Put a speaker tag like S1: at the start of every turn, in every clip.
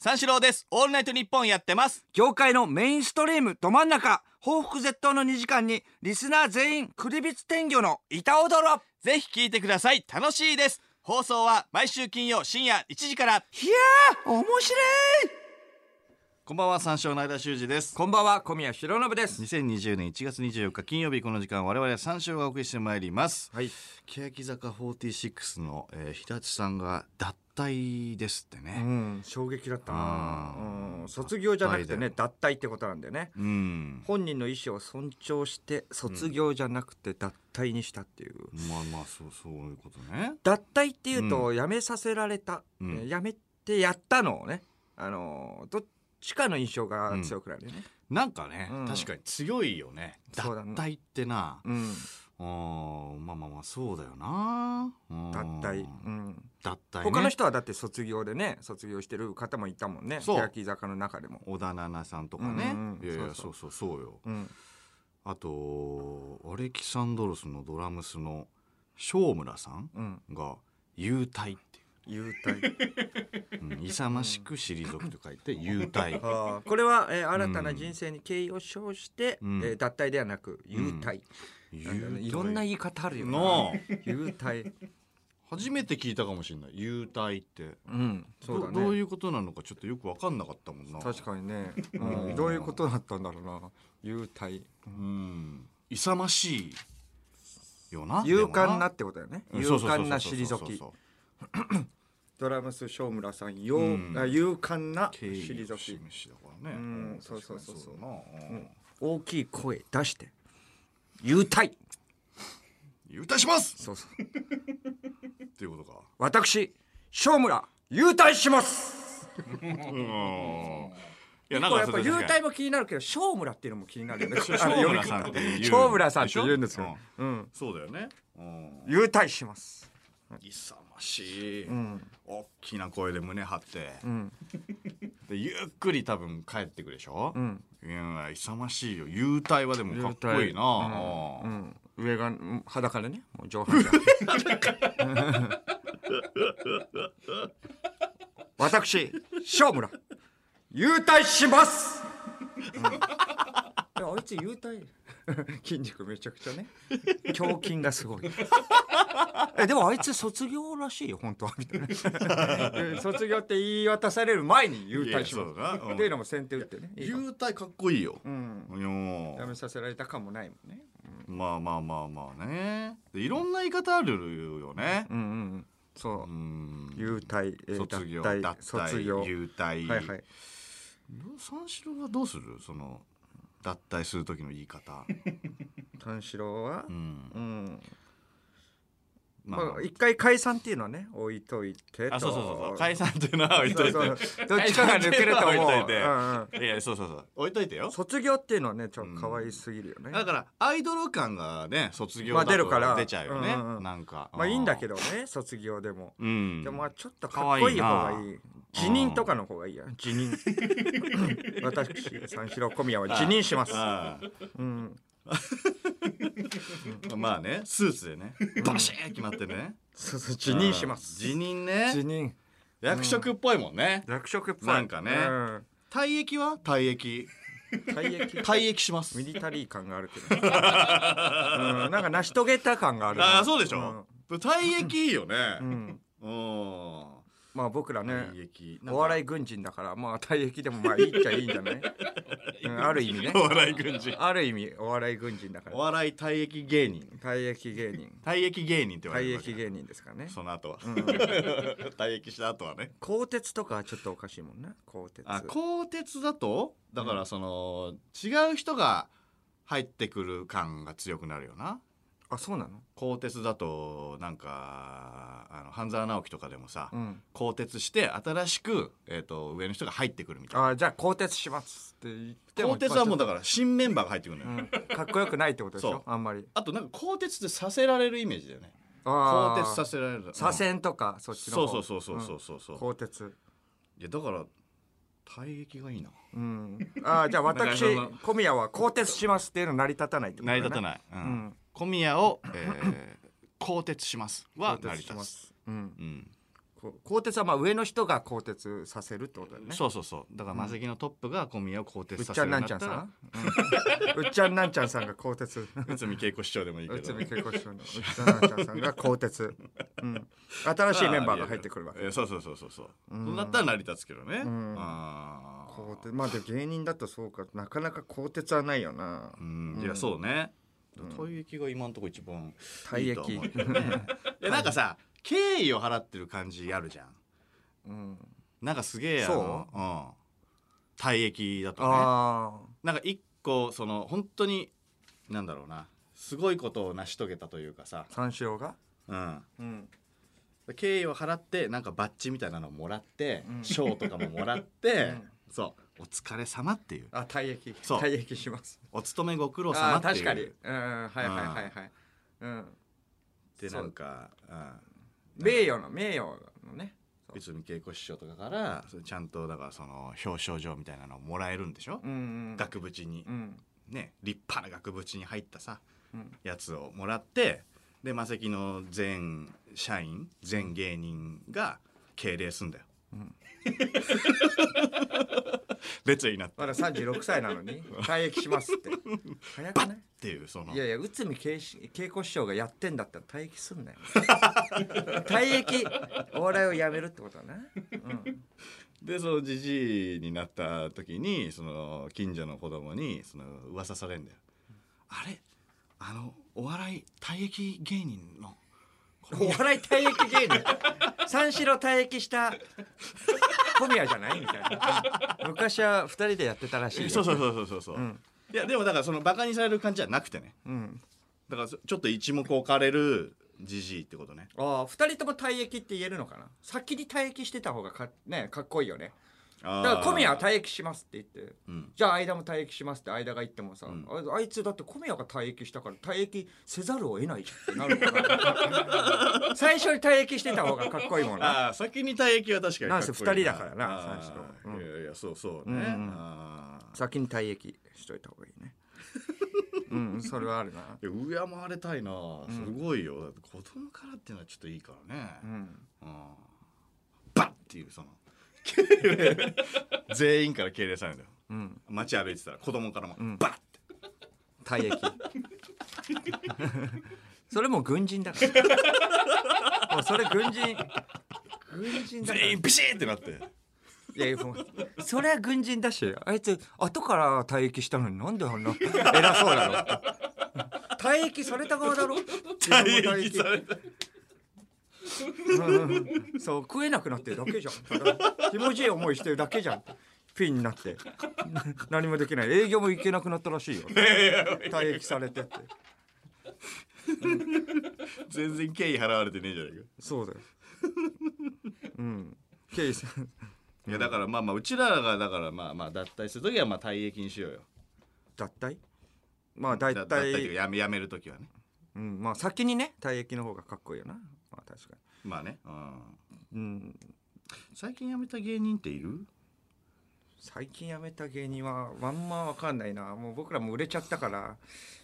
S1: 三四郎ですオールナイトニッポンやってます
S2: 業界のメインストリームど真ん中報復絶倒の2時間にリスナー全員クリビツ天魚の板踊ろ
S1: ぜひ聞いてください楽しいです放送は毎週金曜深夜1時から
S2: いやー面白い
S1: こんばんは三四郎の間修二です
S2: こんばんは小宮浩信です
S1: 2020年1月24日金曜日この時間我々は三四郎がお送りしてまいります
S2: はい
S1: 欅坂46の、えー、日立さんが脱退ですって
S2: う
S1: ね
S2: ん衝撃だったな
S1: あー
S2: うん卒業じゃなくてね
S1: 脱退
S2: 脱退ってことなんだよね
S1: うん
S2: 本人の意思を尊重して卒業じゃなくて脱退にしたっていう、
S1: まあまあそうそういうことね
S2: 脱退っていうと辞めさせられた、
S1: うん
S2: え辞めてやったのをねあのーどっちかの印象が強くなるよね、
S1: なんかね、
S2: うん
S1: 確かに強いよね脱
S2: そうだね
S1: 退ってな
S2: うん
S1: うんまあまあまあそうだよなうん
S2: 脱退、うん
S1: 脱退、ね、
S2: 他の人はだって卒業でね卒業してる方もいたもんね
S1: そう
S2: 欅坂の中でも、
S1: 小田奈々さんとかね、
S2: うんう
S1: い
S2: ん
S1: やいや
S2: そ
S1: そううそうそうよ
S2: うん、
S1: あとアレキサンドロスのドラムスの正村さん
S2: うん、
S1: が「幽体」って
S2: 優待
S1: いう、うん、勇ましく退くと書いて「幽体」
S2: あーこれは、えー新たな人生に敬意を称して、
S1: うん
S2: えー脱退ではなく優待、なんだよねいろんな言い方あるよな
S1: な
S2: 優待
S1: 初めて聞いたかもしれない「幽体」って
S2: うんそうだね
S1: どどういうことなのかちょっとよく分かんなかったもんな
S2: 確かにね、
S1: ん
S2: うん、どういうことだったんだろうな幽体
S1: うん勇ましいよな
S2: 勇敢なってことだよね
S1: でも
S2: 勇
S1: そうそうそう
S2: 敢な
S1: そうそう
S2: 退き
S1: そう
S2: ドラムス正村さんよう、
S1: うん
S2: あ勇敢な
S1: 敬意の
S2: 退き
S1: 示しだからね
S2: うん
S1: ん
S2: そうそうそうそう
S1: 確かにそうだなうん
S2: 大きい声出して優待
S1: 優待します
S2: そうそう
S1: っていうことか
S2: 私正村優待します
S1: いや
S2: これやっぱ優
S1: 確か
S2: 待も気になるけど正村っていうのも気になるよね
S1: に正村さんっていう
S2: 正村さんって言うんです
S1: し
S2: よ
S1: ょ、
S2: うん、
S1: そうだよねうん
S2: 優待します
S1: 勇ましい
S2: ん
S1: 大きな声で胸張って
S2: うん
S1: でゆっくり多分帰ってくでしょ
S2: うん
S1: いや勇ましいよ優待はでもかっこいいな
S2: う
S1: うん
S2: ん上がうん裸でねもう上半身私正村優待します、いやあいつ優待 筋肉めちゃくちゃね胸筋がすごいえでもあいつ卒業らしいよ本当はみたいなえ 卒業って言い渡される前に優待し
S1: いやそうだ
S2: ま
S1: な
S2: す
S1: うん
S2: っていうのも先手打ってねいいかも
S1: 優待かっこいいよ
S2: うん
S1: いやー
S2: やめさせられたかもないもんね
S1: まあまあまあまあねでいろんな言い方あるよね
S2: うんうんうんそうう。
S1: ん
S2: 優待、えー
S1: 卒業
S2: 脱
S1: 脱
S2: 退、
S1: 退
S2: 卒業。は
S1: 優待、
S2: いはい。
S1: 三四郎はどうするその脱退する時の言い方
S2: 三四郎は
S1: う、ん
S2: うん。
S1: ま
S2: まあ一回解散っていうのはね置いといてと。
S1: あそうそうそうそう解散っていうのは置いといて
S2: そうそうどっちかが抜けると
S1: 解散っていうの
S2: 思う。
S1: は置いといて
S2: うんうん
S1: いやそうそうそう置いといてよ
S2: 卒業っていうのはねちょっと可愛すぎるよね。
S1: だからアイドル感がね卒業
S2: まあ
S1: だ
S2: 出るから
S1: と出ちゃうよね、
S2: うんうんうん
S1: なんか
S2: まあいいんだけ
S1: ど
S2: どね卒業でも。
S1: うん
S2: でもまあちょっとかっこいい方が
S1: 可
S2: いい。辞任とかの方がいいや。辞任。私三四郎小宮は辞任します。
S1: ああ
S2: うん。
S1: まあねスーツでねバシーン決まってね
S2: そうそう辞任します。
S1: 辞任ね
S2: 辞任。
S1: 役職っぽいもんね、
S2: 役職っぽい
S1: なんかね
S2: うん
S1: 退役は退役
S2: 退役
S1: 退役します
S2: ミリタリー感があるけど、うん、なんか成し遂げた感がある
S1: ああそうでしょ、退役いいよね
S2: うんうん
S1: うん
S2: まあ僕ら
S1: 退
S2: ね
S1: 役
S2: お笑
S1: い
S2: い軍人だからまあ退役でもまあいいっちゃいいんじ ゃない、うん、ある意味ね
S1: お笑い軍人
S2: ある意味お笑い軍人だか
S1: お
S2: ら
S1: 笑い退役芸人
S2: 退役芸人
S1: 退役芸人って言われ
S2: 退
S1: る
S2: 役
S1: 人
S2: 芸人ですからね
S1: その後は、
S2: ん
S1: 退役した後 はね
S2: 鋼鉄とかはちょっとおかしいもんな鋼鉄
S1: あ鋼鉄だとだからその、違う人が入ってくる感が強くなるよな
S2: あそうなの
S1: 鋼鉄だとなんかあの半沢直樹とかでもさ、
S2: うん
S1: 鋼鉄して新しく、えー、と上の人が入ってくるみたいな
S2: あじゃあ鋼鉄しますって言っても
S1: 鋼鉄はもうだから新メンバーが入ってくるのよ、
S2: うんかっこよくないってことでし
S1: そ
S2: ょ
S1: う
S2: あんまり
S1: あとなんか鋼鉄でさせられるイメージだよね
S2: あ
S1: 鋼
S2: ー
S1: 鉄させられる
S2: 左遷とかそっちの
S1: そ
S2: 方
S1: うそうそうそうそうそうそう、
S2: 鋼鉄
S1: いやだから退役がいいな
S2: うんあ あじゃあ私
S1: だからその
S2: 小宮は鋼鉄しますっていうの成り立たないってこと
S1: 成り立た
S2: い
S1: ない、うん
S2: ん
S1: 小宮を、えー、鋼鉄しますは成り
S2: しま
S1: 立つ
S2: すうん
S1: うん
S2: こう鋼鉄はまあ上の人が鋼鉄させるってことだよね
S1: そうそうそうだから魔石のトップが小宮を更
S2: う
S1: 迭
S2: っ
S1: さ
S2: ち
S1: せ
S2: ゃ
S1: る
S2: ん
S1: よう
S2: なん
S1: に
S2: ち
S1: なっ
S2: ゃん
S1: た
S2: さ
S1: ら
S2: んうっちゃんなんちゃんさんが鋼鉄
S1: 内海恵子市長でもいいけ
S2: 内
S1: ど
S2: 海恵子師匠のうっちゃんなんちゃんさんが鋼鉄、うん、新しいメンバーが入ってくるわけ
S1: えそうそうそうそうそう
S2: うん
S1: そうなったら成り立つけどね
S2: うん
S1: あー
S2: 鋼鉄まあでも芸人だとそうかなかなか鋼鉄はないよな
S1: うん
S2: うん
S1: いやそうね
S2: うん
S1: 退役が今んとこ一番
S2: 退役
S1: いいと思うけどね いやなんかさ敬意を払ってる感じあるじゃん
S2: うん、
S1: なんかすげえあ
S2: そ
S1: のうん退役だとね
S2: あ
S1: なんか一個その本当になんだろうなすごいことを成し遂げたというかさ
S2: あ三四郎が
S1: うん
S2: うん
S1: 敬意を払ってなんかバッジみたいなのもらって、
S2: うん
S1: 賞とかももらって、
S2: うん
S1: そうお疲れ様っていう
S2: あ退役
S1: そう
S2: 退役します
S1: お勤めご苦労様
S2: あ
S1: っていう
S2: 確かにうんはいはいはいはいうん
S1: でなんか、うん、
S2: 名誉の名誉のねそう
S1: 内海恵子師匠とかからそれちゃんとだからその表彰状みたいなのをもらえるんでしょ、
S2: うんうん
S1: 額縁に
S2: うん
S1: ね立派な額縁に入ったさ
S2: うん
S1: やつをもらってでマセキの全社員全芸人が敬礼すんだよ、
S2: うん
S1: 別になって
S2: まだ36歳なのに退役しますって早くない
S1: っていうその
S2: いやいや内海恵子恵子師匠がやってんだったら退役すん なよ退役お笑いをやめるってことだな、うん、
S1: でそのじじいになった時にその近所の子供にその噂されんだよ、あれあのお笑い退役芸人の小
S2: お
S1: 宮
S2: 笑い退役芸人 三四郎退役した小宮じゃないみたいなうん昔は2人でやってたらしいよ
S1: そうそうそうそうそうそう、
S2: ん
S1: いやでもだからそのバカにされる感じじゃなくてね
S2: うん
S1: だからそちょっと一目置かれるじじいってことね
S2: ああ2人とも退役って言えるのかな先に退役してた方がか,、ね、かっこいいよね
S1: だ
S2: だから小宮は退役しますって言って
S1: うん
S2: じゃあ間も退役しますって間が言ってもさ、
S1: ん
S2: ああいつだって小宮が退役したから退役せざるを得ないじゃんってなるか ら最初に退役してた方がかっこいいもんな
S1: ああ先に退役は確かに
S2: なん
S1: か
S2: せ
S1: っこいい
S2: 二人だからな
S1: あ
S2: 最初
S1: あ
S2: うん
S1: いやいやそうそう
S2: うんう
S1: ね、
S2: ん
S1: ああ
S2: 先に退役しといた方がいいねうんそれはあるない
S1: や敬われたいなすごいよ、だって子供からっていうのはちょっといいからね、
S2: うん
S1: うんバッっていうその敬礼全員から敬礼されるんだよ
S2: うん
S1: 街歩いてたら子供からも
S2: ん
S1: バッって、
S2: 退 役それもう軍人だからもうそれ軍人軍人だから
S1: 全員ビシーってなって
S2: いやいやもうそれは軍人だしあいつ後から退役したのになんであんな偉そうだろ退役された側だろ
S1: 退役された
S2: うんそう食えなくなってるだけじゃん気持ちいい思いしてるだけじゃんピンになって何もできない営業も行けなくなったらしいよ退役されてって
S1: 全然敬意払われてねえじゃないか、
S2: そうだようんケイさん
S1: いやだからまあまあうちらがだからまあまあ脱退する時はまあ退役にしようよ
S2: 脱退まあ大
S1: だ脱退っていう
S2: 体、
S1: かやめやめる時はね
S2: うん、まあ先にね退役の方がかっこいいよなまあ確か
S1: まあね、うん、
S2: にうん
S1: 最近やめた芸人っている
S2: 最近辞めた芸人はあんま分かんないなもう僕らも売れちゃったから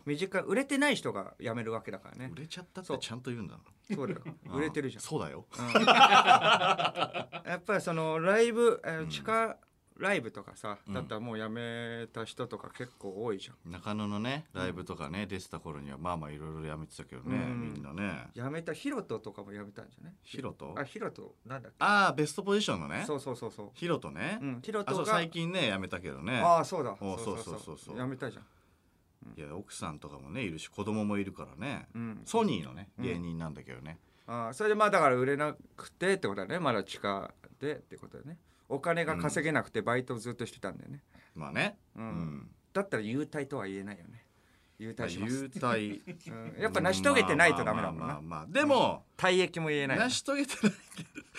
S2: 身近売れてない人が辞めるわけだからね
S1: 売れちゃったっ
S2: そ
S1: て
S2: う
S1: ちゃんと言うんだな
S2: そう だよ売れてるじゃん
S1: そうだよ
S2: やっぱりそのライブ、えー地下ライブとかさ、だったらもう辞めた人とか結構多いじゃん
S1: 中野のねライブとかね、出てた頃にはまあまあいろいろやめてたけどね、
S2: うん
S1: みんなね
S2: 辞めたヒロトとかも辞めたんじゃない
S1: ヒロト
S2: あヒロトなんだっ
S1: ああベストポジションのね
S2: けそうそうそうそう
S1: ヒロトね、
S2: うんヒロ
S1: あ
S2: ト
S1: そう
S2: が
S1: 最近ねやめたけどね
S2: ああそうだ
S1: おそうそうそうそう
S2: やめたじゃん
S1: いや奥さんとかもねいるし子供もいるからね、
S2: うん
S1: ソニーのね
S2: ん
S1: 芸人なんだけどね、
S2: ああそれでまあだから売れなくてってことだねまだ地下でってことだねお金が稼げなくてバイトをずっとしてたんだよね、
S1: まあね、
S2: うん
S1: うん
S2: だったら優待とは言えないよね優
S1: まあ
S2: 待します、
S1: 優待
S2: うんやっぱ成し遂げてないとダメだもん
S1: まあまあま
S2: な、
S1: あまあまあでも、
S2: 退役も言えない
S1: 成し遂げてない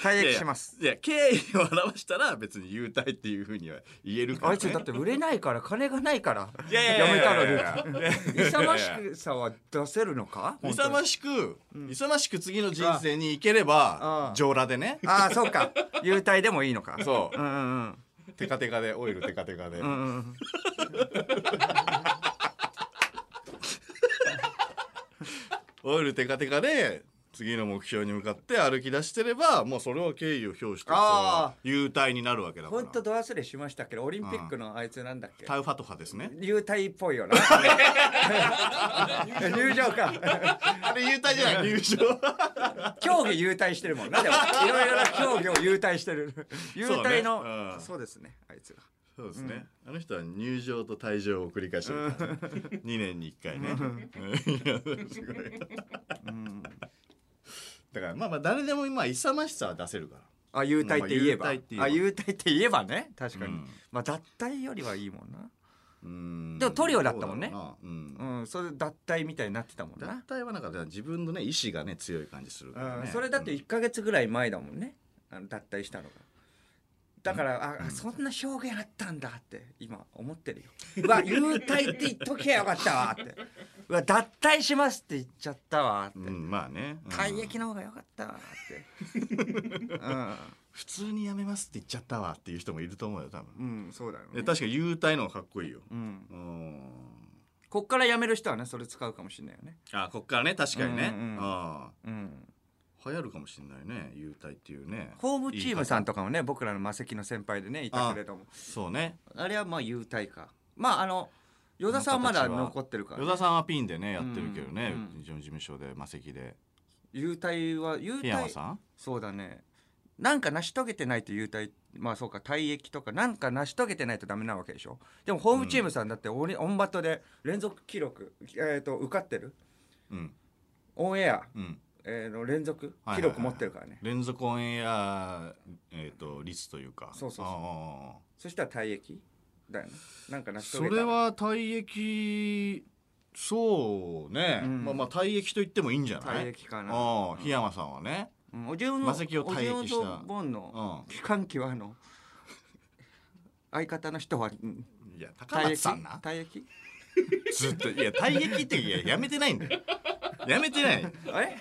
S2: 退役します
S1: いや敬意を表したら別に優待っていうふうには言えるから、
S2: あ
S1: ね、
S2: いつだって売れないから金がないから
S1: いやいやい
S2: や
S1: やいや
S2: めたの
S1: いやいや
S2: に勇ましさは出せるのか 本当に
S1: 勇ましく、勇ましく次の人生に行けれ
S2: あ
S1: ば
S2: あ
S1: 上裸でね
S2: ああそうか優待でもいいのかう
S1: そ
S2: うんうん
S1: うテカテカでオイルテカテカで、
S2: うんうんうん
S1: オイルテカテカで次の目標に向かって歩き出してればもうそれは敬意を表してその
S2: あ
S1: 優待になるわけだから
S2: 本当ド忘れしましたけどオリンピックのあいつなんだっけ
S1: タウファトハですね
S2: 流体っぽいよな 入場か
S1: あれ優待じゃない入 場
S2: 競技優待してるもんなでもいろいろな競技を優待してる優待の
S1: そ
S2: そうう,、
S1: ねうん
S2: ですねあいつが
S1: そうですね、あの人は入場と退場を繰り返してるから、2年に1回ね、うんいやすごい
S2: うん
S1: だからまあまあ誰でも今勇ましさは出せるから
S2: あ優待って言えば,、
S1: まあ
S2: あ
S1: 優
S2: 優待って言えばね確かに、
S1: うん
S2: まあ脱退よりはいいもんな
S1: うん
S2: でもトリオだったもんね
S1: どうだろうなうん
S2: うんそれ脱退みたいになってたもん
S1: 団
S2: な、
S1: 体はなんか自分のね意志がね強い感じするから、
S2: うん
S1: ね、
S2: それだって
S1: うん
S2: 1か月ぐらい前だもんねあの脱退したのがだからあそんな表現あったんだって今思ってるようわ優待って言っときゃよかったわってうわ脱退しますって言っちゃったわって、
S1: うんまあね、うん
S2: 退役の方がよかったわって、
S1: 普通に辞めますって言っちゃったわっていう人もいると思うよ多分、
S2: うん、うん、そうだよ
S1: で
S2: ね
S1: 確かに優待の方がかっこいいよ
S2: うん、
S1: うん
S2: こっから辞める人はねそれ使うかもしれないよね
S1: あこっからね確かにね、
S2: うんうんうん
S1: あ
S2: うん
S1: あ流行るかもしれないね優待っていうね
S2: ホームチームさんとかもね僕らの魔石の先輩でねいたけれども
S1: そうね
S2: あれはまあ優待かまああの与田さんはまだ残ってるから
S1: 与田さんはピンでねやってるけどね、
S2: う
S1: うんちの事務所で魔石で
S2: 優待は優
S1: 檜山
S2: 待
S1: さん
S2: そうだねなんか成し遂げてないと優待まあそうか退役とかなんか成し遂げてないとダメなわけでしょでもホームチームさんだってオリオンバトで連続記録、えー、と受かってる
S1: うん
S2: オンエア、
S1: うん
S2: えーの連続
S1: はいはいはい
S2: 記録持ってるからね、
S1: 連続オンエア、えー、と率というか
S2: そうそうそう
S1: ああ
S2: そしたら退役だよねなんか成し遂
S1: そ
S2: げた
S1: れは退役そうね、
S2: うん
S1: まあまあ退役と言ってもいいんじゃない
S2: 退役かな
S1: ああ檜山さんはね、
S2: うんおじゅうの
S1: 魔石を退役
S2: おじゅうのボンの
S1: う
S2: 期間期はあの相方の人はうん
S1: ん、いや高松さんな
S2: 退役
S1: ずっといや退役っていややめてないんだよやめて ない
S2: あれ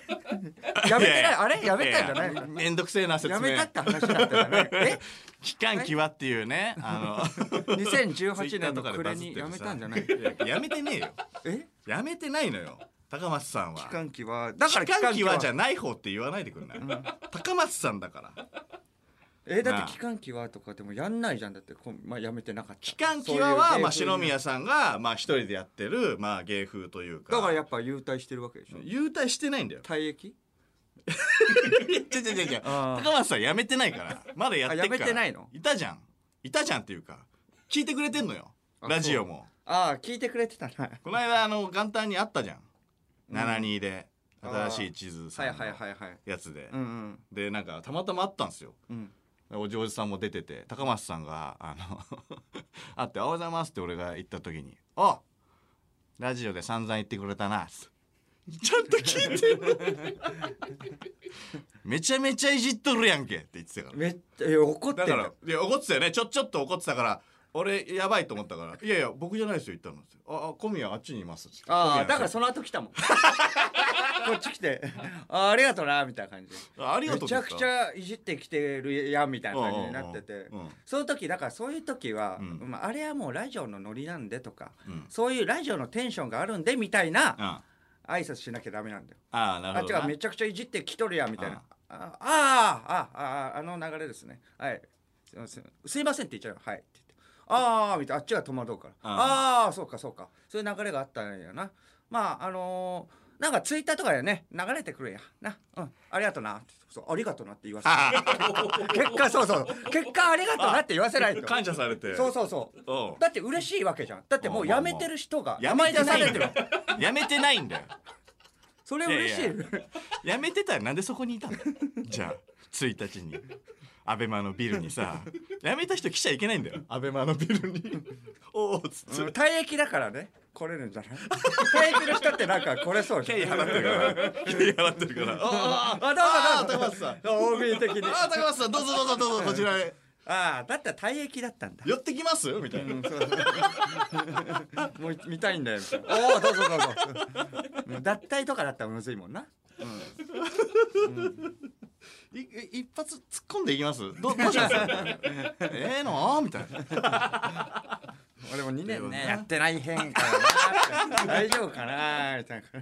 S2: やめてないあれやめたんじゃない
S1: いやめんどくせえな説明
S2: やめたって話だったじゃない え
S1: 期間際っていうねあの
S2: 2018年の暮れにやめたんじゃ ない
S1: いややめてねえよ
S2: え
S1: やめてないのよ高松さんは
S2: 期間期はだから
S1: 期間際じゃ
S2: ん
S1: ない方って言わないでくんない、高松さんだから
S2: えだ
S1: なあ
S2: って期間期はとかでもやんないじゃんだってこんまあやめてなかった
S1: 期間際
S2: そう
S1: は、
S2: いう
S1: まあ、
S2: 芸風
S1: 篠宮さんが、まあ、一人でやってる、まあ、芸風というか。
S2: だからやっぱ優待してるわけでしょ。
S1: 優待してないんだよ
S2: 退役
S1: いや、違う違う違う。
S2: あ
S1: 高松さん辞めてないから。まだやってっから。
S2: あ辞めてないの
S1: いたじゃん。いたじゃんっていうか。聞いてくれてんのよ。
S2: あ
S1: ラジオも。
S2: あ聞いてくれてたな
S1: この間、あの、元旦にあったじゃん。
S2: うん
S1: 72で。新しい地図
S2: は
S1: さん
S2: い
S1: の
S2: はいはいはい
S1: やつで
S2: う。んうん
S1: で、なんか、たまたまあったんですよ。
S2: うん
S1: お嬢さんも出てて高松さんがあの 会って「おはようございます」って俺が言った時に「あラジオで散々言ってくれたな」ちゃんと聞いてる めちゃめちゃいじっとるやんけ」って言ってたか
S2: めっちゃえ怒って
S1: らだ
S2: ん
S1: か
S2: だ
S1: らいや怒ってたよねちょちょっと怒ってたから俺やばいと思ったから「いやいや僕じゃないですよ」言ったのああ小宮あっちにいます」って
S2: ああ
S1: 小宮
S2: だからその後来た もんこっち来てあありがとうなみたいな感じで
S1: あありが
S2: め
S1: とう
S2: ちゃくちゃいじってきてるやんみたいな感じになってて
S1: うんうんうん
S2: その時だからそういう時は、
S1: うん
S2: まあ、あれはもうラジオのノリなんでとか
S1: うん
S2: そういうラジオのテンションがあるんでみたいな
S1: あ
S2: 挨拶しなきゃダメなんだよ。
S1: あなる
S2: あっ
S1: ほ
S2: ち
S1: ど
S2: が
S1: な
S2: めちゃくちゃいじってきとるやんみたいな。ああああああの流れですね。はい。すいません。すいませんって言っちゃうよ。はい。って言ってああみたいなあっちが戸惑うから。
S1: あ
S2: ああーそうかそうか。そういう流れがあったんやな。まああのーなんかツイッターとかでね流れてくるやんなうんありがとうなってそうありがとうなって言わせ
S1: あ
S2: る結果そうそう結果ありがとうなって言わせないと
S1: 感謝されて
S2: そうそうそう
S1: うん
S2: だって嬉しいわけじゃんだってもう辞めてる人が
S1: やめ
S2: 出
S1: てな
S2: さ
S1: い
S2: れ
S1: ん
S2: て
S1: だ
S2: る
S1: よ。やめてないんだよ。
S2: それ嬉しい
S1: いやいやめてたらなんでそこにいたのじゃあ、1日に。アベマのビルにさ、やめた人来ちゃいけないんだよ。アベマのビルに。 おおっつ
S2: うん
S1: って。
S2: 退役だからね来れるんじゃない退役の人ってなんか来れそうじゃん
S1: 敬意払ってるから。敬意払ってるから。あ
S2: あ
S1: あ、
S2: どう
S1: 高
S2: ぞどう
S1: 松
S2: ぞ
S1: さん。
S2: OB 的に
S1: ああ、高松さん、どうぞどうぞどうぞ、こちらへ。
S2: ああだったら退役だったんだ
S1: 寄ってきますみたいな。
S2: もう見たいんだよみたいなおおどうぞどうぞうん脱退とかだったらむずいもんない
S1: 一発突っ込んでいきますどどうしますええのみたいな。
S2: 俺も2年ね
S1: でもな
S2: やってない変からな大丈夫かなみたい
S1: ち
S2: な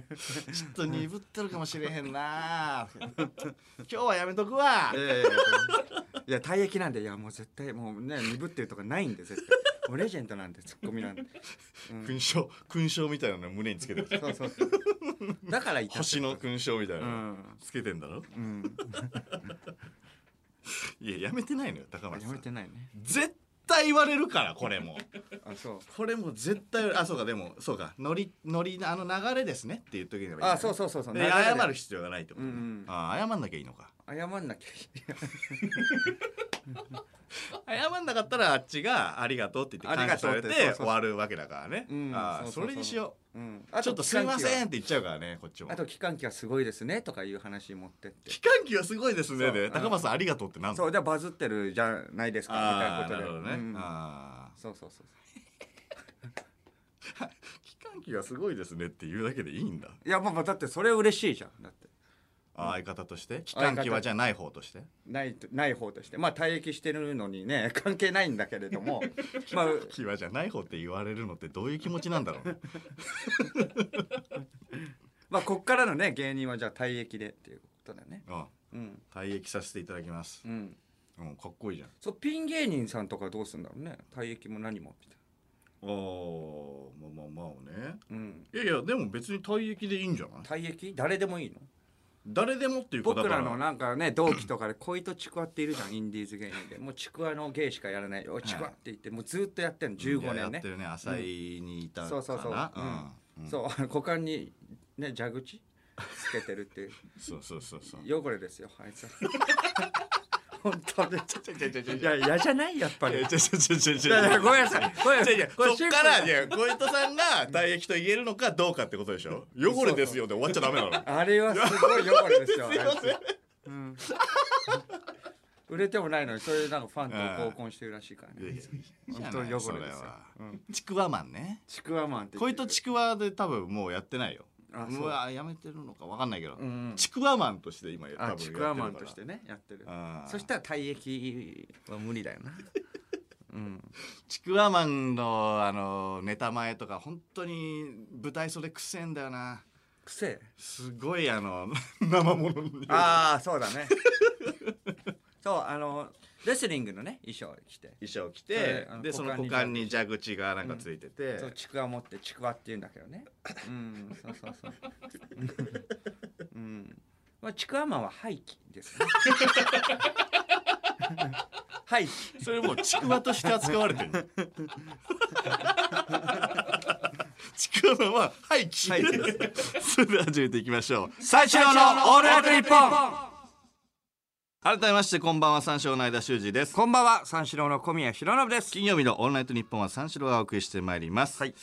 S1: ょっと鈍ってるかもしれへんな今日はやめとくわ
S2: ええいや退役なんでいやもう絶対もうね鈍ってるとかないんで絶対もうレジェンドなんでツッコミなんで、うん
S1: 勲章勲章みたいなの胸につけてる
S2: そうそうそうだからいた
S1: 星の勲章みたいうなの
S2: ん
S1: つけてんだろ
S2: うん
S1: いややめてないのよ高松
S2: や
S1: さ
S2: め
S1: ん
S2: てないね
S1: 絶対言われるからこれも
S2: あそう
S1: これも絶対あそうかでもそうかノリノリあの流れですねっていう時にはいい
S2: あそうそうそうそう
S1: で
S2: 流れで
S1: 謝る必要がないってことね、
S2: うんうん
S1: あ謝んなきゃいいのか
S2: 謝んなきゃい
S1: 謝んなかったらあっちが「ありがとう」って言って感謝され
S2: ありがとうって
S1: て
S2: そうそう
S1: 終わるわけだからね、
S2: うん
S1: あ
S2: そ
S1: そ
S2: うそうそう
S1: れにしよ
S2: い、うん、
S1: うちょっと「すいません」
S2: ん
S1: って言っちゃうからねこっちも
S2: あと期間機はすごいですねとかいう話持ってって
S1: 期間期はすごいですね
S2: そうう
S1: で
S2: ん
S1: 高松さん「ありがとう」ってなん
S2: そう
S1: だ
S2: じゃあバズってるじゃないですかみたいな
S1: あー
S2: こと
S1: な
S2: で
S1: るほどね、
S2: うん
S1: あ
S2: そうそうそう
S1: ー期間期はすごいですねって言うだけでいいんだ
S2: いやまあまあだってそれ嬉しいじゃんだって
S1: あー相方として期間期はじゃない方として
S2: ないない方としてまあ退役してるのにね 関係ないんだけれ どもまあ
S1: 期はじゃない方って言われるのってどういう気持ちなんだろう ね
S2: まあこっからのね芸人はじゃあ退役でっていうことだよね
S1: うん
S2: うん
S1: 退役させていただきます
S2: う、ん
S1: うん、かっこいいじゃん
S2: そうピン芸人さんとかどうするんだろうね退役も何もみたい
S1: おーまあまあまあね
S2: なうん
S1: いやいやでも別に退役でいいんじゃない
S2: 退役誰でもいいの
S1: 誰でもっていうかだ
S2: 僕
S1: から
S2: らのなんかね同期とかで恋とちくわっているじゃんインディーズ芸人でもうちくわの芸しかやらないおいちくわって言ってもうずっとやってんの15
S1: や
S2: 年
S1: や
S2: ね
S1: ってるね浅井にいたかな、
S2: そうそうそう
S1: うん
S2: そうあの股間にね蛇口つけて るっていう
S1: そうそうそうそう
S2: 汚れですよ あいつは本当に
S1: ちょちょちょちょ
S2: いや嫌じゃないやっぱりい
S1: ちょちょちょちょちょ
S2: やいやごめんなさいごめんなさいこれ
S1: そ
S2: シ
S1: っ
S2: ンプ
S1: か
S2: ル
S1: らいや小糸さんが退役と言えるのかどうかってことでしょ汚れですよで終わっちゃダメなの
S2: あれはすごい汚れです よ
S1: すいません
S2: あいつうん売れてもないのにそういうなんかファンと合コンしてるらしいから
S1: いやいやい
S2: ね
S1: いじゃない
S2: 本当に汚れです
S1: そ
S2: よ
S1: れは
S2: うん
S1: ちくわマンね
S2: ちくわマンって言
S1: 小
S2: って
S1: 糸
S2: る
S1: ちくわで多分もうやってないよ
S2: あそう
S1: うわやめてるのかわかんないけど、
S2: うん
S1: ちくわマンとして今多分や
S2: あ
S1: って
S2: ち
S1: る
S2: く
S1: から
S2: わマンとしてねやってる
S1: あー
S2: そしたら退役は無理だ よなうん
S1: ちくわマンのあのネタ前とか本当に舞台袖くせえんだよな
S2: くせえ
S1: すごいあの 生物の匂い
S2: ああそうだねそうあのレスリングのね衣装着て
S1: 衣装着
S2: そ
S1: て
S2: れあの
S1: でその股
S2: 股
S1: 間
S2: 間
S1: に蛇口がなんかついてて、
S2: そうちくわ持ってちくわって言うんだけどねうんそうそう そううんうんまあちくわマンは廃棄です ね廃棄
S1: それもうちくわとして扱われて るちくわマンは廃棄、
S2: 廃棄で
S1: それでは始めていきましょう
S2: 最初のオールナイトニッポン
S1: 改めましてこんばんは三四郎の間修二です
S2: こんばんは三四郎の小宮浩信です
S1: 金曜日のオンライトニッポンは三四郎がお送りしてまいります。
S2: はい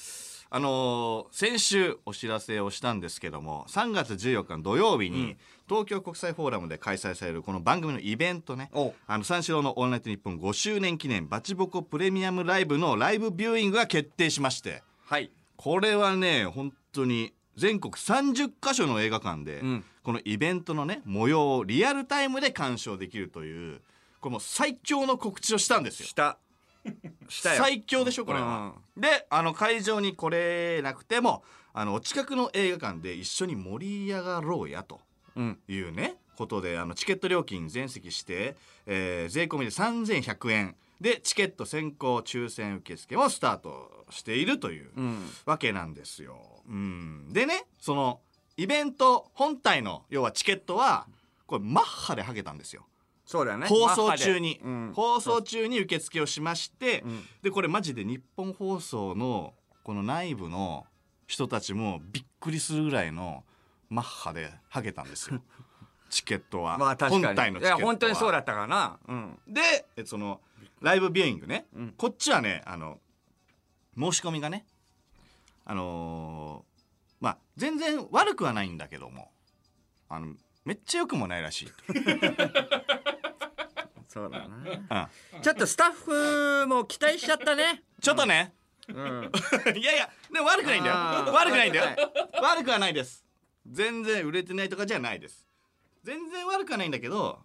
S1: あのー先週お知らせをしたんですけども、3月14日の土曜日に、東京国際フォーラムで開催されるこの番組のイベントね
S2: おう、
S1: あの三四郎のオンライトニッポン5周年記念バチボコプレミアムライブのライブビューイングが決定しまして、
S2: はい
S1: これはね本当に全国30カ所の映画館で、
S2: ん
S1: このイベントのね模様をリアルタイムで鑑賞できるという、これもう最強の告知をしたんですよ。
S2: 下下よ
S1: 最強でしょこれは、であの会場に来れなくてもあのお近くの映画館で一緒に盛り上がろうやと
S2: うん
S1: いうねことであのチケット料金全席して、えー税込みで3100円でチケット先行抽選受付もスタートしているという
S2: うん
S1: わけなんですよ。うん、でねそのイベント本体の要はチケットはこれマッハではけたんですよ。
S2: そうだよね
S1: 放送中に、
S2: マッハでうん
S1: 放送中に受付をしまして、
S2: うん
S1: でこれマジで日本放送のこの内部の人たちもびっくりするぐらいのマッハでハゲたん ですよチケットは、
S2: まあ確かに
S1: 本体のチケットはい
S2: や本当にそうだったからなうん
S1: でえそのライブビューイングね、
S2: うん
S1: こっちはねあの申し込みがねあのーまあ全然悪くはないんだけどもあのめっちゃ良くもないらしい、
S2: そうだな
S1: うん
S2: ちょっとスタッフも期待しちゃったね。
S1: ちょっとね、
S2: うん。
S1: いやいやでも悪くないんだよ
S2: あー
S1: 悪くないんだよ 悪くはないです全然売れてないとかじゃないです全然悪くはないんだけど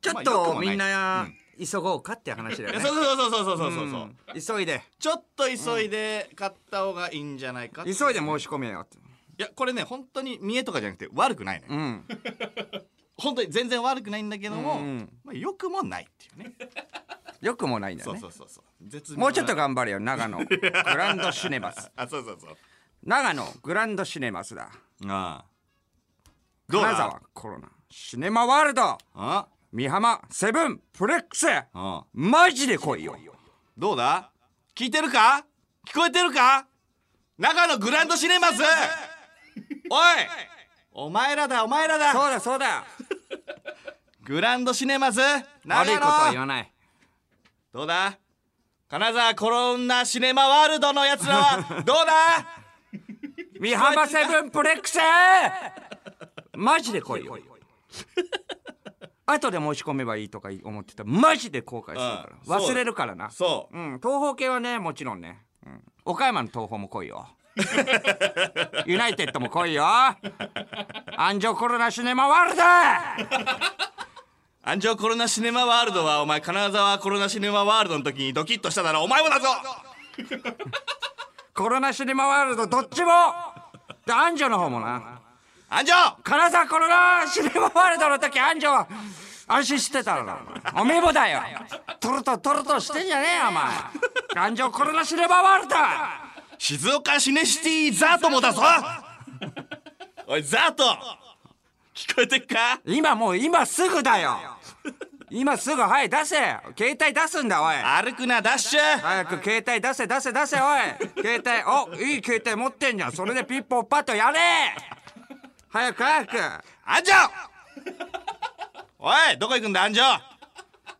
S2: ちょっ
S1: まあ良く
S2: と
S1: もない
S2: みんな急ごうかっていう話だよ
S1: そう
S2: ね
S1: そうそうそうそうそうそう、
S2: うん急いで
S1: ちょっと急いで買った方がいいんじゃないかって
S2: 急
S1: い
S2: いで申し込めよって
S1: やこれね本当に見栄とかじゃなくて悪くないのよ、
S2: うん
S1: 本当に全然悪くないんだけども、
S2: うんうん
S1: まあ、良くもないっていうね
S2: よくもないんだよ
S1: そう
S2: ね
S1: そうそうそう絶妙な
S2: もうちょっと頑張れよ長野グランドシネマス
S1: あそうそうそう
S2: 長野グランドシネマス
S1: あ
S2: だ
S1: あどうだ
S2: 金沢コロナシネマワールド
S1: あ
S2: 美浜セブンプレックス
S1: あ
S2: マジで来いよ
S1: どうだ聞いてるか聞こえてるか長野グランドシネマスおいお前らだお前らだ
S2: そうだそうだ
S1: グランドシネマス
S2: 悪いことは
S1: 長
S2: 言
S1: 野
S2: わない
S1: どうだ金沢コロンナシネマワールドのやつらはどうだ
S2: 美浜セブンプレックスマジで来い よ後で申し込めばいいとか思ってたマジで後悔するか
S1: うん
S2: ら
S1: そう
S2: 忘れるからな
S1: そう
S2: うん東方系はねもちろんね、うん岡山の東方も来いよユナイテッドも来いよ安城コロナシネマワールド
S1: 安城コロナシネマワールドはお前金沢コロナシネマワールドの時にドキッとしただろお前もだぞ
S2: コロナシネマワールドどっちもで安城の方もな
S1: 安城
S2: 金沢コロナシネマワールドの時安城は安心してたのなおめえもだよトロトトロトしてんじゃねえよお前安城コロナシネマワールド
S1: 静岡シネシティザートもだぞおいザート聞こえてっか
S2: 今もう今すぐだよ今すぐはい出せ携帯出すんだおい
S1: 歩くなダッシュ
S2: 早く携帯出せ出せ出せおい携帯おいい携帯持ってんじゃんそれでピッポッパッとやれ早く早く
S1: 安城 おいどこ行くんだ安城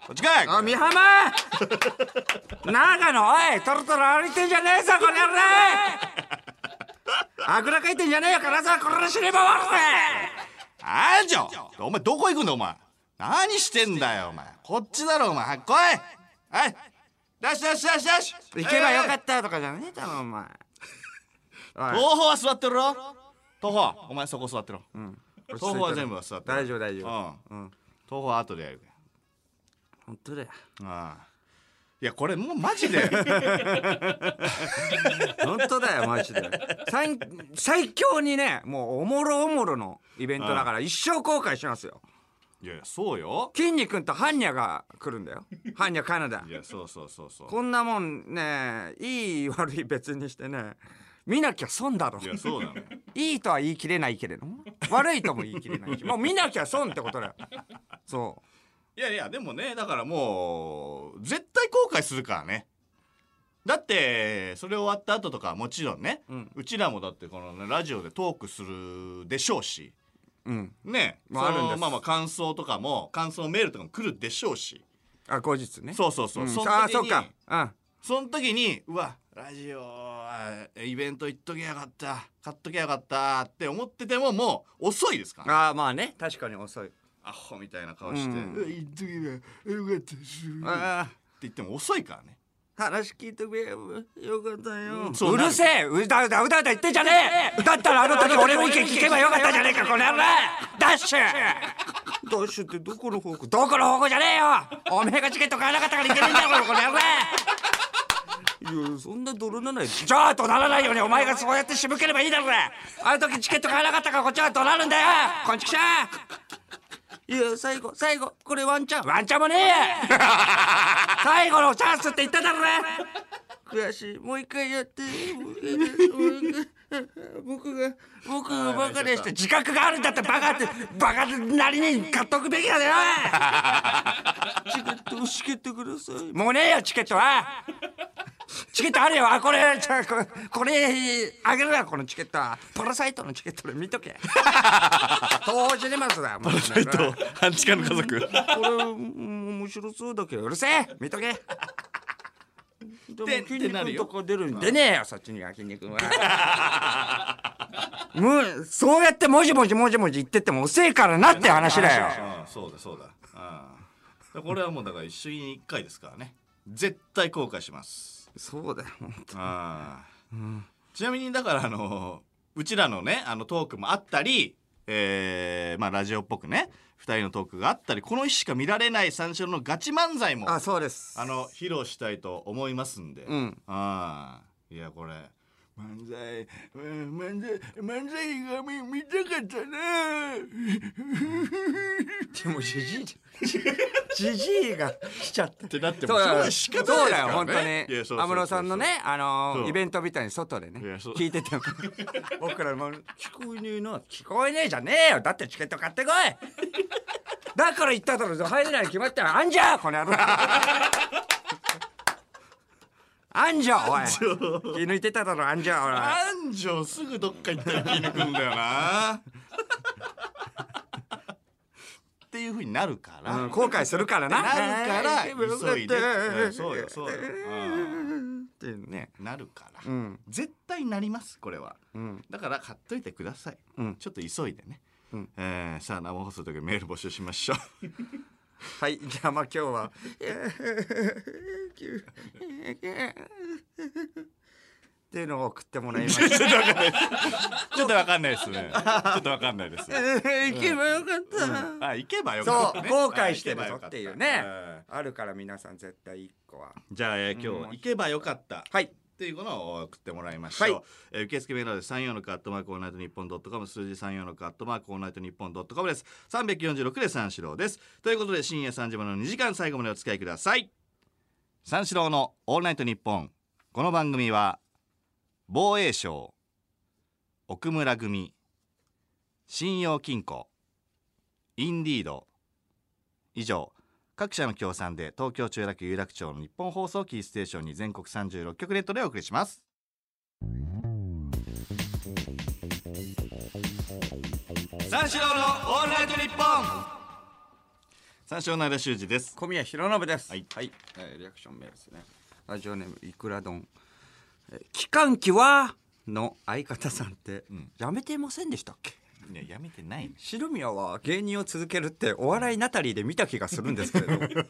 S1: こっちかい
S2: あ美浜長野おいトロトロ歩いてんじゃねえぞこの野郎あぐらかいてんじゃねえよからさこれ死ねばわ
S1: 安城お前どこ行くんだお前何してんだよお前こっちだろお前はい来いはいダッシュダッシュダッシュダッシュ
S2: れ行けばよか
S1: た
S2: ったとかじゃねえだろお前おい
S1: 東方は座ってるろ東方お前そこ座ってろ、東方は全部は座ってろ
S2: 大丈夫大丈夫
S1: うん、東方は後でやるから
S2: 本当だよ
S1: ああいやこれもうマジで
S2: 本当だよマジで最最強にねもうおもろおもろのイベントだから一生後悔しますよ
S1: いやいやそうよ
S2: 筋肉とハンニャが来るんだよハンニャカナダ
S1: いやそうそうそうそう
S2: こんなもんねいい悪い別にしてね見なきゃ損だろ
S1: いやそうなのよ
S2: いいとは言い切れないけれども悪いとも言い切 れないしもう見なきゃ損ってことだよそ
S1: いやいやでもねだからもう絶対後悔するからねだってそれ終わった後とかもちろんね、う
S2: うん
S1: ちらもだってこの、ね、ラジオでトークするでしょうし
S2: ううん
S1: ね
S2: まあ
S1: その
S2: あるんです
S1: まあまあ感想とかも感想メールとかも来るでしょうし
S2: あ後日ね
S1: そうそうそう、
S2: ん
S1: その時に
S2: ああそうかうん
S1: その時にうわラジオはイベント行っときゃよかった買っときゃよかったって思っててももう遅いですから
S2: ああまあね確かに 遅い
S1: アホみたいな顔して「
S2: うん
S1: うわ行っときゃよかったです」って
S2: ああ
S1: 言っても遅いからね
S2: 話聞いてくれよかったよ
S1: うんそう
S2: う
S1: なる
S2: るせえうだうだうだうだ言ってんじゃねえだったらあの時俺の意見聞けばよかったじゃねえかこの野郎ダッシュダッシュってどこの方向どこの方向じゃねえよおめえがチケット買えなかったからいけねえんだろこの野郎いやそんな泥なないじゃあ怒鳴らないよねお前がそうやってしぶければいいだろうがあの時チケット買えなかったからこっちは怒鳴るんだよこんちくしゃいや最後最後これワンチャンワンチャンもねえ や最後のチャンスって言っただろうな悔しいもう一回やって もう一回僕が僕がバカでした自覚があるんだってバカってバカなりに買っとくべきだよおい チケットをしけてくださいもうねえよチケットはチケットあるよあこれちょこれこれあげるわこのチケットはパラサイトのチケットで見 とけ東宝シネマスだよパラサイ
S1: と 半地下の家族
S2: これ面白そうだけどうるせえ見 とけでも
S1: て
S2: 筋
S1: ってなる
S2: 肉
S1: よ
S2: とか出るんでねえよそっちには筋肉は もうそうやってもじもじもじもじ言ってっても遅えからなって話だよ
S1: うんそうだそうだうんこれはもうだから一緒に一回ですからね絶対後悔します
S2: そうだよ
S1: ああちなみにだからあのうちらのねあのトークもあったりえーまあ、ラジオっぽくね2人のトークがあったりこの日しか見られない三四郎のガチ漫才も
S2: あ
S1: あ
S2: そうです
S1: の披露したいと思いますんで、
S2: うん
S1: ああいやこれ漫才うん漫才漫才が見見たかったな
S2: でもじじい じじいが来ちゃって
S1: ってなって
S2: そ
S1: も
S2: う
S1: それ
S2: だ
S1: は仕方ないですからね
S2: そうだよ本
S1: いやそ
S2: 当
S1: うそうそうそう
S2: に安室さんのね
S1: そ
S2: あの
S1: う
S2: イベントみたいに外でね
S1: いやそう
S2: 聞いてても 僕らも「聞こえねえな聞こえねえじゃねえよだってチケット買ってこい!」だから言っただろ入れないに決まったらあんじゃこの野郎 あんじゃおい気抜いてただろあんじゃおい
S1: 安城すぐどっか行ったら気抜くんだよなっていうふうになるから、
S2: うん後悔するからな。
S1: なるから
S2: えー
S1: 急いでうんそうよそうよ
S2: っていうね。
S1: なるから、
S2: うん
S1: 絶対なりますこれは
S2: うん
S1: だから買っといてください、
S2: うん
S1: ちょっと急いでね、
S2: うん
S1: えーさあ生放送とかメール募集しましょう
S2: はいじゃあまあ今日は。っていうのを送ってもらいました。
S1: ちょっとわかんないですねちょっとわかんないです、
S2: 行けばよかった
S1: あ行けばよか
S2: そ
S1: った、ね、
S2: う後悔してる
S1: あ行けば
S2: ぞ
S1: よか
S2: ったていうね
S1: ん。
S2: あるから皆さん絶対一個は。
S1: じゃあ、えー今日は行けばよかった、
S2: はい。
S1: っていうものを送ってもらいましょう、
S2: はい
S1: えー受付メールは34のカットマークオールナイトニッポンドットコム数字34のカットマークオールナイトニッポンドットコムです346で三四郎ですということで深夜3時までの2時間最後までお付き合いください三四郎のオールナイトニッポンこの番組は防衛省奥村組信用金庫インディード以上各社の協賛で東京中楽有楽町の日本放送キーステーションに全国36局ネットでお送りします三四郎のオールナイトニッポン三四郎の間修二です
S2: 小宮弘信です。
S1: はい
S2: はい。えーリアクションメールですね。ラジオネームいくら丼。えー期間期はの相方さんって、
S1: ん
S2: やめてませんでしたっけ？
S1: いややめてない
S2: 白宮は芸人を続けるってお笑いナタリーで見た気がするんですけれど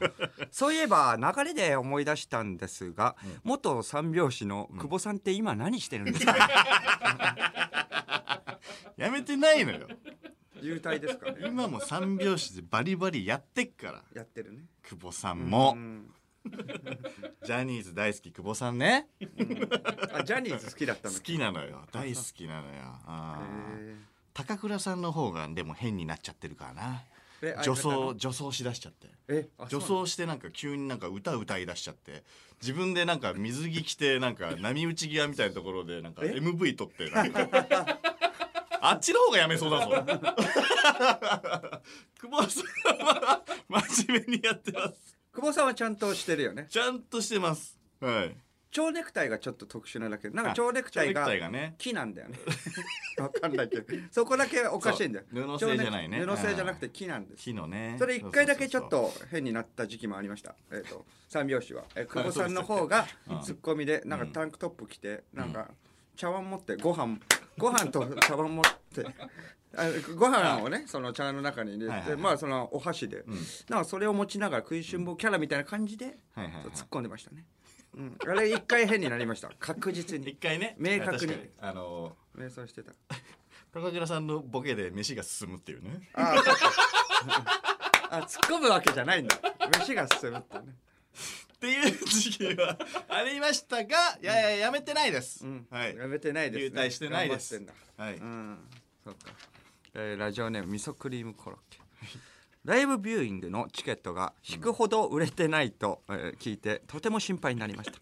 S2: そういえば流れで思い出したんですが、元三拍子の久保さんって今何してるんですか、
S1: やめてないのよ
S2: 渋滞ですかね
S1: 今も三拍子でバリバリやってっから
S2: やってるね
S1: 久保さんも、
S2: うん
S1: ジャニーズ大好き久保さんね
S2: あジャニーズ好きだった
S1: 好
S2: の
S1: きなのよ大好きなのよあー
S2: へ
S1: 高倉さんの方がでも変になっちゃってるからな
S2: え
S1: 女
S2: 相方
S1: 装
S2: の
S1: 女装しだしちゃって
S2: えあ
S1: 女
S2: そう
S1: 装してなんか急になんか歌歌いだしちゃって自分でなんか水着着てなんか波打ち際みたいなところでなんか MV 撮ってなんかあっちの方がやめそう だぞ久保さんは真面目にやってます
S2: 久保さんはちゃんとしてるよね
S1: ちゃんとしてますはい
S2: 蝶ネクタイがちょっと特殊なだけなん
S1: あ
S2: か蝶ネクタイが
S1: 蝶ネクタイがね
S2: 木なんだよね わかんないけどそこだけおかしいんだよ
S1: そう布製じゃないね
S2: 蝶ネクタイ布製じゃなくて木なんです
S1: 木のね
S2: それ一回だけちょっ
S1: そう
S2: と変になった時期もありましたえっ、と三拍子はえ久保さんの方が
S1: うん
S2: ツッコミでなんかタンクトップ着てなんか茶碗持ってご飯ご飯と茶碗持って あご飯をねその茶の中に入
S1: はいはい
S2: れ
S1: は
S2: て
S1: い
S2: まあそのお箸でなんかそれを持ちながら食いしん坊キャラみたいな感じで
S1: はいはいはい
S2: 突っ込んでましたねうんあれ一回変になりました 確
S1: そ
S2: 実
S1: うそう一
S2: に
S1: 回ね
S2: 明確に
S1: 確かあの
S2: 迷走してた
S1: 高倉さんのボケで飯が進むっていうね
S2: ああそう かあ突っ込むわけじゃないんだ飯が進むってね
S1: っていう時期 はありましたが、いやいややめてないです。
S2: うん
S1: はい。
S2: やめてないです、
S1: 優待してないです
S2: 頑張ってん
S1: はい。
S2: だうんそうか、えーラジオネーム味噌クリームコロッケライブビューイングのチケットが引くほど売れてないと、えー聞いてとても心配になりました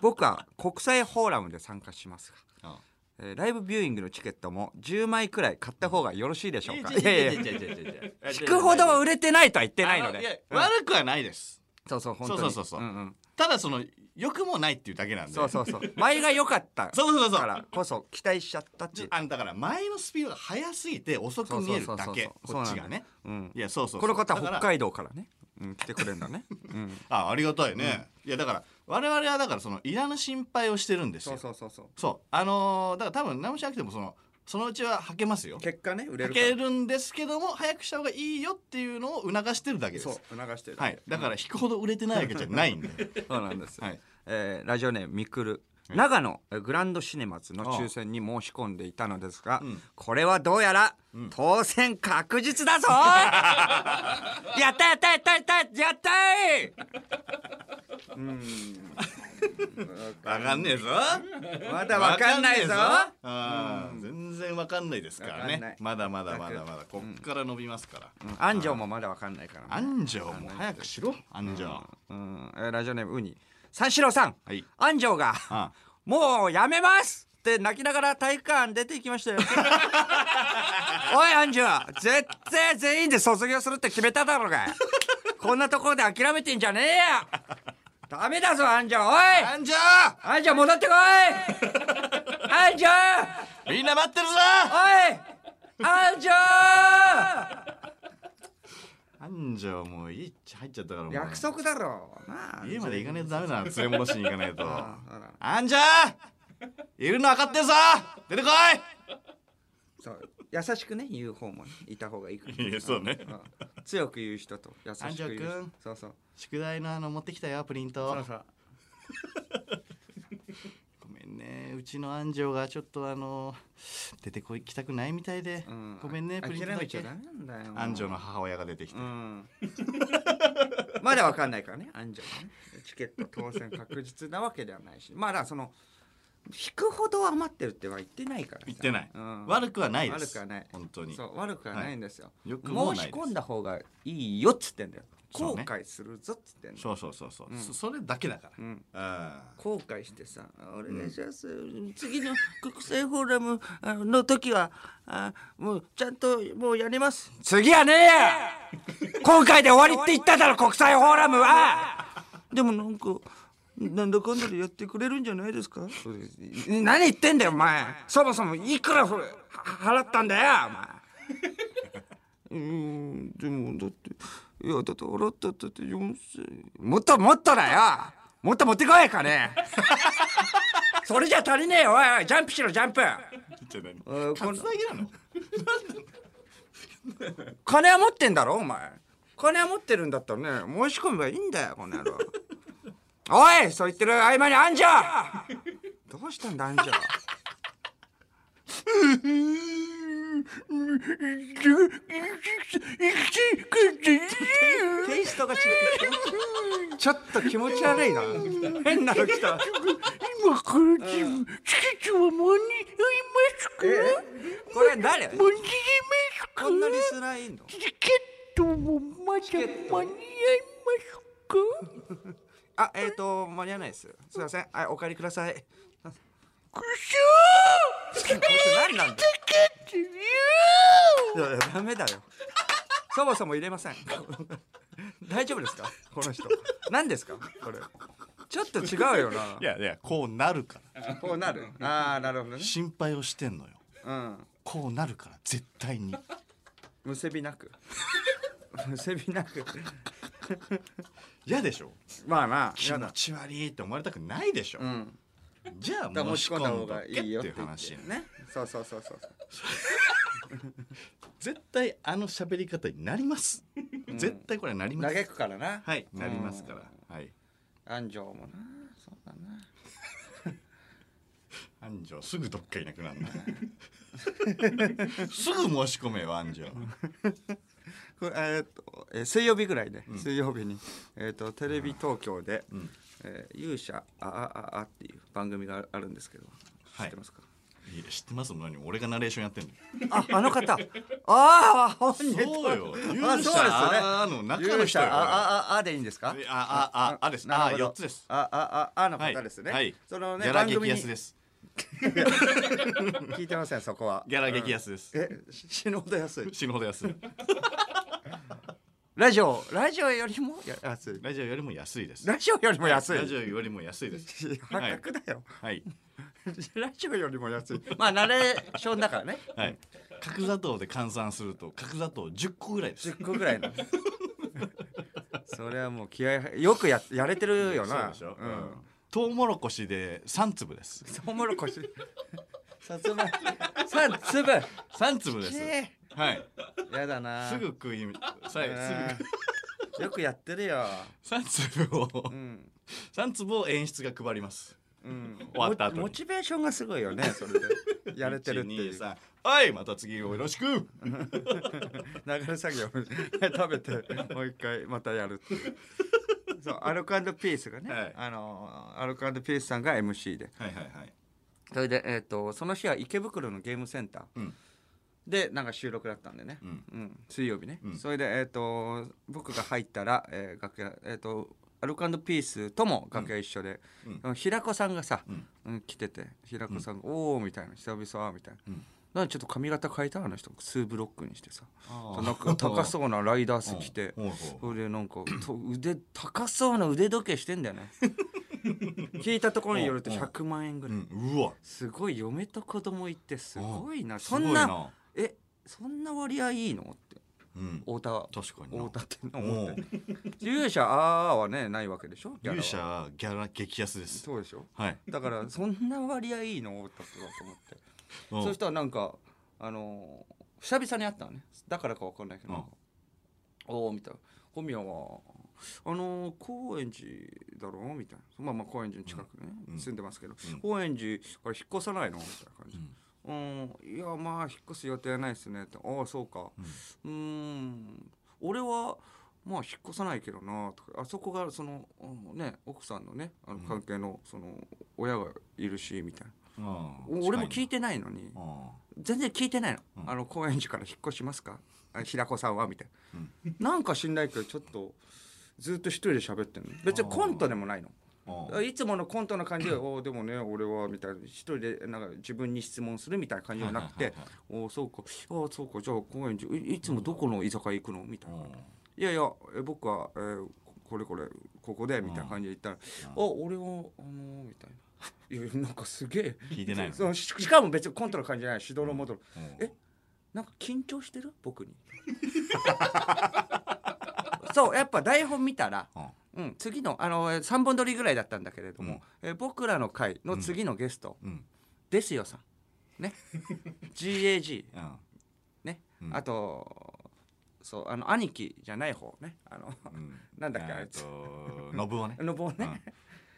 S2: 僕は国際フォーラムで参加します
S1: あ
S2: が、えーライブビューイングのチケットも10枚くらい買った方がよろしいでしょうかいやいや
S1: いやいやいやいやいやいや
S2: 引くほどは売
S1: れ
S2: れてないとは言って
S1: て
S2: ないので
S1: 悪くはないです。
S2: そうそう本当に
S1: そうそうそうそうん
S2: ん
S1: ただその良くもないっていうだけなんで。
S2: そうそうそう前が良かったか
S1: そうそうそうそう
S2: らこそ期待しちゃったっていう
S1: あのだから前のスピードが速すぎて遅く見えるだけ
S2: そうそ
S1: こ
S2: うそうそう
S1: っちがね
S2: そうなんだようん
S1: いやそうそう
S2: この方
S1: だから
S2: 北海道からね、うん、来てくれるんだね、うん、
S1: あありがたいね、いやだから我々はだからそのいらぬ心配をしてるんですよ
S2: そう
S1: そう
S2: そうそうそう
S1: あのーだから多分何もしなくてもそのそのうちは履けますよ
S2: 結果ね売れ
S1: か
S2: る
S1: けるんですけども早くした方がいいよっていうのを促してるだけです
S2: そう促してる
S1: はいだから引くほど売れてないわけじゃないんで
S2: そうなんです、
S1: はい
S2: えーラジオネームみくる
S1: い
S2: 長野えグランドシネマズの抽選に申し込んでいたのですが、
S1: うん
S2: これはどうやら当選確実だぞ、やったやったやったやったやったー
S1: わかんねえぞ。
S2: まだわかんないぞ
S1: あー全然わかんないですから
S2: わかんな
S1: ね
S2: い。
S1: まだまだまだまだ、こっから伸びますから。
S2: 安城もまだわかんないからね、
S1: 安城も早くしろ。安城。
S2: うんえラジオネームウニ三四郎さん、
S1: はい
S2: 安城が
S1: あ
S2: もうやめますって泣きながら体育館出て行きましたよ。 おい、アンジュ、絶対全員で卒業するって決めただろうが。こんなところで諦めてんじゃねえよ。ダメだぞ、アンジュ、おい
S1: 安城。
S2: アンジュ、戻ってこいアンジュ
S1: みんな待ってるぞ。
S2: おいアンジュ
S1: 安城もういいっちゃ入っちゃったから。もう
S2: 約束だろ。なあ
S1: 家まで行かねえとダメだな。連れ戻しに行かないと。
S2: ほら
S1: 安城。いるの分かってるぞ。出てこ
S2: そう優しくね、言う方もね、いた方がいいから
S1: い。いや、そうね。
S2: うん強く言う人と優しく言う
S1: 安城く
S2: 人
S1: ん。
S2: そうそう。
S1: 宿題のあの持ってきたよプリン
S2: そ
S1: ト
S2: うそう。
S1: ごめんねうちの安城がちょっとあの出てこい来たくないみたいで、
S2: うん
S1: ごめんねプリント
S2: 諦
S1: だ
S2: めちゃ
S1: け
S2: ダメなんだよ
S1: 安城の母親が出てきて、
S2: うんまだわかんないからね安城はねチケット当選確実なわけではないしまあだからその引くほど余ってるっては言ってないからさ
S1: 言ってない、
S2: うん
S1: 悪くはないです
S2: 悪くはない
S1: 本当に
S2: そう悪くはないんですよ、
S1: いよくもないです
S2: 申し込んだ方がいいよっつってんだよ
S1: そ
S2: 後
S1: うね
S2: 悔するぞっつってんだよ
S1: そうそうそうそう、そそれだけだから、
S2: ん
S1: あ
S2: 後悔してさ「お願いします、次の国際フォーラムあのの時はあもうちゃんともうやります」次はねえや今回で終わりって言っただろ国際フォーラムはでもなんかなんだかんだでやってくれるんじゃないですか何言ってんだよお前そもそもいくらふ払ったんだよお前うんでもだっていやだって払ったってって4,000もっともっとだよもっと持ってこいかねそれじゃ足りねえよおいおいジャンプしろジャンプ
S1: あちょっと何
S2: うんこ
S1: カ
S2: ん
S1: ツアゲなの
S2: 金は持ってんだろお前金は持ってるんだったらね申し込めばいいんだよこの野郎 おいそう言ってる合間にあんじゃ どうしたんだあんじゃテイストが違う ちょっと気持ち悪いな変なの来た
S3: 今からでもチケットは間に合いますか
S2: これ誰
S3: 間に合いますか
S2: こんなにスラいの
S3: チケットもまだ間に合いますか
S2: あえっ、ー、と間に合わないですすいませんはいお帰りください
S3: くそーチケッ
S2: こいつ何なんだ
S3: トよ
S2: いやいやダメだよそもそも入れません 大丈夫ですかこの人何ですかこれちょっと違うよない
S1: やいやこうなるから
S2: こうなるああなるほどね
S1: 心配をしてんのよ
S2: うん
S1: こうなるから絶対に
S2: むせびなく むせびなく
S1: 嫌でしょ
S2: まあまあ
S1: 気
S2: や
S1: 持
S2: だ
S1: ち悪いって思われたくないでしょ、
S2: うん
S1: じゃあ
S2: だから
S1: 申
S2: 持
S1: し
S2: ち
S1: 込
S2: 込
S1: ん
S2: ん
S1: だ
S2: だ
S1: 方
S2: 方
S1: が
S2: が
S1: い
S2: い
S1: い
S2: い
S1: よ
S2: よ
S1: っ
S2: ってて
S1: いう
S2: 言っ
S1: 話
S2: てねそうそうそうそう
S1: 絶対あの喋り方になります、絶対これなります
S2: 嘆くからな
S1: はいなりますからはい
S2: 安城もなそうだな
S1: 安城すぐどっかいなくなるなすぐ申し込めよ安城
S2: これえーっとえー水曜日ぐらいで、水曜日に、えーっとテレビ東京で「えー勇者ああああ」っていう番組があるあるんですけど
S1: はい
S2: 知っ てますか、
S1: いや知ってます何俺がナレーションやってんの
S2: ああの方あ あ本人
S1: そうよ
S2: あ
S1: 勇者
S2: そうですね
S1: あーの中の
S2: 勇
S1: 人
S2: 者
S1: よ
S2: ああああでいいんですか
S1: えああああです
S2: なる
S1: あ
S2: ほど
S1: 四つです
S2: ああああの
S1: はい
S2: 方ですね、
S1: はい
S2: その
S1: ギ
S2: ね
S1: ャラ
S2: 番
S1: 激
S2: 組に
S1: 安です
S2: 聞いてませんそこは
S1: ギャラ激安です
S2: えし死ぬほど安い
S1: 死ぬほど安い
S2: ラジオラジオよりもや安い
S1: ラジオよりも安いです
S2: ラジオよりも安い
S1: ラジオよりも安いです
S2: いや破
S1: はい
S2: 格だよ、
S1: はい
S2: ラジオよりも安いまあナレーションだからね
S1: はい角砂糖で換算すると角砂糖10個ぐらいです
S2: 10個ぐらいのそれはもう気合いよくややれてるよ
S1: そう
S2: な
S1: でしょ
S2: うん
S1: トウモロコシで三粒です
S2: トウモロ コシさつまいさつぶ
S1: 三粒です
S2: ね
S1: はい
S2: やだな
S1: すぐ食いさえすぐ
S2: うんよくやってるよ
S1: 三粒を
S2: うん
S1: 三粒を演出が配ります
S2: うん、
S1: 終わった後に
S2: モモチベーションがすごいよねそれでやれてるっていう
S1: 123はいまた次をよろしく
S2: 流れ作業食べてもう一回またやるっていうそうアルコピースがね、
S1: はい
S2: あのアルコピースさんが MC で
S1: はいはいはい
S2: それで、えー、とその日は池袋のゲームセンター、
S1: うん
S2: でなんか収録だったんでね、
S1: うん
S2: 水曜日ね、
S1: うん
S2: それで、えー、と僕が入ったら、えー楽屋えー、とアルコピースとも楽屋一緒で、
S1: う
S2: 平子さんがさ、
S1: うん
S2: うん来てて平子さんが「おお」みたいな「久々」みたいな。
S1: うん
S2: なんかちょっと髪型変えたあの人ツーブロックにしてさ
S1: あー
S2: なんか高そうなライダース 着て
S1: うんうん
S2: それでなんかと腕高そうな腕時計してんだ よね聞いたところによると
S1: うんうん
S2: 100万円ぐ
S1: う
S2: らい
S1: んうわ
S2: すごい嫁と子供いてすごいな
S1: すご
S2: そ
S1: い
S2: ん
S1: な
S2: なえそんな割合いいのって
S1: うん
S2: 太田は
S1: 確かにな
S2: 太田って思
S1: もう
S2: って勇者あーはねないわけでしょギャラは
S1: 勇者はギャラ激安です
S2: そうでしょ
S1: はい
S2: だからそんな割合いいの太田とはと思って
S1: うん
S2: そしたらなんかあのー久々に会ったのねだからかわかんないけど、
S1: うん
S2: おおみたいな「小宮はあのー高円寺だろ?」みたいなまあまあ高円寺の近くね、
S1: うん
S2: 住んでますけど、
S1: うん
S2: 高円寺から引っ越さないのみたいな感
S1: う
S2: じ。
S1: ん
S2: うん、いやまあ引っ越す予定はないですねってああそうかうんん俺はまあ引っ越さないけどなとかあそこがその、うんね奥さんのねあの
S1: うん
S2: 関係のその親がいるしみたいな、
S1: うん
S2: 俺も聞
S1: 近
S2: いてないのに、
S1: な
S2: 全然聞いてないの、
S1: うん
S2: あの高円寺から引っ越 しますかあ平子さんはみたいな、なんか知んないけどちょっとずっと一人で喋ってんの別にコントでもないの
S1: うんうん
S2: いつものコントの感じで「おーでもね俺は」みたいな一人でなんか自分に質問するみたいな感じじゃなくて
S1: はいはい
S2: 「おーそうかあーそうかじゃあ高円寺いいつもどこの居酒屋行くの?」みたいな
S1: うん
S2: 「いやいやえ僕は、えーここれこれここで」みたいな感じで言ったら「あ俺はあのー」みたいな。いやなんかすげえ
S1: 聞いてないの
S2: そのししかも別にコントの感じじゃないしどろもどろ
S1: うん
S2: えなんか緊張してる僕に そうやっぱ台本見たら、
S1: うん
S2: うん、次のあのえー三本撮りぐらいだったんだけれども、えー僕らの会の次のゲスト、
S1: うん
S2: ですよさん ね GAG
S1: うん
S2: ね、
S1: うん
S2: あとそうあの兄貴じゃない方ねあの
S1: うん
S2: なんだっけあ
S1: え
S2: い
S1: ー
S2: つ
S1: とノブをね
S2: の棒ね、
S1: うん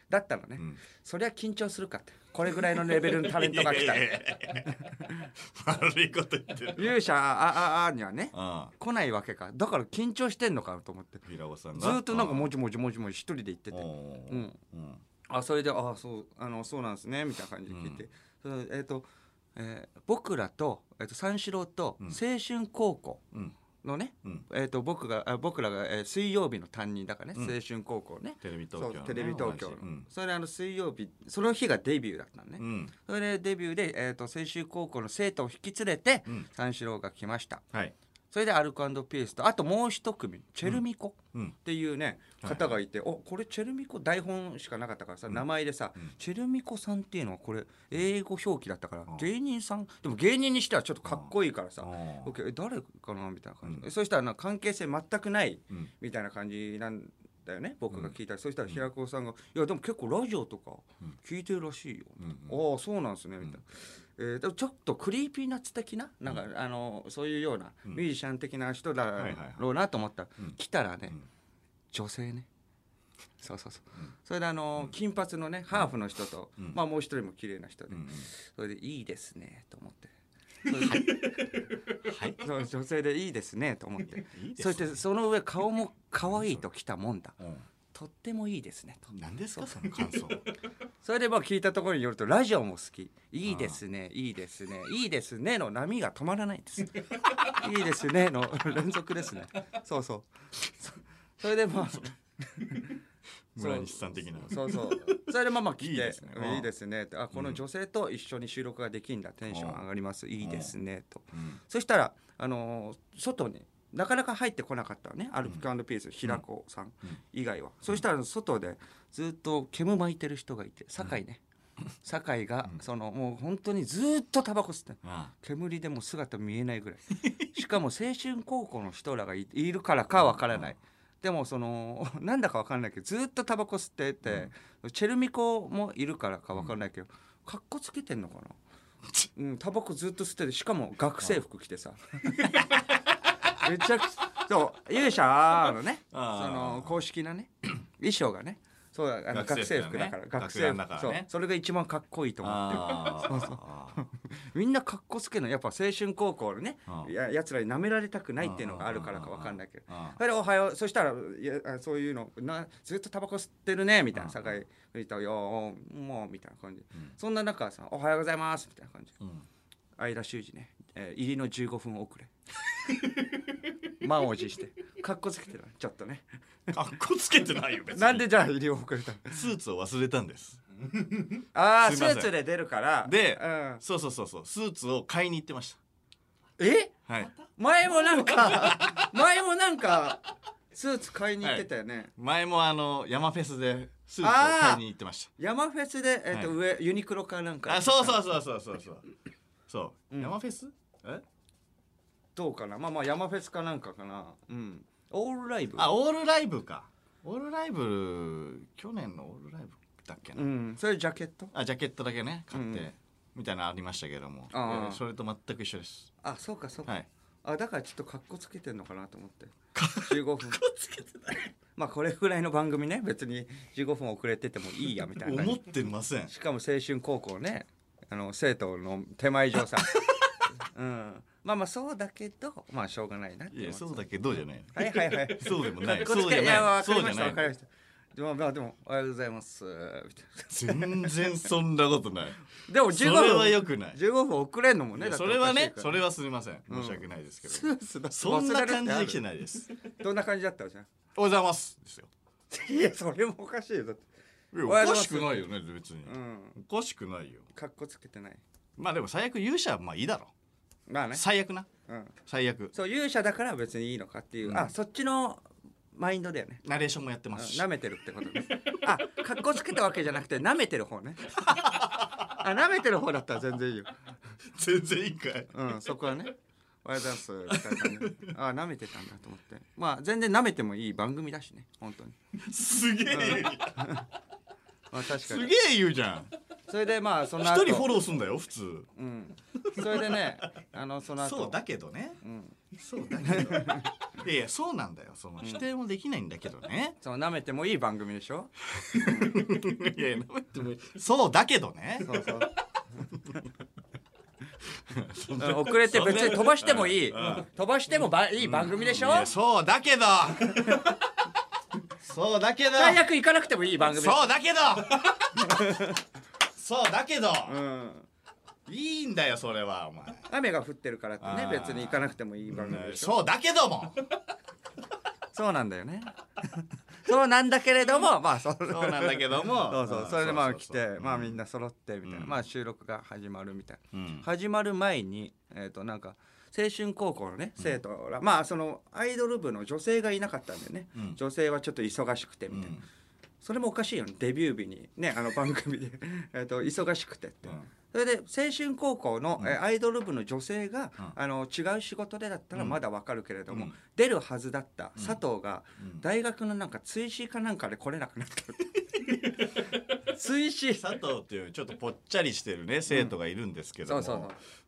S2: だったのね、
S1: うん
S2: そりゃ緊張するかってこれぐらいのレベルのタレントが来たら
S1: いやいやいや悪いこと言 ってる
S2: 勇者あああにはね
S1: あ
S2: 来ないわけかだから緊張してんのかなと思って
S1: あ平尾さん
S2: ず
S1: が
S2: ーっとなんか
S1: う
S2: もちもちもちもち一人で行ってて、う
S1: うん
S2: ん、
S1: うん
S2: あそれで「あそうあのそうなんですね」みたいな感じで聞いて、それえっ、と、えー僕らと,、えー、と三四郎と
S1: うん
S2: 青春高校
S1: うん
S2: のね、
S1: うん
S2: えー、と僕があ僕らが、えー水曜日の担任だからね、
S1: うん
S2: 青春高校ね
S1: テレビ東
S2: そ
S1: 京の
S2: う
S1: ね
S2: テレビ東京の、
S1: 同じうん
S2: それであの水曜日その日がデビューだったのね、
S1: うん
S2: それでデビューで、えー、と青春高校の生徒を引き連れて、
S1: うん
S2: 三四郎が来ました
S1: はい
S2: それでアルコピースとあともう一組チェルミコ、
S1: うん
S2: っていうね
S1: はい
S2: 方がいて、おこれチェルミコ台本しかなかったからさ、
S1: ん
S2: 名前でさ、
S1: うん
S2: チェルミコさんっていうのはこれ英語表記だったから、
S1: うん
S2: 芸人さんでも芸人にしてはちょっとかっこいいからさ、
S1: ああ
S2: OK え誰かなみたいな感じ、
S1: うん
S2: そしたらなんか関係性全くない
S1: うん
S2: みたいな感じなんだよね僕が聞いたら、そしたら平子さんが「いやでも結構ラジオとか
S1: うん
S2: 聞いてるらしいよ」
S1: うん
S2: ああそうなんですね」みたいな。えーでもちょっとクリーピーナッツ的ななんか、あのそういうような
S1: うん
S2: ミュージシャン的な人
S1: はいは
S2: だ
S1: いはい
S2: ろうなと思ったら、
S1: うん
S2: 来たらね、
S1: うん
S2: 女性ねそうそうそう、
S1: うん
S2: それであの、金髪のねハーフの人と、
S1: うん
S2: まあもう一人も綺麗な人で、
S1: うん
S2: それで「いいですね」と思って。はい、そう女性でいいですねと思って
S1: いいです
S2: そ
S1: ね
S2: してその上顔も可愛いときたもんだ
S1: うん
S2: とってもいいですねと
S1: 何ですかその感想
S2: それでまあ聞いたところによるとラジオも好きいいですねいいですねいいですねの波が止まらないで すいいですねの連続ですねそうそうそそれでまあ
S1: 村西さん的な
S2: そうそうそれでまあまあ聞いて
S1: いいですね
S2: うんいいですねってあこの女性と一緒に収録ができるんだテンション上がりますいいですねと
S1: うん
S2: そしたらあのー外になかなか入ってこなかったねアルピカピース平子さん
S1: うん
S2: 以外は、そしたら外でずっと煙巻いてる人がいて酒井ね、酒井が
S1: うん
S2: そのもう本当にずっとタバコ吸ってん
S1: あ
S2: 煙でもう姿見えないぐらいしかも青春高校の人らがいいるからかわからない、
S1: うん
S2: でもそのなんだかわからないけどずっとタバコ吸ってて、チェルミコもいるからかわからないけど、かっこつけてんのかなうんタバコずっと吸っててしかも学生服着てさめちゃくちゃそう勇者のねそ
S1: あー
S2: の公式なね衣装がねそうだあの
S1: 学
S2: 学
S1: 生
S2: 生
S1: 服
S2: 服
S1: だよね
S2: だから
S1: 学
S2: 学
S1: 生
S2: 生
S1: 服
S2: 服
S1: だからね
S2: そうそれが一番かっこいいと思う
S1: あー
S2: みんなかっこつけるのやっぱ青春高校のね
S1: うん
S2: ややつらに舐められたくないっていうのがあるからかわかんないけど
S1: うんうんうんうん
S2: それでおはようそしたらいやあそういうのなずっとタバコ吸ってるねみたいな酒井藤田が「よーもう」みたいな感じ
S1: ん
S2: そんな中さ「おはようございます」みたいな感じ
S1: うん
S2: 「相田修二ね、えー入りの15分 遅れ」満を持してかっこつけてるわちょっ とね
S1: かっこつけてないよ別に
S2: なんでじゃあ入り遅 れたの
S1: スーツを忘れたんです
S2: ああ
S1: すい
S2: ス
S1: ません
S2: ーツで出るから
S1: で
S2: うん、
S1: そうそうそうそうスーツを買いに行ってまし
S2: え
S1: たはい
S2: 前もなんか 前もなんかスーツ買いに行ってたよね、
S1: 前もあの山フェスでスーツを買いに行ってました
S2: 山フェスで、えっと
S1: はい
S2: 上ユニクロかなんか
S1: あそうそうそうそうそうそうそう、
S2: うん
S1: 山フェスえ
S2: どうかなまあまあ山フェスかなんかかなうんオールライブ
S1: あオールライブかオールライブ去年のオールライブだっけな、
S2: うんそれジャケット
S1: あジャケットだけね買って、
S2: うん
S1: みたいなのありましたけどもい
S2: あー
S1: やそれと全く一緒です
S2: あそうかそうか、
S1: はい
S2: あだからちょっと格好つけてんのかなと思って15分 まあこれぐらいの番組ね別に15分遅れててもいいやみたいな
S1: 思ってません
S2: しかも青春高校ねあの生徒の手前上 さんうんまあまあそうだけどまあしょうがないなって
S1: い
S2: 思
S1: や
S2: って
S1: そうだけどじゃない
S2: はいはいはい
S1: そうでもない
S2: こっち
S1: そう
S2: か
S1: じ
S2: ら
S1: ゃな
S2: いや
S1: い
S2: わか
S1: そ
S2: り
S1: う
S2: ま
S1: じ
S2: し
S1: ゃな
S2: たわかりま
S1: い
S2: したでもまあでもおはようございますみ たい
S1: 全然そんなことない
S2: なでも
S1: そ
S2: 15
S1: れ
S2: 分
S1: は良くない
S2: 15分遅れんのもね
S1: いやそれはねそ
S2: れ
S1: れはすみません
S2: うん
S1: 申し訳ないですけど、
S2: スーツだ
S1: そんな感じで来て
S2: い
S1: ないです
S2: どんな感じだったじゃん
S1: おはようございますですよ
S2: いやそれもおかしいよだって
S1: いや
S2: おはよう
S1: おか
S2: ございま
S1: し
S2: す
S1: くないよね別に、
S2: うん
S1: おかしくないよ
S2: かっこつけてない
S1: まあでも最悪勇者はまあいいだろ
S2: まあね
S1: 最悪な
S2: うん
S1: 最悪
S2: そう勇者だから別にいいのかっていう、
S1: うん
S2: あそっちのマインドだよね
S1: ナレーションもやってますし
S2: なめてるってことね。あ、格好つけたわけじゃなくて、なめてる方 ね。あ、なめてる方だったら全然いいよ。
S1: 全然いいかい
S2: うん、そこはね。おはようございます。みたいなねあ、なめてたんだと思って。まあ、全然なめてもいい番組だしね、本当に。
S1: すげえ
S2: まあ、確か
S1: すげ
S2: に。
S1: え言うじゃん
S2: それで、まあ、その
S1: 一
S2: 後。
S1: 人フォローすんだよ普通
S2: うん。それでね、あの、その後。
S1: そうだけどね
S2: うん。
S1: そうだけどいやいやそうなんだよその否定もできないんだけどね
S2: そのなめてもいい番組でしょ
S1: いやいやなめてもいいそうだけどね
S2: そうそう。うん遅れて別に飛ばしてもいい飛ばしてもばいい番組でしょ
S1: いやそうだけどそうだけど
S2: 最悪行かなくてもいい番組でしょ
S1: そうだけどそうだけど、
S2: うん
S1: いいんだよそれはお前
S2: 雨が降ってるからってね
S1: あー
S2: 別に行かなくてもいい番組でしょ、
S1: そうだけども
S2: そうなんだよね そうなんだけれどもまあそう
S1: そうなんだけども
S2: そうそうそれでまあ来てまあみん
S1: な、
S2: な揃ってみたいな、
S1: うん
S2: まあ収録が始まるみたい
S1: うん
S2: な、始まる前にえっ、となんか青春高校のね生徒ら、まあそのアイドル部の女性がいなかったんだよね、
S1: うん
S2: 女性はちょっと忙しくて
S1: う
S2: みたいな、
S1: ん
S2: それもおかしいよねデビュー日にねあの番組で えっと忙しくてって、
S1: うん
S2: それで青春高校の、えアイドル部の女性が、
S1: うん
S2: あの違う仕事でだったらまだわかるけれども、
S1: うん
S2: 出るはずだった佐藤が、
S1: うん
S2: 大学のなんか追試かなんかで来れなくなった。追試
S1: 佐藤っていうちょっとぽっちゃりしてるね生徒がいるんですけども、
S2: うんそうそう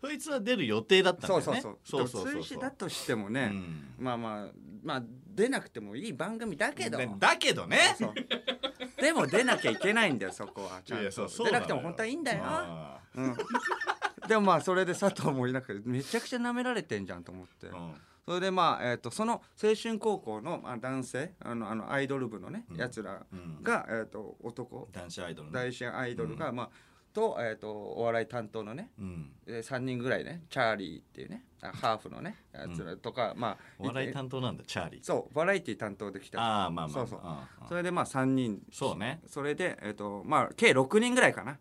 S1: そいつは出る予定だったんだ
S2: そ
S1: よ
S2: う
S1: ね
S2: そうそう
S1: そうそうそう
S2: でも追試だとしてもね、
S1: うん
S2: まあまあまあ出なくてもいい番組だけど、
S1: ねだけどね
S2: そうでも出なきゃいけないんだよそこはちゃ
S1: い
S2: ん
S1: やそ
S2: と
S1: うそう
S2: 出
S1: の
S2: なくても本当はいいんだよ。
S1: あ
S2: うん、でもまあそれで佐藤もいなくてめちゃくちゃ舐められてんじゃんと思って、
S1: ーうん
S2: それでまあ、えー、とその青春高校の、まあ、男性あのあのアイドル部のね、
S1: うん
S2: やつら
S1: うん
S2: が、えー、と男
S1: 男子アイドルね
S2: 大神アイドルが、まあと,、えー、とお笑い担当のね
S1: うん
S2: えー3人ぐらいねチャーリーっていうねあハーフのねやつらとか、まあ
S1: お笑い
S2: いて
S1: 担当なんだチャーリー
S2: そうバラエティ担当できた
S1: ああまあまあ
S2: そうそう
S1: ああああ
S2: それでまあ3人
S1: そうね
S2: それで、えっとまあ、計6人ぐらいかな、
S1: うん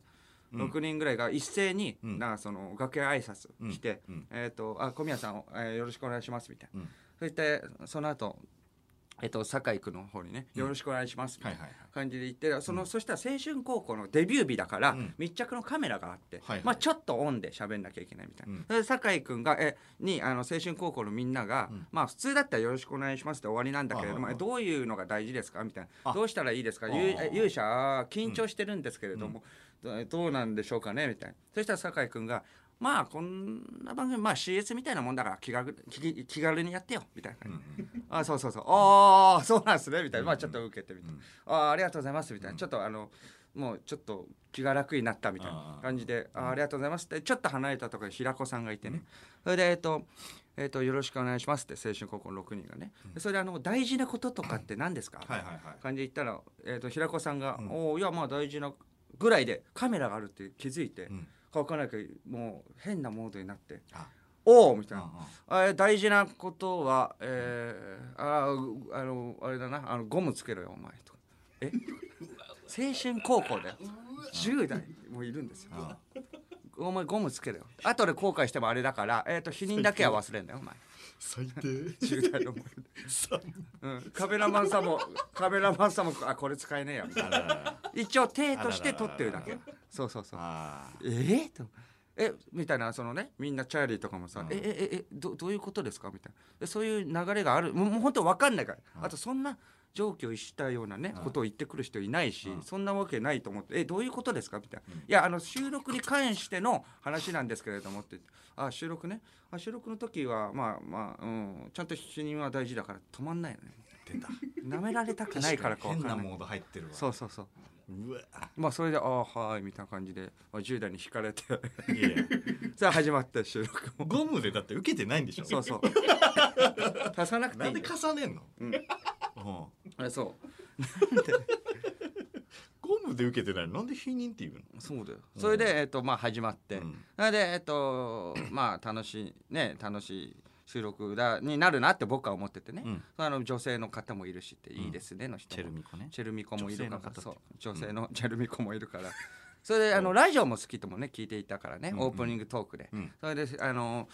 S2: 6人ぐらいが一斉に、
S1: うん
S2: なんかその楽屋挨拶来て「
S1: うんうん
S2: えっとあ小宮さん、えーよろしくお願いします」みたいな、
S1: うん
S2: そしてその後えっと酒井君の方にね「よろしくお願いします」みたいな
S1: はいはいはい
S2: 感じで言ってその、そしたら青春高校のデビュー日だから、
S1: うん
S2: 密着のカメラがあって、
S1: はいはい
S2: まあ、ちょっとオンで喋んなきゃいけないみたいな、
S1: うん
S2: それで酒井君がえにあの青春高校のみんなが、
S1: ん
S2: まあ普通だったら「よろしくお願いします」って終わりなんだけれども、
S1: はいはいはい
S2: えどういうのが大事ですかみたい
S1: あ
S2: などうしたらいいですか
S1: あ
S2: ゆう
S1: ー
S2: 勇者緊張してるんですけれども、どどうなんでしょうかねみたいなそしたら酒井君が「まあこんな番組まあ CS みたいなもんだから気軽気気軽にやってよみたいな、あそうそうそうああそうなんですねみたいなまあちょっと受けてみて、ああありがとうございますみたいな、ちょっとあのもうちょっと気が楽になったみたいな感じであーありがとうございますってちょっと離れたところに平子さんがいてね、それでえっ、とえっ、とよろしくお願いしますって青春高校の6人がね、でそれであの大事なこととかって何ですか、
S1: はいはいはい
S2: 感じで言ったら、えー、と平子さんが「おおいやまあ大事なぐらいでカメラがあるって気づいて、
S1: ん
S2: 乾かなきゃもう変なモードになって
S1: あ
S2: 「おお!」みたい
S1: うんうん
S2: な「あー大事なことは、えー、あーうあのあれだなあのゴムつけろよお前」とか「え青春高校だよ10代もいるんですよ」お前ゴムつけろよ後で後悔してもあれだから、えー、と否認だけは忘れんだよお前
S1: 最低
S2: 10代の思い出、うん、カメラマンさんもカメラマンさんもあこれ使えねえやみたいな
S1: あららら
S2: 一応手として撮ってるだけそうそうそう
S1: あ
S2: えーとえみたいなそのねみんなチャーリーとかもさ「ええええどどういうことですか?」みたいなでそういう流れがあるもうもう本当分かんないから、あとそんな状況をしたようなね、ことを言ってくる人いないし、そんなわけないと思って「えどういうことですか?」みたいな「いやあの収録に関しての話なんですけれども」って「あ収録ねあ収録の時はまあまあ、うん、ちゃんと否認は大事だから止まんないよね
S1: 出た」
S2: なめられたくないからか分
S1: 変
S2: か
S1: なん
S2: ない
S1: モード入ってるわ
S2: そうそうそう
S1: うわ
S2: まあそれで「ああはーい」みたいな感じで、まあ、10代に惹かれて
S1: いやいや
S2: さあ始まった収録も
S1: ゴムでだって受けてないんでしょ
S2: そ うそう足さなくて
S1: ない
S2: い
S1: ん
S2: ん
S1: で
S2: だよ
S1: 重ねんの
S2: うん
S1: うん
S2: あそう
S1: ゴムで受けてないのなんで否認って言うの
S2: そうだよそれで、えっとまあ、始まって、
S1: うん
S2: なので、えっとまあ、楽しいね楽しい収録だになるなって僕は思っててね、
S1: うん
S2: あの女性の方もいるしって「いいですね」の人も、
S1: コね
S2: チェルミコもいるか
S1: 女性の
S2: ら
S1: 方
S2: そう女性のチェルミコもいるから、それであのラジオも好きともね聞いていたからね、
S1: ん
S2: オープニングトークで、
S1: うん
S2: それであの、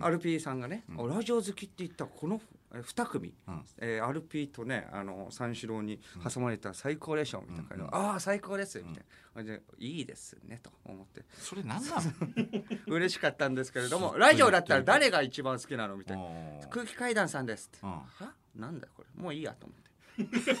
S2: アルピーさんがね、あラジオ好きって言ったらこのえ2組、
S1: うん
S2: えーアルピーとねあの三四郎に挟まれた最高でしょみたいな感じで、ああ最高ですみたいな感じで、いいですねと思って
S1: それ何な の
S2: 嬉しかったんですけ れどもラジオだったら誰が一番好きなのみたいな
S1: おー
S2: 空気階段さんですっ
S1: う
S2: て、
S1: ん
S2: はなんだよこれもういいやと思って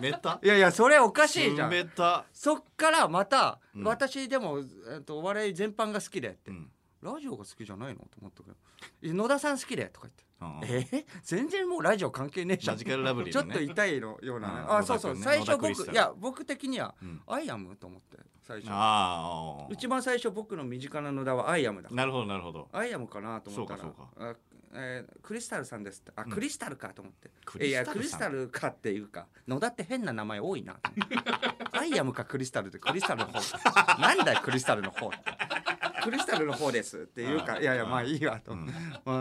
S1: 冷た
S2: いやいやそれおかしいじゃん
S1: 冷た
S2: そっからまた、
S1: うん
S2: 私でも、えっとお笑い全般が好きでって、
S1: うん
S2: ラジオが好きじゃないのと思ったけどえ野田さん好きでとか
S1: うん
S2: 言って、えー全然もうラジオ関係ねえじゃん
S1: マジカルラブリーのね
S2: ちょっと痛いのような、ね
S1: うん
S2: あ
S1: 野
S2: そう
S1: 田
S2: そ
S1: 君
S2: う
S1: ね
S2: 最初
S1: 野田クリス
S2: 僕
S1: タル
S2: いや僕的には
S1: うん
S2: 「アイアム」と思って最初
S1: ああ
S2: 一番最初僕の身近な野田は「アイアム」だ
S1: なるほどなるほど
S2: アイアムかなと思ったら
S1: そうかそ
S2: あえークリスタルさんですってあクリスタルかと思って、
S1: ク
S2: い
S1: リスタル
S2: や
S1: さん
S2: クリスタルかっていうか野田って変な名前多いなと思 ってアイアムかクリスタルってクリスタルの方なんだよクリスタルの方ってクリスタルの方ですっていうかいやいやまあいいわと、ま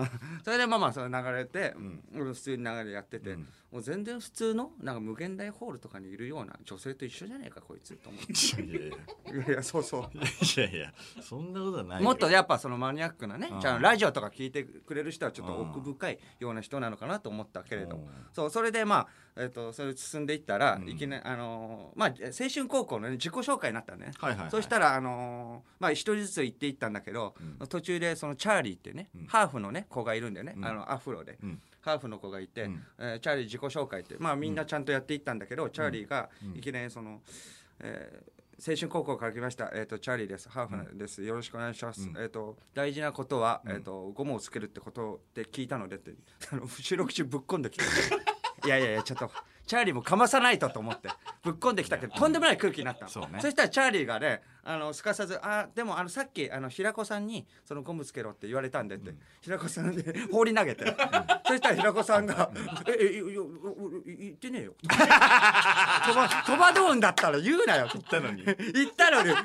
S2: あそれでまあまあそれ流れて、うん普通に流れやってて、
S1: うん
S2: もう全然普通のなんか無限大ホールとかにいるような女性と一緒じゃねえかこいつと思って
S1: いやいやいや
S2: いやいやそうそう
S1: いやいやそんなことはないよ
S2: もっとやっぱそのマニアックなね
S1: うん
S2: じゃあラジオとか聞いてくれる人はちょっ
S1: う
S2: と
S1: ん
S2: 奥深いような人なのかなと思ったけれど
S1: う
S2: も
S1: ん
S2: そうそれでまあ、えっとそれ進んでいったら、
S1: うん
S2: いきなりあのーまあ、青春高校の、ね、自己紹介になったのね、
S1: はいはいはい
S2: そしたらあのーまあ一人ずつ行っていったんだけど、途中でそのチャーリーってね、ハーフのね子がいるんだよね、あのアフロで、
S1: うん
S2: ハーフの子がいて、
S1: うん
S2: えーチャーリー自己紹介ってまあみんなちゃんとやっていったんだけど、チャーリーがいきなりその、えー青春高校から来ました、えー、とチャーリーですハーフです、よろしくお願いします、えー、と大事なことは、えー、とゴムをつけるってことで聞いたのでってあの収録中ぶっこんできて いやいやいやちょっとチャーリーもかまさないとと思ってぶっこんできたけどとんでもない空気になったの
S1: そうね
S2: したらチャーリーがねあのすかさず「あでもあのさっきあの平子さんにそのゴムつけろって言われたんで」って、平子さんで放り投げて、そしたら平子さんが「ええいやいや言ってねえよ」戸惑戸惑うんだったら言うなよ言った
S1: のに
S2: 言った のにいや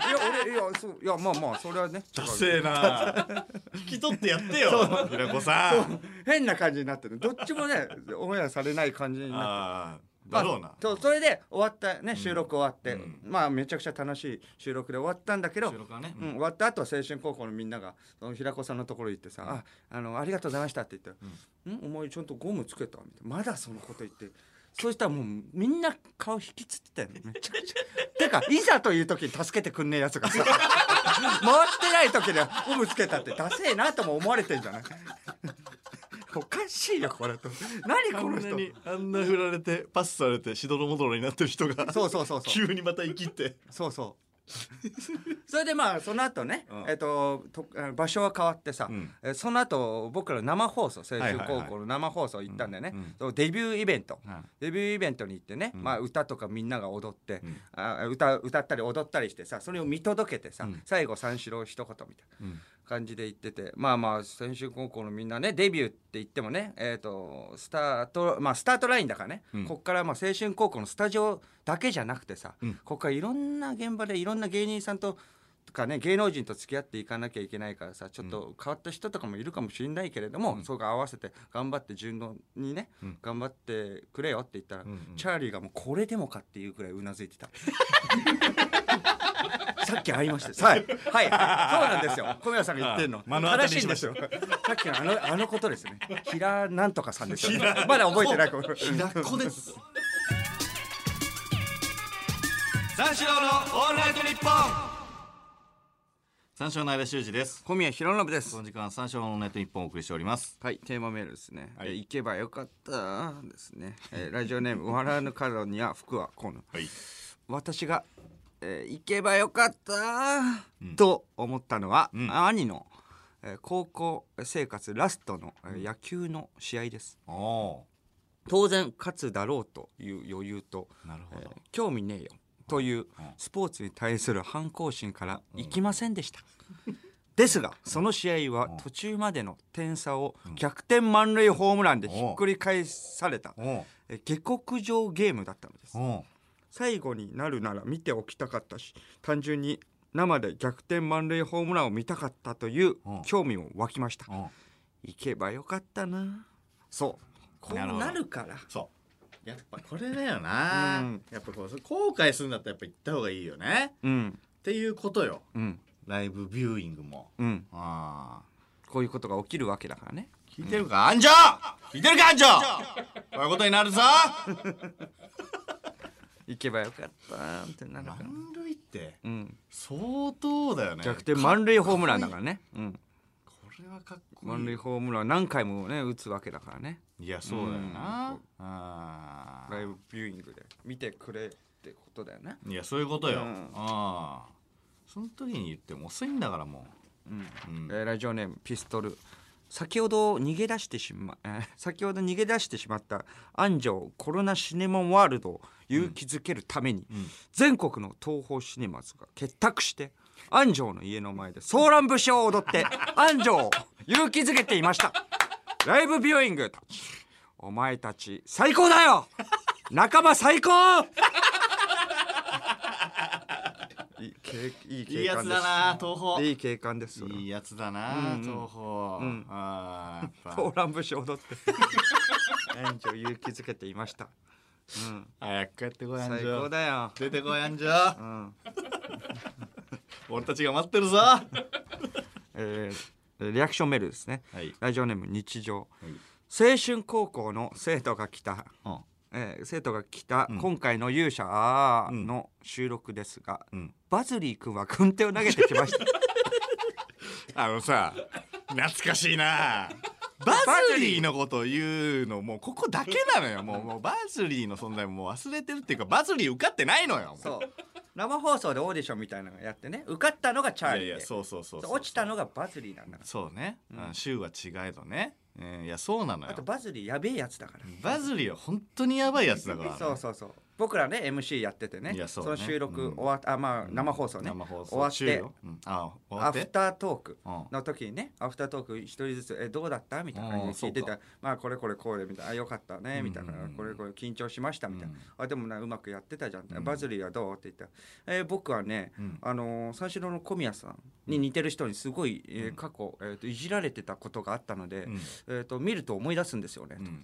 S2: 俺いやそういやまあまあそれはね
S1: ダセえ な引き取ってやってよ平子さん
S2: 変な感じになってるどっちもねオンエアされない感じになって
S1: ああだろうな
S2: そうそれで終わったね収録終わって、まあめちゃくちゃ楽しい収録で終わったんだけど
S1: 収録はね
S2: うん、終わった後は青春高校のみんながその平子さんのところに行ってさ「ああのありがとうございました」って言ったら「ん、お前ちゃんとゴムつけた?」みたいなまだそのこと言って。そうしたらもうみんな顔引きつってたよねめちゃ くちゃ。てかいざという時に助けてくんねえやつがさ 回ってない時にゴムつけたってダセえなとも思われてんじゃない おかしいよこれと何
S1: あ
S2: こ
S1: ん
S2: の
S1: な
S2: 人
S1: にあんな振られてパスされてしどろもどろになってる人が
S2: そうそうそうそう
S1: 急にまた生きて
S2: そうそそれでまあその後ね、
S1: うん
S2: えっととあの場所は変わってさ、
S1: うん
S2: えその後僕ら生放送青
S1: はい
S2: 春
S1: はいはい
S2: 高校の生放送行ったんだよね、
S1: うんうん
S2: そのデビューイベント、
S1: はい
S2: デビューイベントに行ってね、
S1: うん
S2: まあ、歌とかみんなが踊って、
S1: うん
S2: あ歌歌ったり踊ったりしてさそれを見届けてさ、
S1: うん
S2: 最後三四郎一言みたいな
S1: うん
S2: 感じで言っててまあまあ青春高校のみんなねデビューって言ってもね、えー、とスタートまあスタートラインだからね、
S1: うん
S2: こっからまあ青春高校のスタジオだけじゃなくてさ、
S1: うん
S2: こっからいろんな現場でいろんな芸人さんと。とかね、芸能人と付き合っていかなきゃいけないからさちょっと変わった人とかもいるかもしれないけれども、
S1: うん
S2: そこ合わせて頑張って順応にね、
S1: うん
S2: 頑張ってくれよって言ったら、
S1: うんうん
S2: チャーリーがもうこれでもかっていうくらいうなずいてたさっき会いましたよはい、はい、そうなんですよ小宮さんが言ってんの
S1: 目の当たりにしま
S2: 正
S1: し
S2: しいんですよさっきのあのあのことですね平なんとかさんですよまだ覚えてないこれ
S1: 学校です三四郎のオールナイトニッポン三四郎の間修二です
S2: 小宮弘信です
S1: この時間三四郎のオールナイトニッポンをお送りしております
S2: はいテーマメールですね、
S1: はい
S2: え行けばよかったですね、えーラジオネーム笑わぬ角には福はこうの
S1: はい
S2: 私が、えー行けばよかったと思ったのは、
S1: うん
S2: 兄の、えー高校生活ラストの、えー野球の試合です
S1: おお
S2: 当然勝つだろうという余裕と、
S1: ーなるほ
S2: え
S1: ど
S2: ー興味ねえよというスポーツに対する反抗心から行きませんでした、ですがその試合は
S1: うん
S2: 途中までの点差を逆転満塁ホームランでひっくり返された、
S1: おお
S2: えー下克上ゲームだったのです
S1: おお
S2: 最後になるなら見ておきたかったし単純に生で逆転満塁ホームランを見たかったという
S1: うん
S2: 興味も湧きました
S1: おお
S2: 行けばよかったなそうこう
S1: なるほど
S2: なるから
S1: そうやっぱこれだよな、
S2: うん
S1: やっぱこう後悔するんだったらやっぱ行った方がいいよね
S2: うん
S1: っていうことよ
S2: うん
S1: ライブビューイングも
S2: うん
S1: ああ
S2: こういうことが起きるわけだからね
S1: 聞いてるか安城聞いてるか安城こういうことにな るぞ
S2: 行けばよかったってなるから、
S1: 満塁って
S2: うん、
S1: 相当だよね
S2: 逆転満塁ホームランだからね、うん、
S1: これはかっこいい
S2: 満塁ホームラン何回もね打つわけだからね
S1: いやそうだよ
S2: う
S1: なんあ
S2: ライブビューイングで見てくれってことだよね
S1: ーいやそういうことよ、
S2: うん
S1: ああその時に言っても遅いんだからも
S2: うん
S1: う、うん
S2: えーラジオネームピストル先ほど逃げ出してしま、えー 先ほど逃げ出してしまった安城コロナシネマワールドを勇気づけるために、
S1: うん
S2: 全国の東宝シネマズが結託して安城の家の前でソーラン節を踊って 安城を勇気づけていましたライブビューイングたちお前たち最高 だよ仲間最高いいけいい
S1: いい
S2: 景
S1: や
S2: 観
S1: つ
S2: です
S1: だな東宝
S2: いい景観ですよ
S1: いいやつだな、東宝、ああやっ
S2: ソ
S1: ぱ
S2: ーラン節踊 って安城を勇気づけていました、うん、
S1: 早く帰ってこい安
S2: 最
S1: 城
S2: 高だよ、
S1: 出てこい安城
S2: うん
S1: 俺たちが待ってるぞ
S2: えーリアクションメールですね、
S1: はい
S2: ラジオネーム日常、
S1: い
S2: 青春高校の生徒が来た、
S1: うん
S2: えー生徒が来た
S1: うん
S2: 今回の勇者あー
S1: うん
S2: の収録ですが、
S1: うん
S2: バズリー君は軍手を投げてきました
S1: あのさ懐かしいなバズリーのことを言うのもうここだけなのよもうもうバズリーの存在ももう忘れてるっていうかバズリー受かってないのよ
S2: そう生放送でオーディションみたいなのやってね受かったのがチャー
S1: や
S2: リー
S1: い
S2: で
S1: やそうそうそうそう
S2: 落ちたのがバズリーなんだか
S1: そうね、うん、週は違えどね、うんいやそうなの
S2: らあ
S1: よ
S2: とバズリーやべえやつだから
S1: バズリーは本当にやばいやつだからね、
S2: そうそうそう僕らね MC やっててね
S1: いやそうね
S2: の収
S1: う
S2: 録
S1: ん
S2: 終わっ、あまあ生放送ね、
S1: 生放送
S2: 終わっ
S1: 中
S2: て
S1: ようん、あ終わ
S2: ア
S1: っ
S2: フ
S1: て
S2: タートーク
S1: うん
S2: の時にねアフタートーク一人ずつ「えどうだった?」みたいな感じで聞いて
S1: あ
S2: た「まあこれこれこうで」みたいなあ「よかったね」みたいな
S1: うんうんうん
S2: 「これこれ緊張しました」みたいな
S1: うん
S2: 「あでもなうまくやってたじゃん」
S1: うん
S2: バズリーはどう?」って言ったら「え僕はね
S1: うん
S2: あのー三四郎の小宮さんに似てる人にすごい、えー
S1: うん
S2: 過去、えー、といじられてたことがあったので、
S1: うん
S2: えー、と見ると思い出すんですよね」
S1: うん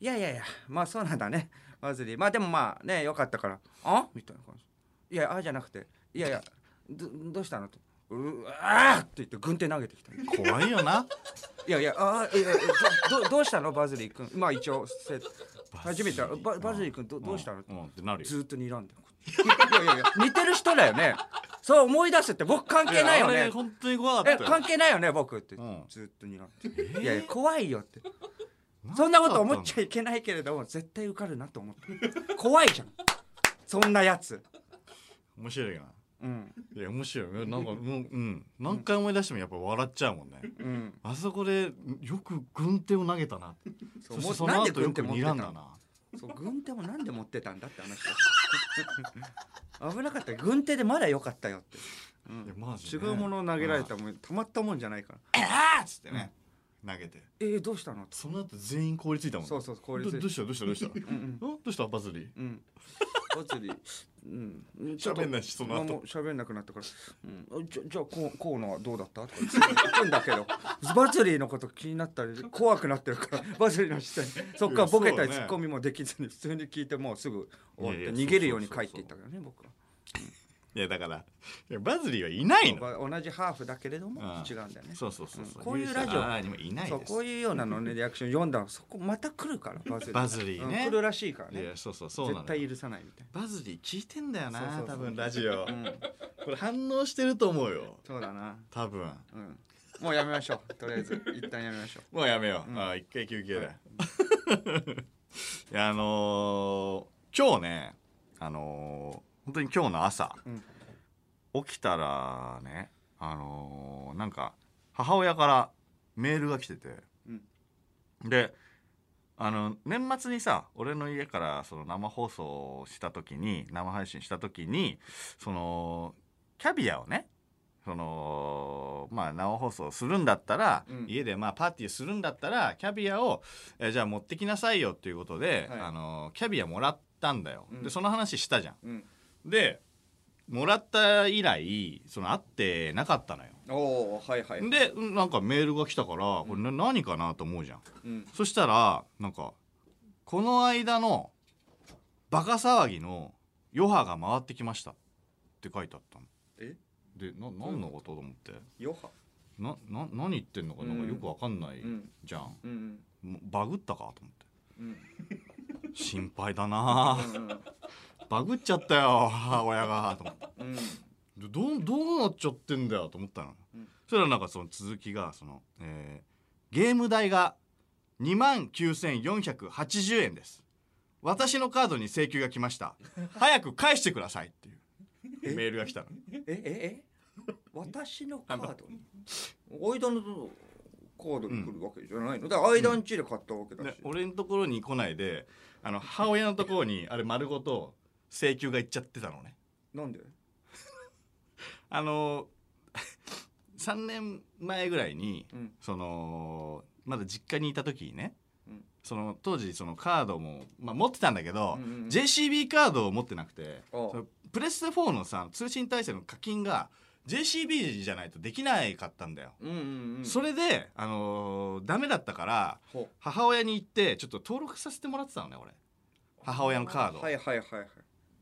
S2: いやいやいや、まあそうなんだね。バズリー。まあでもまあね、よかったから。あみたいな感じ。いや、あじゃなくて、いやいや、どどうしたのと。うあーって言って軍手投げてきた。い
S1: 怖いよな
S2: やいや、あーいやいやど どどうしたのバズリー君。まあ一応、せ 初めて
S1: バズリー
S2: ババズリー君どどうしたの
S1: うん、うんってなるよ
S2: ずーっと睨んでる。いやいやいや、似てる人だよね。そう思い出すって僕関係ない
S1: や
S2: よ
S1: あ
S2: ね
S1: れ。本当に怖か
S2: え
S1: ったよ
S2: 関係ないよね僕って、
S1: うん
S2: ずっと睨んで、いやいや怖いよってそんなこと思っちゃいけないけれども絶 対受かるなと思って怖いじゃんそんなやつ
S1: 面白いよな
S2: うん
S1: いや面白いよなんかもううん何回思い出してもやっぱ笑っちゃうもんね
S2: うん
S1: あそこでよく軍手を投げたなそ
S2: そ
S1: うしてそ
S2: な
S1: の
S2: んで
S1: 後
S2: 軍
S1: よ
S2: 手
S1: く
S2: 持って
S1: 睨
S2: た
S1: んだ
S2: の
S1: な
S2: そう軍手もなんで持ってたんだって話だ危なかった軍手でまだ良かったよって、うん
S1: いやマジ
S2: 違
S1: ね
S2: うものを投げられたもんたまったもんじゃないから
S1: あーっつってね投げて
S2: えー、どうしたの
S1: その後全員凍りついたもんね
S2: そうそう凍りつい
S1: ど
S2: て
S1: どうしたどうしたどうしたん
S2: うん
S1: どうしたバズり
S2: うん うんお釣りうんちょっと
S1: 喋んないしその
S2: まあも
S1: 後
S2: う喋んなくなったから、うん、じゃじゃあこうコーナーどうだったとか言って行くん だけどバズリーのこと気になったり怖くなってるからバズリーの視点そっからボケた
S1: いやそうだ
S2: り
S1: ね
S2: ツッコミもできずに普通に聞いてもうすぐ終わっ
S1: いや
S2: て
S1: いや
S2: 逃げるように
S1: そうそ
S2: 帰
S1: う
S2: っ
S1: そう
S2: ていったからね僕はい
S1: やだからいやバズりはいないの
S2: ば同じハーフだけれども
S1: うん
S2: 違うんだよね
S1: そうそうそう
S2: うんこういうラジオ
S1: あーにもいない
S2: そう
S1: です
S2: こういうよう なのねリアクション読んだらそこまた来るからバズリー
S1: バズリーね
S2: うん来るらしいから
S1: い
S2: ね
S1: やそうそうそうな
S2: 絶
S1: のよ
S2: 対許さないみたい
S1: バズり聞いてんだよ
S2: そうそう
S1: な
S2: そう
S1: 多分ラジオ
S2: な、うん、
S1: これ反応してると思うよ
S2: そうだな
S1: 多分
S2: うんもうやめましょうとりあえず一旦やめましょう
S1: もうやめよう、
S2: うん
S1: ああ一回休憩だ、
S2: はい
S1: い、 やあのー今日ねあのー本当に今日の朝、
S2: うん
S1: 起きたらねあのーなんか母親からメールが来てて、であの年末にさ俺の家からその生放送をした時に生配信した時にそのキャビアをねそのまあ生放送するんだったら、
S2: うん
S1: 家でまあパーティーするんだったらキャビアを、えーじゃあ持ってきなさいよっていうことで、
S2: はい
S1: あのキャビアもらったんだよ、
S2: うん
S1: でその話したじゃん
S2: うん
S1: でもらった以来その会ってなかったのよ
S2: おおはいはい、
S1: でうんなんかメールが来たからこれな何かなと思うじゃん
S2: うん、
S1: そしたらなんかこの間のバカ騒ぎの余波が回ってきましたって書いてあったの
S2: え
S1: でな何のことと思って
S2: 余波
S1: なな何言ってんのかなんかよくわかんない
S2: うん
S1: じゃん、
S2: うん
S1: もうバグったかと思って
S2: うん
S1: 心配だな
S2: うんうん
S1: あバグっちゃったよ 母親がと思って
S2: うん
S1: でどうどうなっちゃってんだよと思ったの、
S2: うん
S1: そしたらなんかその続きがその、えーゲーム代が2万9480円です私のカードに請求が来ました早く返してくださいっていう
S2: え
S1: メールが来たの
S2: えええ私のカードに間のカードに来るわけじゃないの、だから間んちで買ったわけだ
S1: で
S2: し、
S1: 俺のところに来ないであの母親のところにあれ丸ごと請求がいっちゃってたのね
S2: なんで
S1: あの 3年前ぐらいに
S2: うん
S1: そのまだ実家にいた時にね、
S2: うん
S1: その当時そのカードも、まあ、持ってたんだけど、
S2: うんうんうん
S1: JCB カードを持ってなくて
S2: ああ
S1: そのプレステ4のさ通信体制の課金が JCB じゃないとできないかったんだよ。
S2: うんうんうん
S1: それで、あのーダメだったから
S2: ほ
S1: 母親に行ってちょっと登録させてもらってたのね俺母親のカード、
S2: はいはいはいはい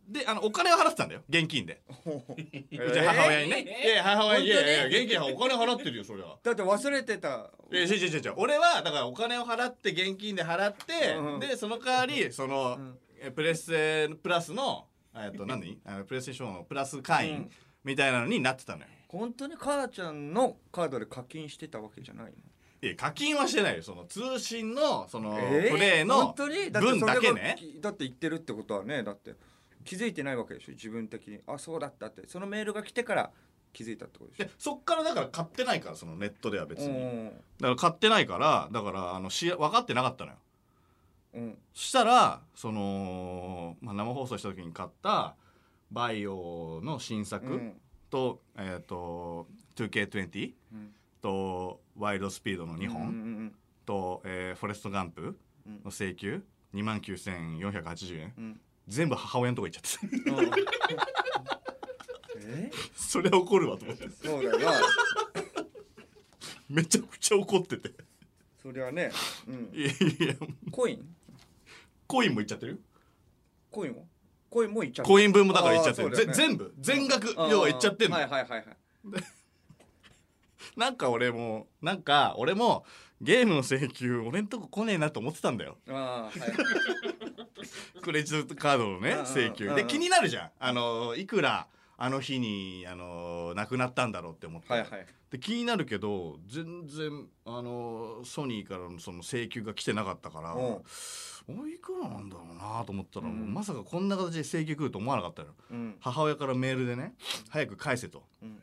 S1: であのお金を払ってたんだよ現金で、
S2: ほうえ
S1: じゃあ母親に
S2: ー
S1: ね、いや母親にい
S2: 本当に
S1: やいや現金はお金払ってるよそれは
S2: だって忘れてた
S1: え違う違う違う俺はだからお金を払って現金で払って、
S2: うん
S1: でその代わりその、
S2: うん
S1: えプレステプラスのえっと何あのプレステションのプラス会
S2: う
S1: 員
S2: ん
S1: みたいなのになってたのよ。
S2: 本当に母ちゃんのカードで課金してたわけじゃないの
S1: いや課金はしてないよその通信のその、
S2: えー
S1: プレイ
S2: 本
S1: の
S2: 当にって
S1: 分
S2: そ
S1: だ
S2: れが
S1: けね。
S2: だって言ってるってことはねだって気づいてないわけでしょ自分的にあそうだったってそのメールが来てから気づいたってことでし
S1: いやそっからだから買ってないからそのネットでは別
S2: ょ
S1: に、だから
S2: ん
S1: 買ってないからだからあのし分かってなかったのよ
S2: うん
S1: そしたらその、まあ、生放送した時に買ったバイオの新作、
S2: うん
S1: と,、えー、と 2K20
S2: うん
S1: とワイルドスピードの2本、
S2: うんうん
S1: と、えーフォレストガンプ
S2: うん
S1: の請求2万9480円
S2: うん
S1: 全部母親のとこ行っちゃって
S2: うん え
S1: それは怒るわと思って
S2: そうだよな
S1: めちゃくちゃ怒ってて
S2: そりゃね、うん、
S1: いやいや
S2: コイン
S1: コインも行っちゃってるよ
S2: コインもコインもいっちゃった
S1: コイン分もだから行っちゃってる、
S2: あーそ
S1: ぜ
S2: うだよ
S1: 全
S2: ね
S1: 部全額
S2: あー
S1: 要は行っちゃってんの、
S2: はいはいはいはい
S1: なんか俺もなんか俺もゲームの請求俺んとこ来ねえなと思ってたんだよ
S2: あーはい
S1: クレジットカードのね
S2: うんうん
S1: 請求
S2: うんう
S1: で
S2: ん
S1: 気になるじゃんあのいくらあの日にあの亡くなったんだろうって思って、
S2: はいはい
S1: で気になるけど全然あのソニーからのその請求が来てなかったから
S2: うん
S1: もおいくらなんだろうなと思ったら、
S2: うん
S1: まさかこんな形で請求来ると思わなかったよ
S2: うん、
S1: 母親からメールでね早く返せと
S2: うん、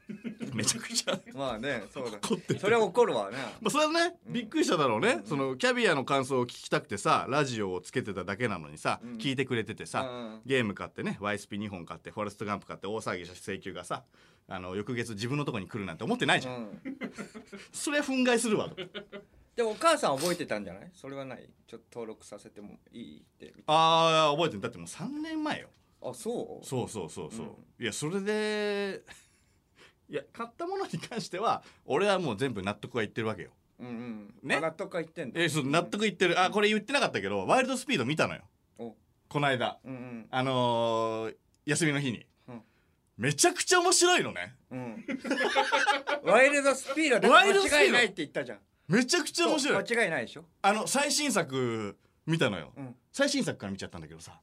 S1: めちゃくちゃ
S2: まあねそうだ
S1: 怒ってる
S2: それは怒るわね
S1: まあ、それはね
S2: うん
S1: びっくりしただろうね、そのキャビアの感想を聞きたくてさラジオをつけてただけなのにさ、
S2: うん
S1: 聞いてくれててさ、
S2: うん
S1: ゲーム買ってね YSP2 本買ってフォレストガンプ買って大騒ぎした請求がさあの翌月自分のとこに来るなんて思ってないじゃん、
S2: うん
S1: それは憤慨するわと
S2: でもお母さん覚えてたんじゃないそれはないちょっと登録させてもいいって
S1: ああ覚えてるだってもう3年前よ
S2: あそう
S1: そうそうそうそう、
S2: う
S1: いやそれで いや買ったものに関しては俺はもう全部納得がいってるわけよ
S2: うんうん
S1: ね
S2: あ納得は言ってんだ
S1: えそう納得いってるあこれ言ってなかったけどワイルドスピード見たのよ
S2: お
S1: この間
S2: うん
S1: あのー休みの日に、
S2: うん
S1: めちゃくちゃ面白いのね
S2: うんうんワイルドスピードだ
S1: ワイルドスピード
S2: 間違いないって言ったじゃん
S1: めちゃくちゃ面白い
S2: そう間違いないでしょ
S1: あの最新作見たのよ、
S2: うん
S1: 最新作から見ちゃったんだけど さ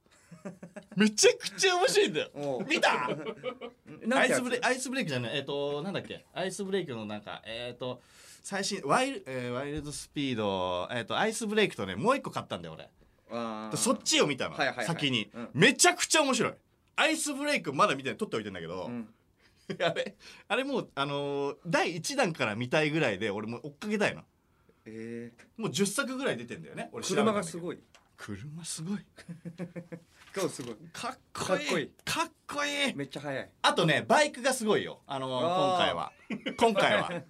S1: めちゃくちゃ面白いんだよ
S2: おう
S1: 見た
S2: なん
S1: ア
S2: て
S1: イ
S2: や
S1: ス
S2: つ
S1: ブレイクアイスブレイクじゃないえっ、となんだっけアイスブレイクのなんかえっ、と最新ワイル、えーワイルドスピードえっ、とアイスブレイクとねもう一個買ったんだよ俺
S2: あ
S1: で
S2: ー
S1: そっちを見たの、
S2: はいはいはい
S1: 先に、
S2: うん
S1: めちゃくちゃ面白いアイスブレイクまだ見てない撮っておいてんだけど、
S2: うん
S1: あれあれもうあのー第1弾から見たいぐらいで俺もう追っかけたいの
S2: え
S1: もう10作ぐらい出てんだよね
S2: ー
S1: 俺
S2: 車がす
S1: い
S2: ごい
S1: 車すごい
S2: 今日すごい
S1: かっこいい
S2: かっこいい
S1: かっこいい
S2: めっちゃ速い
S1: あとねバイクがすごいよあのー今回は
S2: あ
S1: 今回は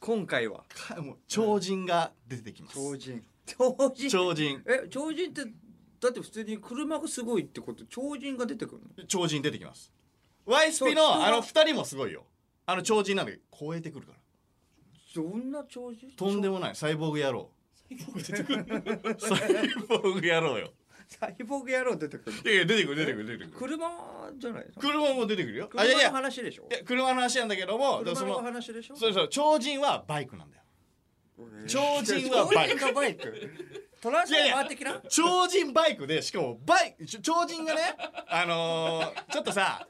S2: 今回は
S1: かもう超人が出てきます
S2: 超人超人
S1: 超人
S2: え超人ってだって普通に車がすごいってこと超人が出てくるの
S1: 超人出てきます YSP
S2: そう人
S1: の
S2: が
S1: あの2人もすごいよあの超人なんだけど超えてくるから
S2: どんな超人
S1: とんで
S2: も
S1: もないサイボーグ野郎サイボーグ野郎よ
S2: サイボーグ野郎出てくるの
S1: いやいや出てくる出てくる出てくる
S2: 車じゃないの
S1: 車も出てくるよあいやい
S2: 車の
S1: や
S2: 話でしょ
S1: いや車の話なんだけどもでも
S2: 車
S1: そ
S2: の
S1: の
S2: 話でしょ
S1: そうそう超人はバイクなんだよ
S2: えー
S1: 超人はバイク
S2: 超人がバイクトランスフォーマー的な
S1: 超人バイクでしかもバイちょ超人がねあのー、ちょっとさ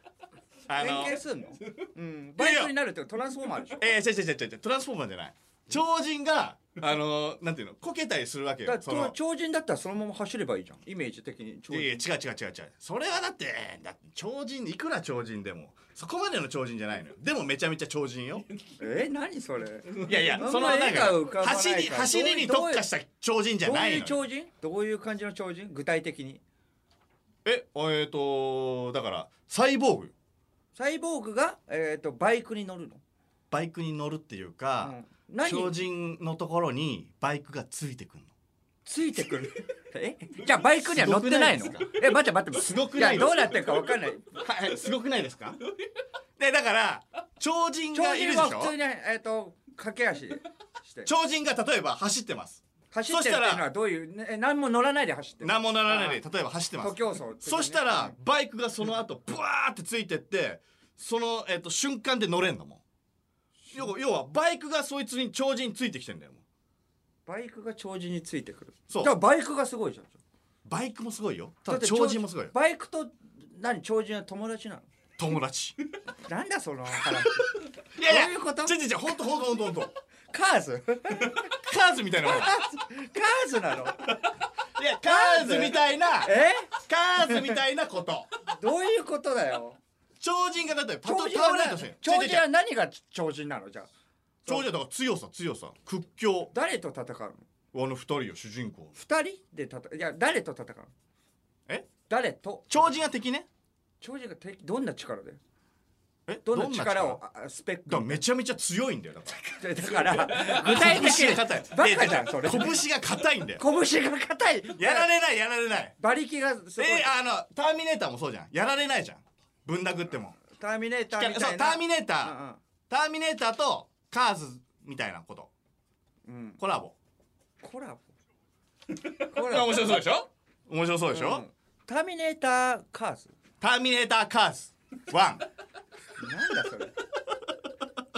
S1: あ
S2: 連
S1: の
S2: 携すんのうんバイクになるってことトランスフォーマーでしょ
S1: えー、違う違う違う違うトランスフォーマーじゃない超人があのー、なんていうのこけたりするわけよ
S2: だ
S1: そ
S2: か
S1: の
S2: ら超人だったらそのまま走ればいいじゃんイメージ的に超
S1: いやいや違
S2: 人
S1: う違う違う違うそれはだってだって超人いくら超人でもそこまでの超人じゃないのよでもめちゃめちゃ超人 よ
S2: え何それど
S1: いやいや
S2: あんま
S1: そのなん
S2: 絵が浮か
S1: か
S2: ばないか
S1: 走
S2: ら
S1: り走りに特化した超人じゃ
S2: う
S1: ないの
S2: いう
S1: よ
S2: 超人どういう感じの超人具体的に
S1: ええっ、とだからサイボーグ
S2: サイボーグが、えー、とバイクに乗るの、
S1: バイクに乗るっていう
S2: う
S1: か、
S2: ん、何
S1: 超人のところにバイクがついてくるの
S2: ついてくる えじゃあバイクには乗ってないの
S1: すごく
S2: え待って待って
S1: すごくないですか
S2: やどうなってるか分かんない
S1: はいすごくないですかでだから超人
S2: 超
S1: がいる
S2: 人
S1: でし
S2: は
S1: ょ
S2: 普通に、えー、と駆け足でして
S1: 超人が例えば走ってます
S2: 走ってるっていうのはどういう、ね、え何も乗らないで走ってる
S1: 何もならないで例えば走ってます
S2: 徒競走、
S1: そしたらバイクがその後ブワーってついてってその、えっと瞬間で乗れんのもん要は要はバイクがそいつに超人ついてきてんだよもう
S2: バイクが超人についてくる
S1: そう
S2: じゃあバイクがすごいじゃん
S1: バイクもすごいよた
S2: だっ
S1: だ
S2: て
S1: 超人もすごいよ
S2: バイクと何超人は友達なの
S1: 友 達
S2: なんだその話
S1: いやいや
S2: どういうこと
S1: 違う違う違うほんとほんとほんとほんと
S2: カーズ カー
S1: カーズみたいなもんい
S2: ズなの
S1: やカーズみたいな
S2: え
S1: カーズみたいなこと
S2: どういうことだよ
S1: 超人がだってパト
S2: 超人
S1: 倒れないと
S2: は
S1: する
S2: 超人
S1: 違う違う違
S2: は
S1: う
S2: 何が超人なのじゃあ
S1: 超人はだから強さ強さ屈強
S2: 誰と戦うの
S1: あの二人よ主人公
S2: 二人で戦ういや誰と戦うの
S1: え
S2: 誰と
S1: 超人が敵ね
S2: 超人が敵どんな力で
S1: え
S2: どんな力
S1: だ
S2: を
S1: か
S2: ああスペック
S1: らめちゃめちゃ強いんだよだから
S2: でだから具体的
S1: 拳
S2: に
S1: が硬い
S2: バカじゃんそれ
S1: 拳が硬いんだよ
S2: 拳が硬い
S1: やられないやられない
S2: 馬力がす
S1: え
S2: ごい
S1: あのターミネーターもそうじゃんやられないじゃんぶん殴っても
S2: ターミネータ
S1: そう
S2: ーみたいな
S1: ターミネーター
S2: ー
S1: ターミネーターとカーズみたいなこと
S2: うんうん
S1: コラボ
S2: コラボコ
S1: 面白そうでしょ面白そうでしょ、
S2: うんターミネーターカーズ
S1: ターミネーターカーズワン
S2: なんだそれ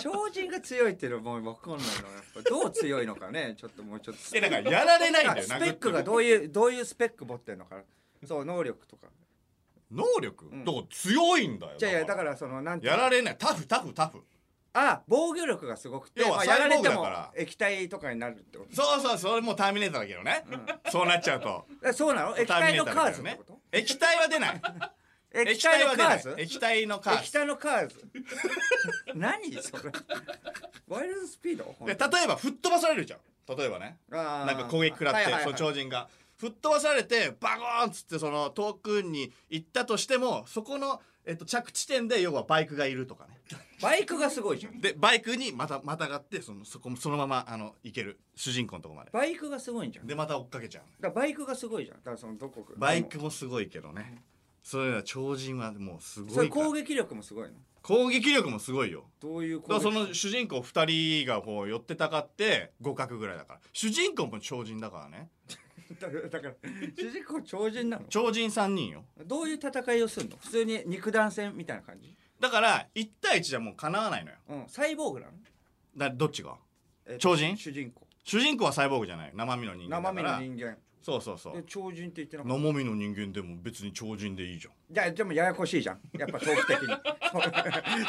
S2: 超人が強いっていうのはもう分かんないのやっぱどう強いのかねちょっともうちょっと
S1: え だから やられないんだよ
S2: スペック
S1: 殴
S2: が
S1: っても
S2: どういうどういうスペック持ってるのかなそう能力とか
S1: 能力、
S2: ん
S1: だから強いんだよ
S2: じゃあいやだからそのなんていう
S1: や
S2: の
S1: られないタフタフタフ
S2: あ防御力がすごくて、
S1: 要は
S2: まあ、やられて
S1: サイボーグ
S2: も
S1: だから
S2: 液体とかになるってこと
S1: そうそうそれもうターミネーターだけどね、そうなっちゃうと
S2: えそう なの液
S1: ターミ
S2: 体
S1: ネー
S2: の
S1: ター
S2: カ
S1: だ
S2: ー
S1: け
S2: ズ
S1: ど
S2: っ
S1: ね
S2: てこと
S1: 液体は出ない
S2: 液体の
S1: は
S2: カ
S1: 出ない
S2: ーズ
S1: 液体のカー
S2: 液
S1: ズ
S2: 体のカーズ 何それワイルドスピードほん
S1: で
S2: と
S1: 例えば吹っ飛ばされるじゃん例えばね
S2: あー
S1: なんか攻撃食らって、
S2: はいはいはい
S1: その超人が吹っ飛ばされてバコーンっつってその遠くに行ったとしてもそこの、えっと、着地点で要はバイクがいるとかね
S2: バイクがすごいじゃん
S1: でバイクにまたまたがってそのそこそのままあの行ける主人公のとこまで
S2: バイクがすごいじゃんだ
S1: でまた追っかけちゃう
S2: からバイクがすごいじゃんだからそのどこか
S1: バイクもすごいけどねそれは超人はもうす
S2: そ
S1: ご
S2: れ
S1: いから
S2: 攻撃力もすごいの
S1: 攻撃力もすごいよ
S2: どういう
S1: だから
S2: 攻撃
S1: その主人公2人がこう寄ってたかって互角ぐらいだから主人公も超人だからね
S2: だから だから主人公超人なの
S1: 超人3人よ
S2: どういう戦いをするの普通に肉弾戦みたいな感じ
S1: だから1対1じゃもうかなわないのよ
S2: うんサイボーグなの、
S1: だどっちが
S2: えっと
S1: 超人
S2: 主人公
S1: 主人公はサイボーグじゃない生身の人間だか
S2: 生
S1: ら
S2: 身の人間
S1: そうそうそ
S2: で
S1: う
S2: 超人って言ってなかった
S1: 生身の人間でも別に超人でいいじゃん
S2: じゃあでもややこしいじゃんやっぱトーク的 に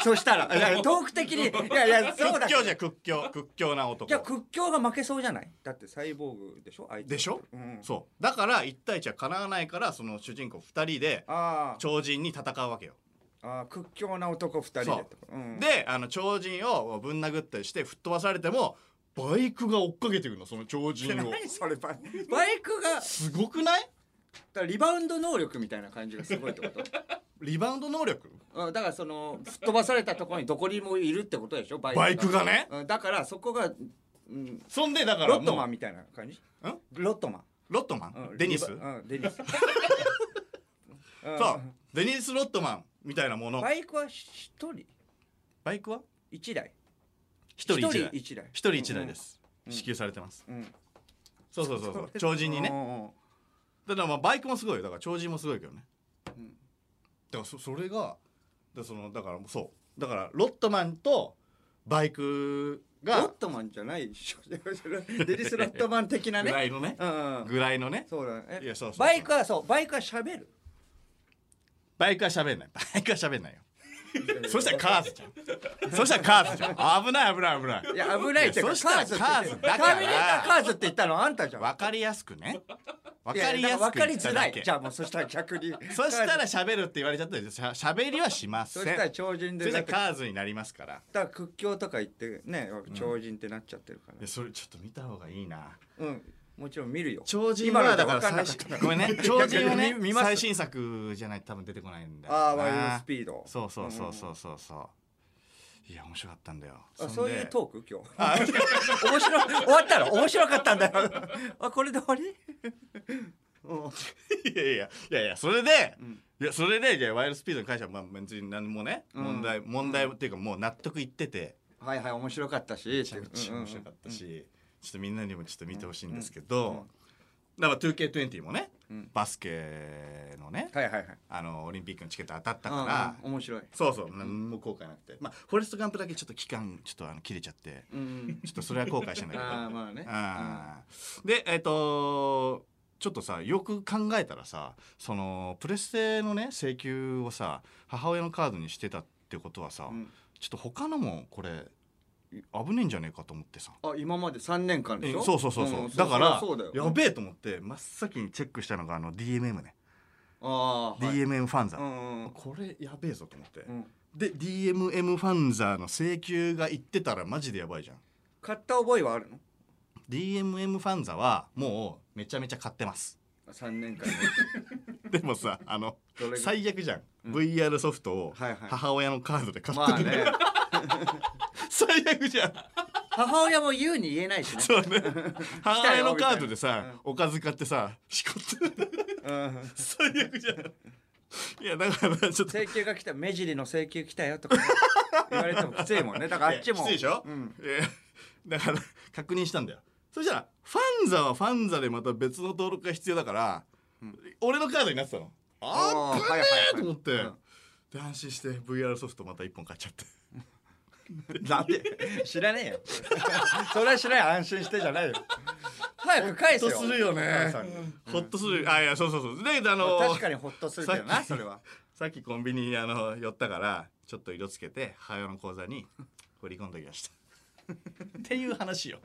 S2: そしたらいやトーク的にいやいやそう
S1: 屈
S2: だけど
S1: 強じゃん屈強屈強な男
S2: じゃあ屈強が負けそうじゃないだってサイボーグでしょ相手
S1: でしょ
S2: うん
S1: そうだから1対1はかなわないからその主人公2人で
S2: あー
S1: 超人に戦うわけよ
S2: あー屈強な男二人でってこと、うん、
S1: であの超人をぶん殴ったりして吹っ飛ばされてもバイクが追っかけてくるのその超人を
S2: 何それバイバイクがだか
S1: すごくない
S2: らリバウンド能力みたいな感じがすごいってこと
S1: リバウンド能力
S2: うんだからその吹っ飛ばされたところにどこにもいるってことでしょバイク
S1: バイクがね
S2: うんだからそこが、うん、
S1: そんでだから
S2: ロ
S1: もう
S2: ットマンみたいな感じロットマン、
S1: ロットマン、
S2: うん
S1: デニス、
S2: リバうん、デ ニスうん
S1: そうデニス・ロットマンみたいなもの
S2: バイクは一人
S1: バイクは
S2: 一台
S1: 一人一台
S2: 一人一台
S1: 一人一台で、す、
S2: うん
S1: 支給されてます、
S2: うんうん
S1: そうそうそう そう超人にね
S2: ね
S1: だからまあバイクもすごいよだから超人もすごいけどね、
S2: うん
S1: だからそそれがだからそのだからそうだからロットマンとバイク
S2: ロッ
S1: が
S2: トマンじゃないでしょ デニス・ロットマン的な
S1: ぐら
S2: ね
S1: いのね
S2: うんうん
S1: ぐらいのね
S2: そうだね
S1: いやそうそうそう
S2: バイクはそうバイクは喋る
S1: バイクは喋んないバイクは喋んないよそしたらカーズじゃんそしたらカーズじゃん危ない危ない危ない
S2: いや危ないっていうか
S1: そしたらカーズ
S2: って言って
S1: だから
S2: ターミネーターカーズって言ったのあんたじゃん
S1: 分かりやすくね分
S2: い
S1: か
S2: や
S1: り
S2: いや
S1: や
S2: だ
S1: すく
S2: から分かり
S1: 言った
S2: づら
S1: だ
S2: い
S1: け
S2: じゃあもうそしたら逆に
S1: そしたら喋るって言われちゃったらしゃ喋りはしませ
S2: そ
S1: ん
S2: したら超人
S1: そ
S2: で
S1: したら
S2: だって
S1: カーズになりますから
S2: だから屈強とか言ってね超人ってなっちゃってるか
S1: いやそれちょっと見た方がいいな
S2: らうんもちろん見るよ
S1: 超人
S2: 今の
S1: はだ
S2: で
S1: か
S2: 分
S1: ら
S2: かんな
S1: 最
S2: か
S1: 新
S2: ったか
S1: ごめ
S2: ら
S1: んね超人は
S2: 逆に
S1: ね
S2: 見見ます
S1: 最新作じゃないと多分出てこないんだよな
S2: ああワイルドスピード
S1: そうそうそう
S2: う
S1: そ
S2: ん
S1: うそうそういや面白かったんだよ
S2: あ
S1: んで
S2: そういうトーク今日 面白い終わったの面白かったんだよあこれで終わりうん
S1: いやいやいやいやそれで、
S2: うん
S1: いやそれでじゃあワイルドスピードに関してはまあ別に何もね、
S2: うん
S1: 問題問題っていうかもう納得いってて
S2: はいはい面白かったしめ
S1: めちゃめちゃ面白かったし、ちょっとみんなにもちょっと見てほしいんですけど、だから 2K20 もね、
S2: うん
S1: バスケのね
S2: はいはいはい
S1: あのオリンピックのチケット当たったから、
S2: うんうん面白い
S1: そうそう何も後悔なくてまあフォレストガンプだけちょっと期間ちょっとあの切れちゃって
S2: うん
S1: ちょっとそれは後悔 してんだけど
S2: ああまあね
S1: あーでえっ、とちょっとさよく考えたらさそのプレステのね請求をさ母親のカードにしてたってことはさ、
S2: うん
S1: ちょっと他のもこれい危ねえんじゃねえかと思ってさ
S2: あ今まで三年間でしょ
S1: そうそうそうそう、
S2: ん
S1: だから
S2: そうだよ
S1: やべえと思って真っ先にチェックしたのがあの DMM ね、
S2: ああはい
S1: DMM ファンザ、
S2: うんうん
S1: これやべえぞと思って、
S2: うん
S1: で DMM ファンザの請求が行ってたらマジでやばいじゃん
S2: 買った覚えはあるの
S1: DMM ファンザはもうめちゃめちゃ買ってます
S2: 三年間 で
S1: でもさあの
S2: どれぐらい
S1: 最悪じゃん、VR ソフトを
S2: はいはい
S1: 母親のカードで買っ
S2: まあ
S1: てる、
S2: ね
S1: 最悪じゃん
S2: 母親も言うに言えないしね
S1: そう ね母親のカードで
S2: みたい
S1: さ
S2: なうん
S1: おかず買ってさしこってる
S2: うん
S1: 最悪 じゃんいやだからちょっと
S2: 請求が来た目尻の請求来たよとか言われてもきついもんねだからあっちも
S1: いやきついでしょ
S2: うん
S1: えーだから確認したんだよそしたらファンザはファンザでまた別の登録が必要だから、俺のカードになってたのあ
S2: あー
S1: っ
S2: はいは
S1: ね
S2: いはい
S1: えと思って、
S2: うん
S1: で安心して VR ソフトまた1本買っちゃって
S2: なんで知らねえよそれは知らない安心してじゃないよ早く返せ
S1: ほっ
S2: よ
S1: とするよ
S2: 母
S1: ね
S2: さんに
S1: ほっとする、あいやそうそうそうであの
S2: 確かにほっとするけど
S1: さっ
S2: な
S1: き
S2: それは
S1: さっきコンビニにあの寄ったからちょっと色つけて母親の口座にこれ離婚の時はしたっていう話よ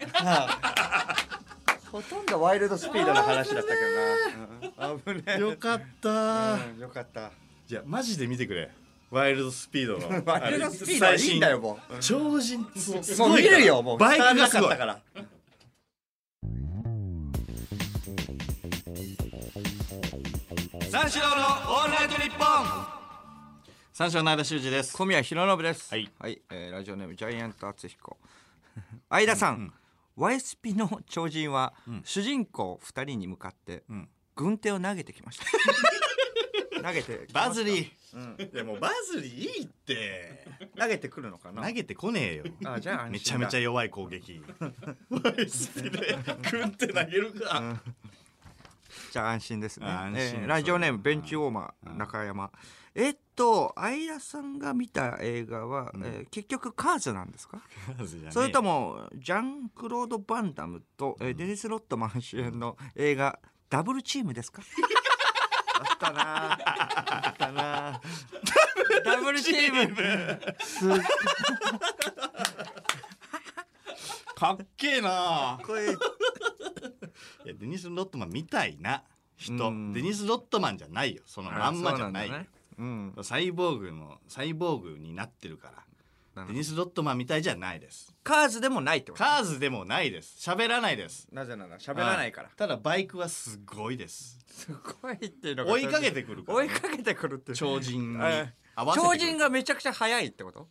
S2: ほとんどワイルドスピードの話だったけどな。うん危ねえ。
S1: よかった
S2: うんよかった。
S1: じゃあマジで見てくれワイルドスピードの
S2: ワイルドスピードはいいんだよ、も
S1: あれ最新超人
S2: う。
S1: す
S2: もう
S1: ごい
S2: 見
S1: から
S2: るよ、もう。
S1: バイクがす
S2: 伝
S1: ご
S2: わ
S1: い
S2: んなかったから。
S1: 三四郎のオールナイトニッポン三四郎の間修二です
S2: 小宮弘信です。
S1: はい。
S2: えーラジオネームジャイアント厚彦。 相田さん。YSP の超人は、主人公二人に向かって、
S1: ん
S2: 軍手を投げてきまし た。投げて。
S1: バズリ
S2: ー。うん。
S1: いやもうバズリいい って
S2: 投げてくるのかな。
S1: 投げてこねえよ
S2: あじゃあ
S1: めちゃめちゃ
S2: ゃ
S1: 弱い攻 撃 YSP でグンって投げるか、
S2: じゃあ安心ですね
S1: 安心
S2: えーラジオネームベンチウォーマー中山えっと相田さんが見た映画は、えー結局カーズなんですかそれと
S1: も
S2: もジャンクロード・バンダムと、えーデニス・ロットマン主演の映画「ダブルチーム」ですかあったなあったな ダブルチームすっ
S1: かっけえな
S2: ご い
S1: いやデニス・ロットマンみたいな人
S2: うん
S1: デニス・ロットマンじゃないよそのまんまじゃないよ
S2: そうだねうん
S1: サイボーグのサイボーグになってるから
S2: なるほ
S1: デ
S2: ど
S1: ニス・ロットマンみたいじゃないです
S2: カーズでもないってこと
S1: カーズでもないです喋らないです
S2: なぜなら喋
S1: 喋ただバイクはすごいです
S2: すごいっていうのが
S1: 追いかけてくるから
S2: 追いかけてくるって
S1: 超人に
S2: え
S1: 合わせてく
S2: 超
S1: る
S2: 人がめちゃくちゃ速いってこと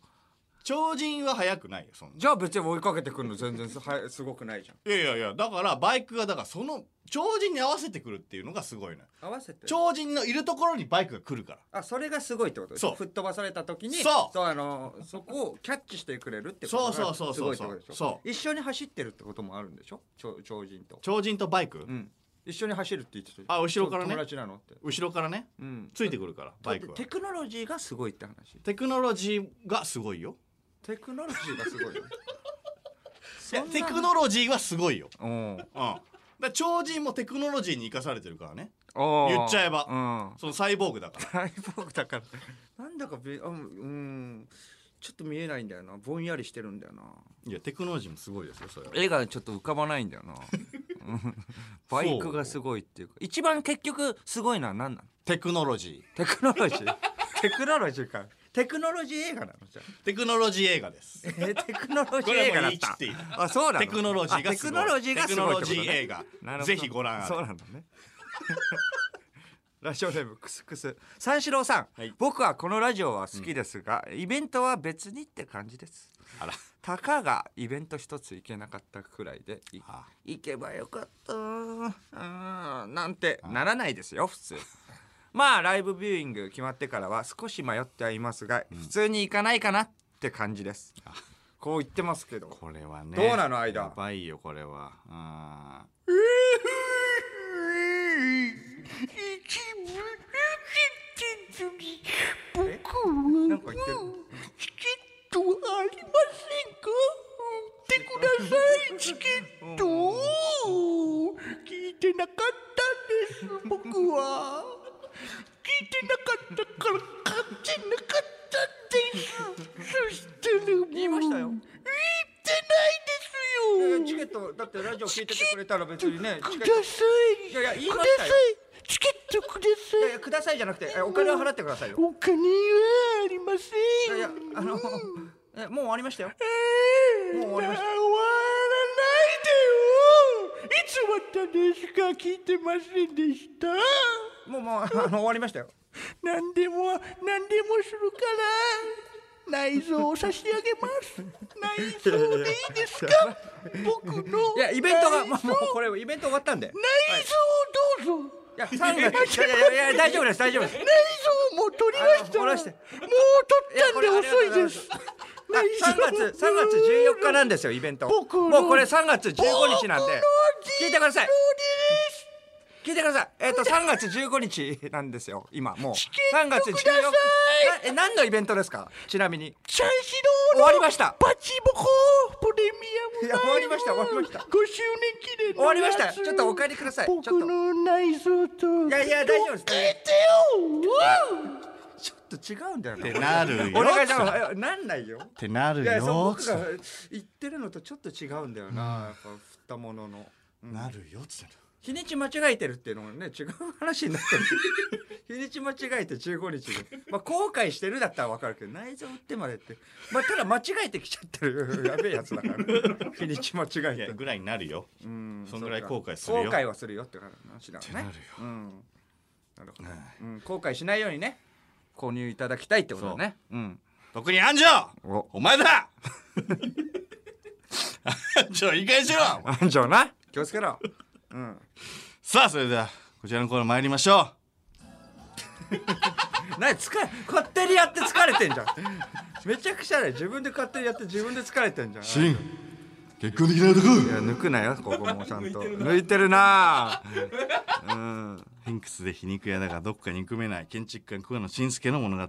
S1: 超人は速くないよそんな
S2: じゃあ別に追いかけてくるの全然すはすごくないじゃ
S1: い
S2: ん
S1: やいやいやだからバイクがだからその超人に合わせてくるっていうのがすごいのよ
S2: 合わせて
S1: 超人のいるところにバイクが来るから
S2: あそれがすごいってこと
S1: そう
S2: 吹っ飛ばされた時に
S1: そう
S2: あのそこをキャッチしてくれるってこ
S1: そう
S2: と
S1: そ
S2: が
S1: うそう
S2: す
S1: そ
S2: ごいうって
S1: そ
S2: こと
S1: う
S2: でしょ
S1: そう
S2: 一緒に走ってるってこともあるんでしょ超超人と、
S1: 超人とバイク、
S2: うん、一緒に走るって言ってた
S1: あ後ろからね
S2: 友達なのって、
S1: 後ろからね
S2: うん、
S1: ついてくるからバイクは
S2: テクノロジーがすごいって話
S1: テクノロジーがすごいよ
S2: テクノロジーがすごいよ
S1: いや
S2: そんな
S1: テクノロジーはすごいよ、
S2: うん
S1: うん、だから超人もテクノロジーに生かされてるからね言
S2: 言
S1: っちゃえば
S2: うん
S1: そのサイボーグだから
S2: サイボーグだからなんだかべあうんうんちょっと見えないんだよなぼんやりしてるんだよない
S1: やテクノロジーもすごいですよそれは
S2: 絵がちょっと浮かばないんだよなバイクがすごいっていうか一番結局すごいのは何なの
S1: テクノロジ
S2: テクノロジーテクノロジーかテクノロジー映画なのじゃあ
S1: ーテクノロジー映画です
S2: えーテクノロジ
S1: こ
S2: ー
S1: れ
S2: 映
S1: はも
S2: 画
S1: う
S2: だっ
S1: 言い切
S2: た
S1: っていい
S2: あそうなの
S1: テクノロジーが
S2: あテ
S1: すご
S2: ク
S1: い
S2: ノロジーがすごいってこと
S1: テクノロジー映
S2: ねなる
S1: 画
S2: ほど
S1: ぜひご覧あれ
S2: そうなんだねラジオネームクスクス三四郎さん、
S1: はい
S2: 僕はこのラジオは好きですが、イベントは別にって感じです
S1: あら
S2: たかがイベント一つ行けなかったくらいでい
S1: あ
S2: 行けばよかったうーんなんてならないですよ普通まあライブビューイング決まってからは少し迷ってはいますが、普通に行かないかなって感じですこう言ってますけど
S1: これはね
S2: どうなの間
S1: やばいよこれはうん
S3: 一部だけてるのに僕は
S2: なんか言ってる
S3: チケットありませんか売ってくださいチケット聞いてなかったです僕は聞いてなかったから買ってなかったですそしたらもう
S2: 言いましたよ
S3: 言ってないです
S2: チ
S3: よ
S2: ケットだってラジオ聞いててくれたら別にね
S3: く
S2: チケ
S3: だ
S2: ット
S3: さい
S2: いやいや言い
S3: く
S2: ま
S3: だ
S2: した
S3: さ
S2: よ
S3: いチケットくださ
S2: いやい
S3: い
S2: やくださいじゃなくてえお金を払ってくださいよ
S3: お金はありま
S2: い
S3: せ
S2: や
S3: ん
S2: いやあのえもう終わりましたよもう終わりました
S3: 終わらないでよいつ終わったんですか聞いてませんでした
S2: もうもうあの終わりましたよ
S3: 何でも何でもするから内臓を差し上げます内臓でいいですか僕の
S2: いやイベントが
S3: 内
S2: もうもうこれイベント終わったんで
S3: 内臓をどうぞ
S2: いや3月いやいやいやいや大丈夫です大丈夫です
S3: 内臓もう取りました
S2: あの下ろして
S3: もう取ったんで遅いです内臓
S2: 3月三月十四日なんですよイベント
S3: 僕の
S2: もうこれ3月十五日なん
S3: 僕の
S2: で聞いてください聞いてくださいえっ、と3月15日なんですよ今もう3月14
S3: く
S2: 日
S3: ださい
S2: なえ何のイベベントですかちなみに
S3: 三四郎
S2: 終
S3: の
S2: わりました
S3: パチボコプレミアム
S2: いや終わりました終わりました
S3: 5周年記念のやつ
S2: 終わりましたちょっとお帰りくださいちょっ
S3: 僕
S2: と
S3: の内臓と
S2: いやいや大丈夫です
S3: 聞いてようわ
S2: ちょっと違うんだよ
S1: て
S2: な
S1: なるよ
S2: お願いしますえなんないよ
S1: ってなる
S2: いやそう
S1: よ
S2: 僕が言ってるのとちょっと違うんだよなやっぱ振ったものの、うん
S1: なるよっつって
S2: 日にち間違えてるっていうのもね違う話になってる 日にち間違えて15日で、まあ、後悔してるだったら分かるけど内臓打ってまでって、まあ、ただ間違えてきちゃってる やべえやつだから、日にち間違え
S1: いや
S2: て
S1: ぐらいになるよ
S2: うん
S1: そんぐらい
S2: そうか
S1: 後悔するよ
S2: 後悔はするよって話だ
S1: って
S2: ね
S1: なるよ
S2: うんなるほど、
S1: はい
S2: うん、後悔しないようにね購入いただきたいってことだねうん
S1: 特に安城
S2: お
S1: お前だ安城いい加減にしろ
S2: 安城な気をつけろうん
S1: さあそれではこちらのコーナー参りましょう
S2: 何疲れ勝手にやって疲れてんじゃんめちゃくちゃだよ自分で勝手にやって自分で疲れてんじゃん
S1: シン結婚できないとこ
S2: いや抜くなよここもちゃんと抜いてるなうん
S1: 偏屈で皮肉屋だがどっか憎めない建築家桑野信介の物語、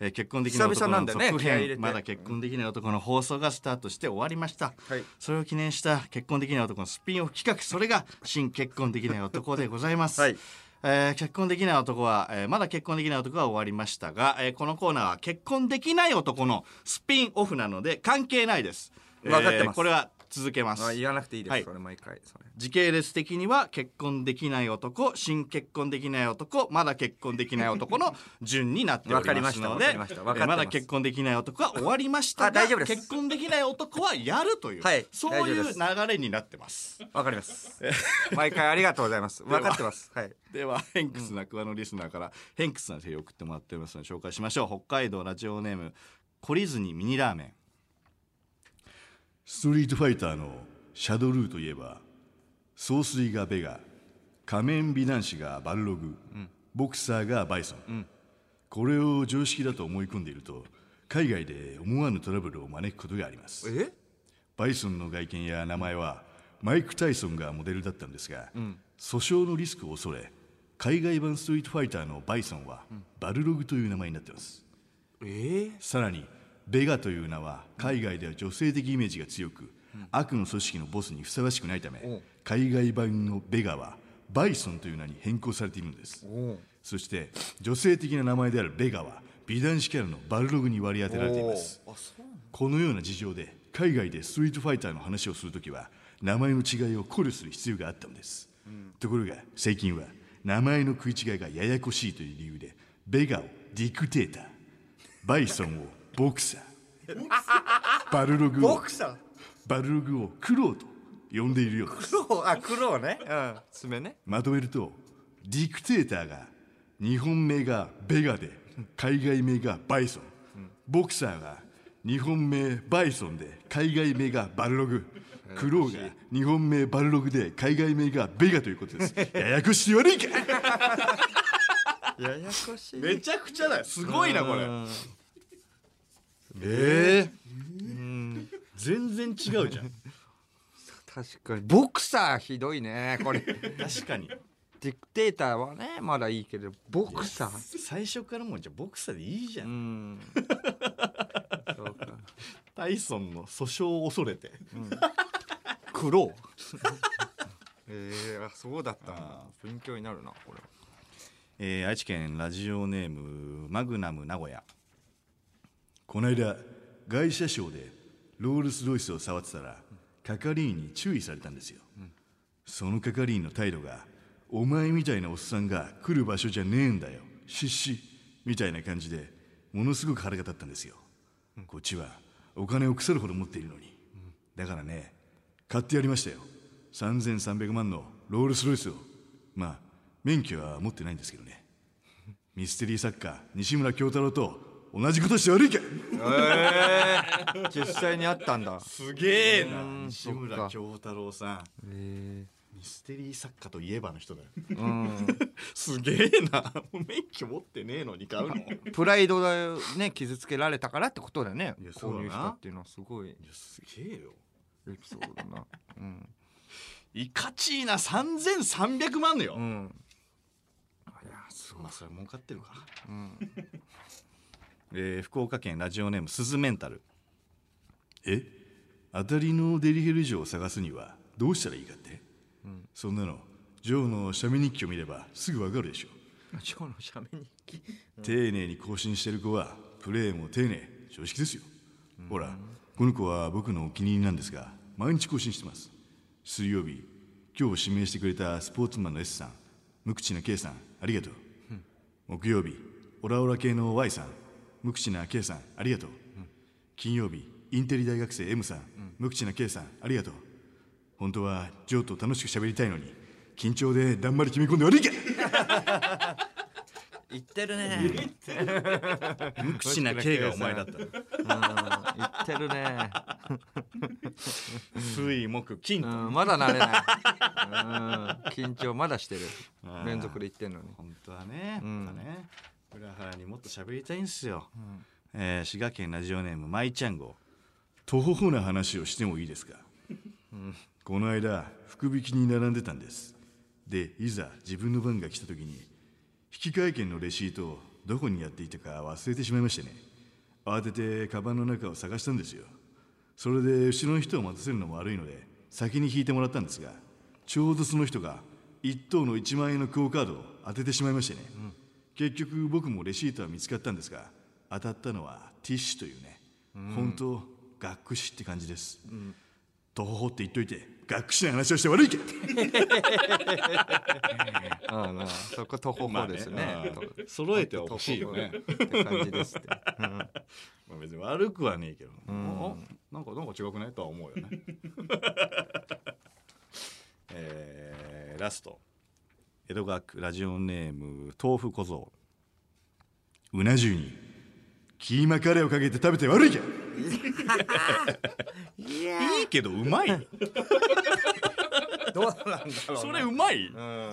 S1: えー結婚できない
S2: 久
S1: 男
S2: 々な
S1: の
S2: んだ
S1: 続編、
S2: よね気合い入れて
S1: まだ結婚できない男の放送がスタートして終わりました、
S2: はい
S1: それを記念した結婚できない男のスピンオフ企画それが新結婚できない男でございます、
S2: はい
S1: えー結婚できない男は、えーまだ結婚できない男は終わりましたが、えーこのコーナーは結婚できない男のスピンオフなので関係ないです、
S2: わかってます
S1: えーこれは続けます
S2: あ言わなくていいです、
S1: はい
S2: それ毎回それ
S1: 時系列的には結婚できない男新結婚できない男まだ結婚できない男の順になっておりますので
S2: わかりましたわかりましたわかってま
S1: え
S2: す
S1: ーだ結婚できない男は終わりました
S2: あ
S1: が
S2: 大丈夫です
S1: 結婚できない男はやるという、
S2: はい
S1: そういう
S2: 大丈
S1: 流れになってます
S2: わかります毎回ありがとうございますわかってますはい
S1: ではヘンクスな桑のリスナーから、ヘンクスな手を送ってもらってますので紹介しましょう北海道ラジオネーム懲りずにミニラーメン
S4: ストリートファイターのシャドルーといえば総帥がベガ仮面美男子がバルログ、ボクサーがバイソン、これを常識だと思い込んでいると海外で思わぬトラブルを招くことがあります
S2: え
S4: バイソンの外見や名前はマイク・タイソンがモデルだったんですが、訴訟のリスクを恐れ海外版ストリートファイターのバイソンはバルログという名前になってます
S2: えー、
S4: さらにベガという名は海外では女性的イメージが強く、悪の組織のボスにふさわしくないため、海外版のベガはバイソンという名に変更されているのですそして女性的な名前であるベガは美男子キャラのバルログに割り当てられていますこのような事情で海外でストリートファイターの話をするときは名前の違いを考慮する必要があったのです、ところが最近は名前の食い違いがややこしいという理由でベガをディクテーターバイソンをボクサーバルログ
S2: ボ
S4: を
S2: クサ
S4: バルログをクロウと呼んでいるようです
S2: ー黒あ黒ねうん爪ね
S4: まとめるとディクテーターが日本名がベガで海外名がバイソン、ボクサーが日本名バイソンで海外名がバルログクロウが日本名バルログで海外名がベガということですややこしい悪いか
S2: ややこしい
S1: めちゃくちゃだよすごいなこれ
S4: ええ全然違うじゃん
S2: 確かにボクサーひどいねこれデ
S1: 確かに
S2: ィクテーターはねまだいいけどボクサー
S1: 最初からもうじゃあボクサーでいいじゃん
S2: うんそうか
S1: タイソンの訴訟を恐れて
S2: 苦労えー、あそうだったんだ勉強になるなこれ
S1: えー愛知県ラジオネームマグナム名古屋
S4: この間外車ショーでロールス・ロイスを触ってたら係員に注意されたんですよ、その係員の態度が「お前みたいなおっさんが来る場所じゃねえんだよシッシみたいな感じでものすごく腹が立ったんですよ、こっちはお金を腐るほど持っているのに、だからね買ってやりましたよ3300万のロールス・ロイスをまあ免許は持ってないんですけどねミステリー作家西村京太郎と同じことして悪いか
S2: 実際にあったんだ
S1: すげえな
S2: うん
S1: 西
S2: そっ
S1: 村
S2: か
S1: 京太郎さん
S2: え
S1: ミステリー作家といえばの人だよすげえなもう免許持ってねえのに買うのいや
S2: ー、プライドだよね傷つけられたからってことだよね
S1: いやそうだ
S2: 購
S1: な
S2: 入したっていうのはすごいエ
S1: すげえよ
S2: ピソードだなうん、
S1: いかちいな3300万のよ、
S2: うん、
S1: まあそれは儲かってるから
S2: うん
S1: えー福岡県ラジオネームスズメンタル
S4: え当たりのデリヘル嬢を探すにはどうしたらいいかって、そんなのジョーの写メ日記を見ればすぐわかるでしょ
S2: 今日の写メ日記
S4: 丁寧に更新してる子はプレーも丁寧常識ですよほらこの子は僕のお気に入りなんですが毎日更新してます水曜日今日指名してくれたスポーツマンの S さん無口な K さんありがとう、木曜日オラオラ系の Y さん無口な K さんありがとう、金曜日インテリ大学生 M さん、無口な K さんありがとう本当はジョーと楽しく喋りたいのに緊張でだんまり決め込んで悪いけ
S2: 言ってるね
S1: 無口な K がお前だった
S2: 言 ってるね
S1: 水木金
S2: う
S1: と
S2: んまだ慣れないうん緊張まだしてる連続で言ってんのに
S1: 本当はね、本当はね裏腹にもっと喋りたいんですよ、えー滋賀県ラジオネームまいちゃんご
S4: 徒歩な話をしてもいいですか、この間福引きに並んでたんですでいざ自分の番が来た時に引換券のレシートをどこにやっていたか忘れてしまいましてね慌ててカバンの中を探したんですよそれで後ろの人を待たせるのも悪いので先に引いてもらったんですがちょうどその人が1等の1万円のクオ・カードを当ててしまいましてね、結局僕もレシートは見つかったんですが当たったのはティッシュというね、本当学くしって感じです、とほほって言っといて学くしな話をして悪いけ
S2: うんうんそこ徒歩法ですね
S1: 揃えては欲しいよね
S2: 徒歩法って感じですって
S1: まあ別に悪くはねえけど、おなんかなんか違くないとは思うよね えーラスト江戸川区ラジオネーム豆腐小僧
S4: うな重にキーマカレーをかけて食べて悪いけ
S1: いいけどう まいよ
S2: どうなんだろう
S1: それうまい
S2: ま
S1: ま
S2: あ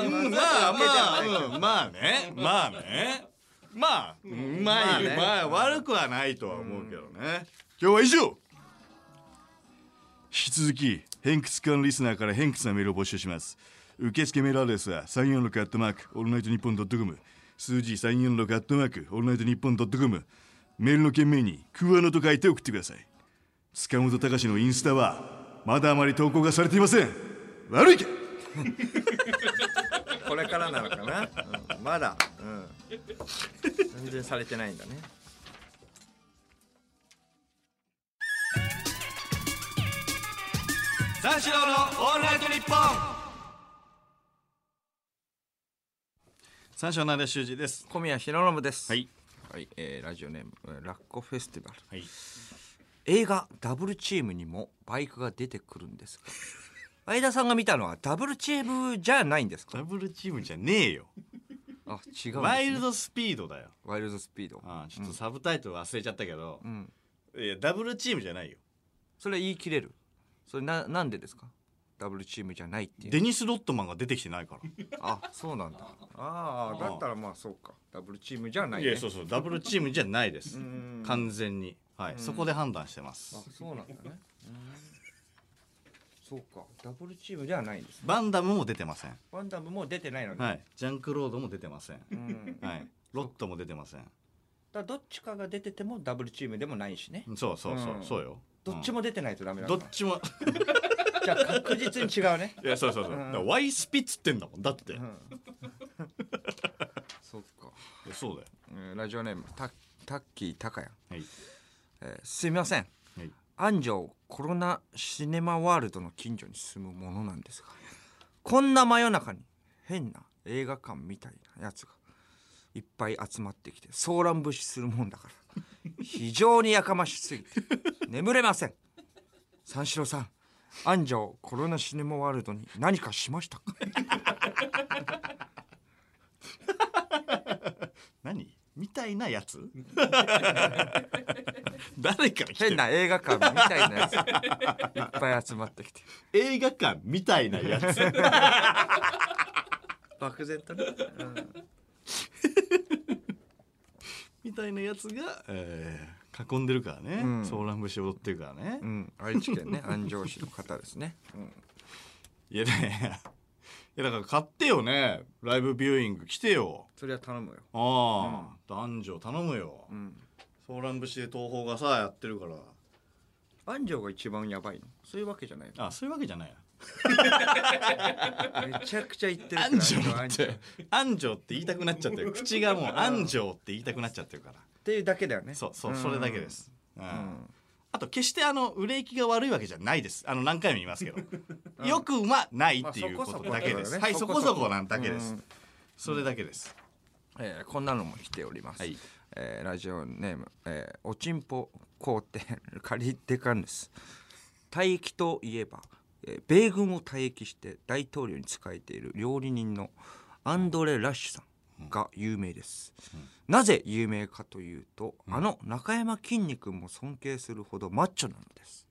S1: あ、
S2: 別
S1: うん
S2: に
S1: まあ
S2: わざと
S1: まあ、うんまあね、まあね。まあ、うまい、
S2: まあね
S1: まあ、悪くはないとは思うけどね。
S4: 今日は以上引き続き偏屈感リスナーから偏屈なメールを募集します受付メールアドレスは346アットマークオールナイトニッポンドットコム数字346アットマークオールナイトニッポンドットコムメールの件名に「クワノ」と書いて送ってください塚本隆のインスタはまだあまり投稿がされていません悪いけ
S2: これからなのかな、うんまだ、うん、全然されてないんだね
S1: 三四郎のオールナイトニッポン。三四郎の間修二です。
S2: 小宮浩信です
S1: はい、
S2: はいえーラジオネームえーラッコフェスティバル
S1: はい。
S2: 映画ダブルチームにもバイクが出てくるん ですか相田さんが見たのはダブルチームじゃないんですか
S1: ダブルチームじゃねえよ。
S2: あ違う
S1: ワイルドスピードだよ。
S2: ワイルドスピード
S1: ああ、ちょっとサブタイトル忘れちゃったけど
S2: う。ん
S1: いや、ダブルチームじゃないよ。
S2: それ言い切れるそれななんでですかダブルチームじゃないっていう
S1: デニスロットマンが出てきてないか
S2: あそうなんだああだったらまあそうかダブルチームじゃな
S1: ら。
S2: い
S1: い
S2: ね
S1: や、そうそう、ダブルチームじゃないです
S2: う。んあ
S1: 完全に。はい、そこで判断してます。
S2: そうなんだねうんそうかダブルチームじゃないんですね
S1: バンダムも出てません。
S2: ワンダムも出てないのに、
S1: はい、ジャンクロードも出てません。
S2: うんだか
S1: はい、ロットも出てません。
S2: らどっちかが出ててもダブルチームでもないしね
S1: そうそうそう、
S2: うん
S1: そうよ。
S2: どっち
S1: も、
S2: も出てないとダメな
S1: ど
S2: の
S1: っ
S2: か
S1: ちも。
S2: じゃあ確実に違うね
S1: いや、そうそうそう、
S2: うん
S1: だからワイスピっつってんだもん、だって。
S2: うんそっか、
S1: そうだよ。
S2: えーラジオネームタタッキータカヤン、
S1: はい。
S2: えーすみません
S1: はい。
S2: 安城コロナシネマワールドの近所に住むものなんですがこんな真夜中に変な映画館みたいなやつがいっぱい集まってきて騒乱節するもんだから非常にやかましすぎて眠れません三四郎さん安城コロナシネマワールドに何かしましたか
S1: 何みたいなやつ誰から来て
S2: 変
S1: る
S2: な映画館みたいなやついっぱい集まってきて
S1: 映画館みたいなやつ
S2: 漠然とね、
S1: みたいなやつが、えー、囲んでるからね、
S2: ん
S1: ソーラン節踊ってるからね、
S2: うん、愛 知県ね安城市の方ですね、うん
S1: いやねいやだから買ってよねライブビューイング来てよ
S2: それは頼むよ、
S1: ああ、男女頼むよ、
S2: うん、
S1: ソーラン節で東宝がさやってるから
S2: 安城が一番やばいのそういうわけじゃないの
S1: あそういうわけじゃないよ
S2: めちゃくちゃ言ってるから
S1: 安城っ
S2: 安城って
S1: 安城って言いたくなっちゃってる口がもう安城って言いたくなっちゃってるから
S2: ていうだけだよね
S1: そうそ
S2: ん
S1: うそれだけです、うんあと決してあの売れ行きが悪いわけじゃないですあの何回も言いますけどよくはないっていうことだけです、
S2: まあ
S1: はい
S2: そ
S1: そ
S2: こ
S1: こ
S2: そ
S1: そ
S2: こ
S1: こ
S2: だ
S1: な
S2: よね
S1: んだけです、
S2: そ
S1: それだけです
S2: えーこんなのも来ております、
S1: はい
S2: えーラジオネーム、えーおちんぽ皇帝借りてかん です退役といえば、えー米軍を退役して大統領に仕えている料理人のアンドレ・ラッシュさんが有名です、なぜ有名かというと、あの中山きんに君も尊敬するほどマッチョなのです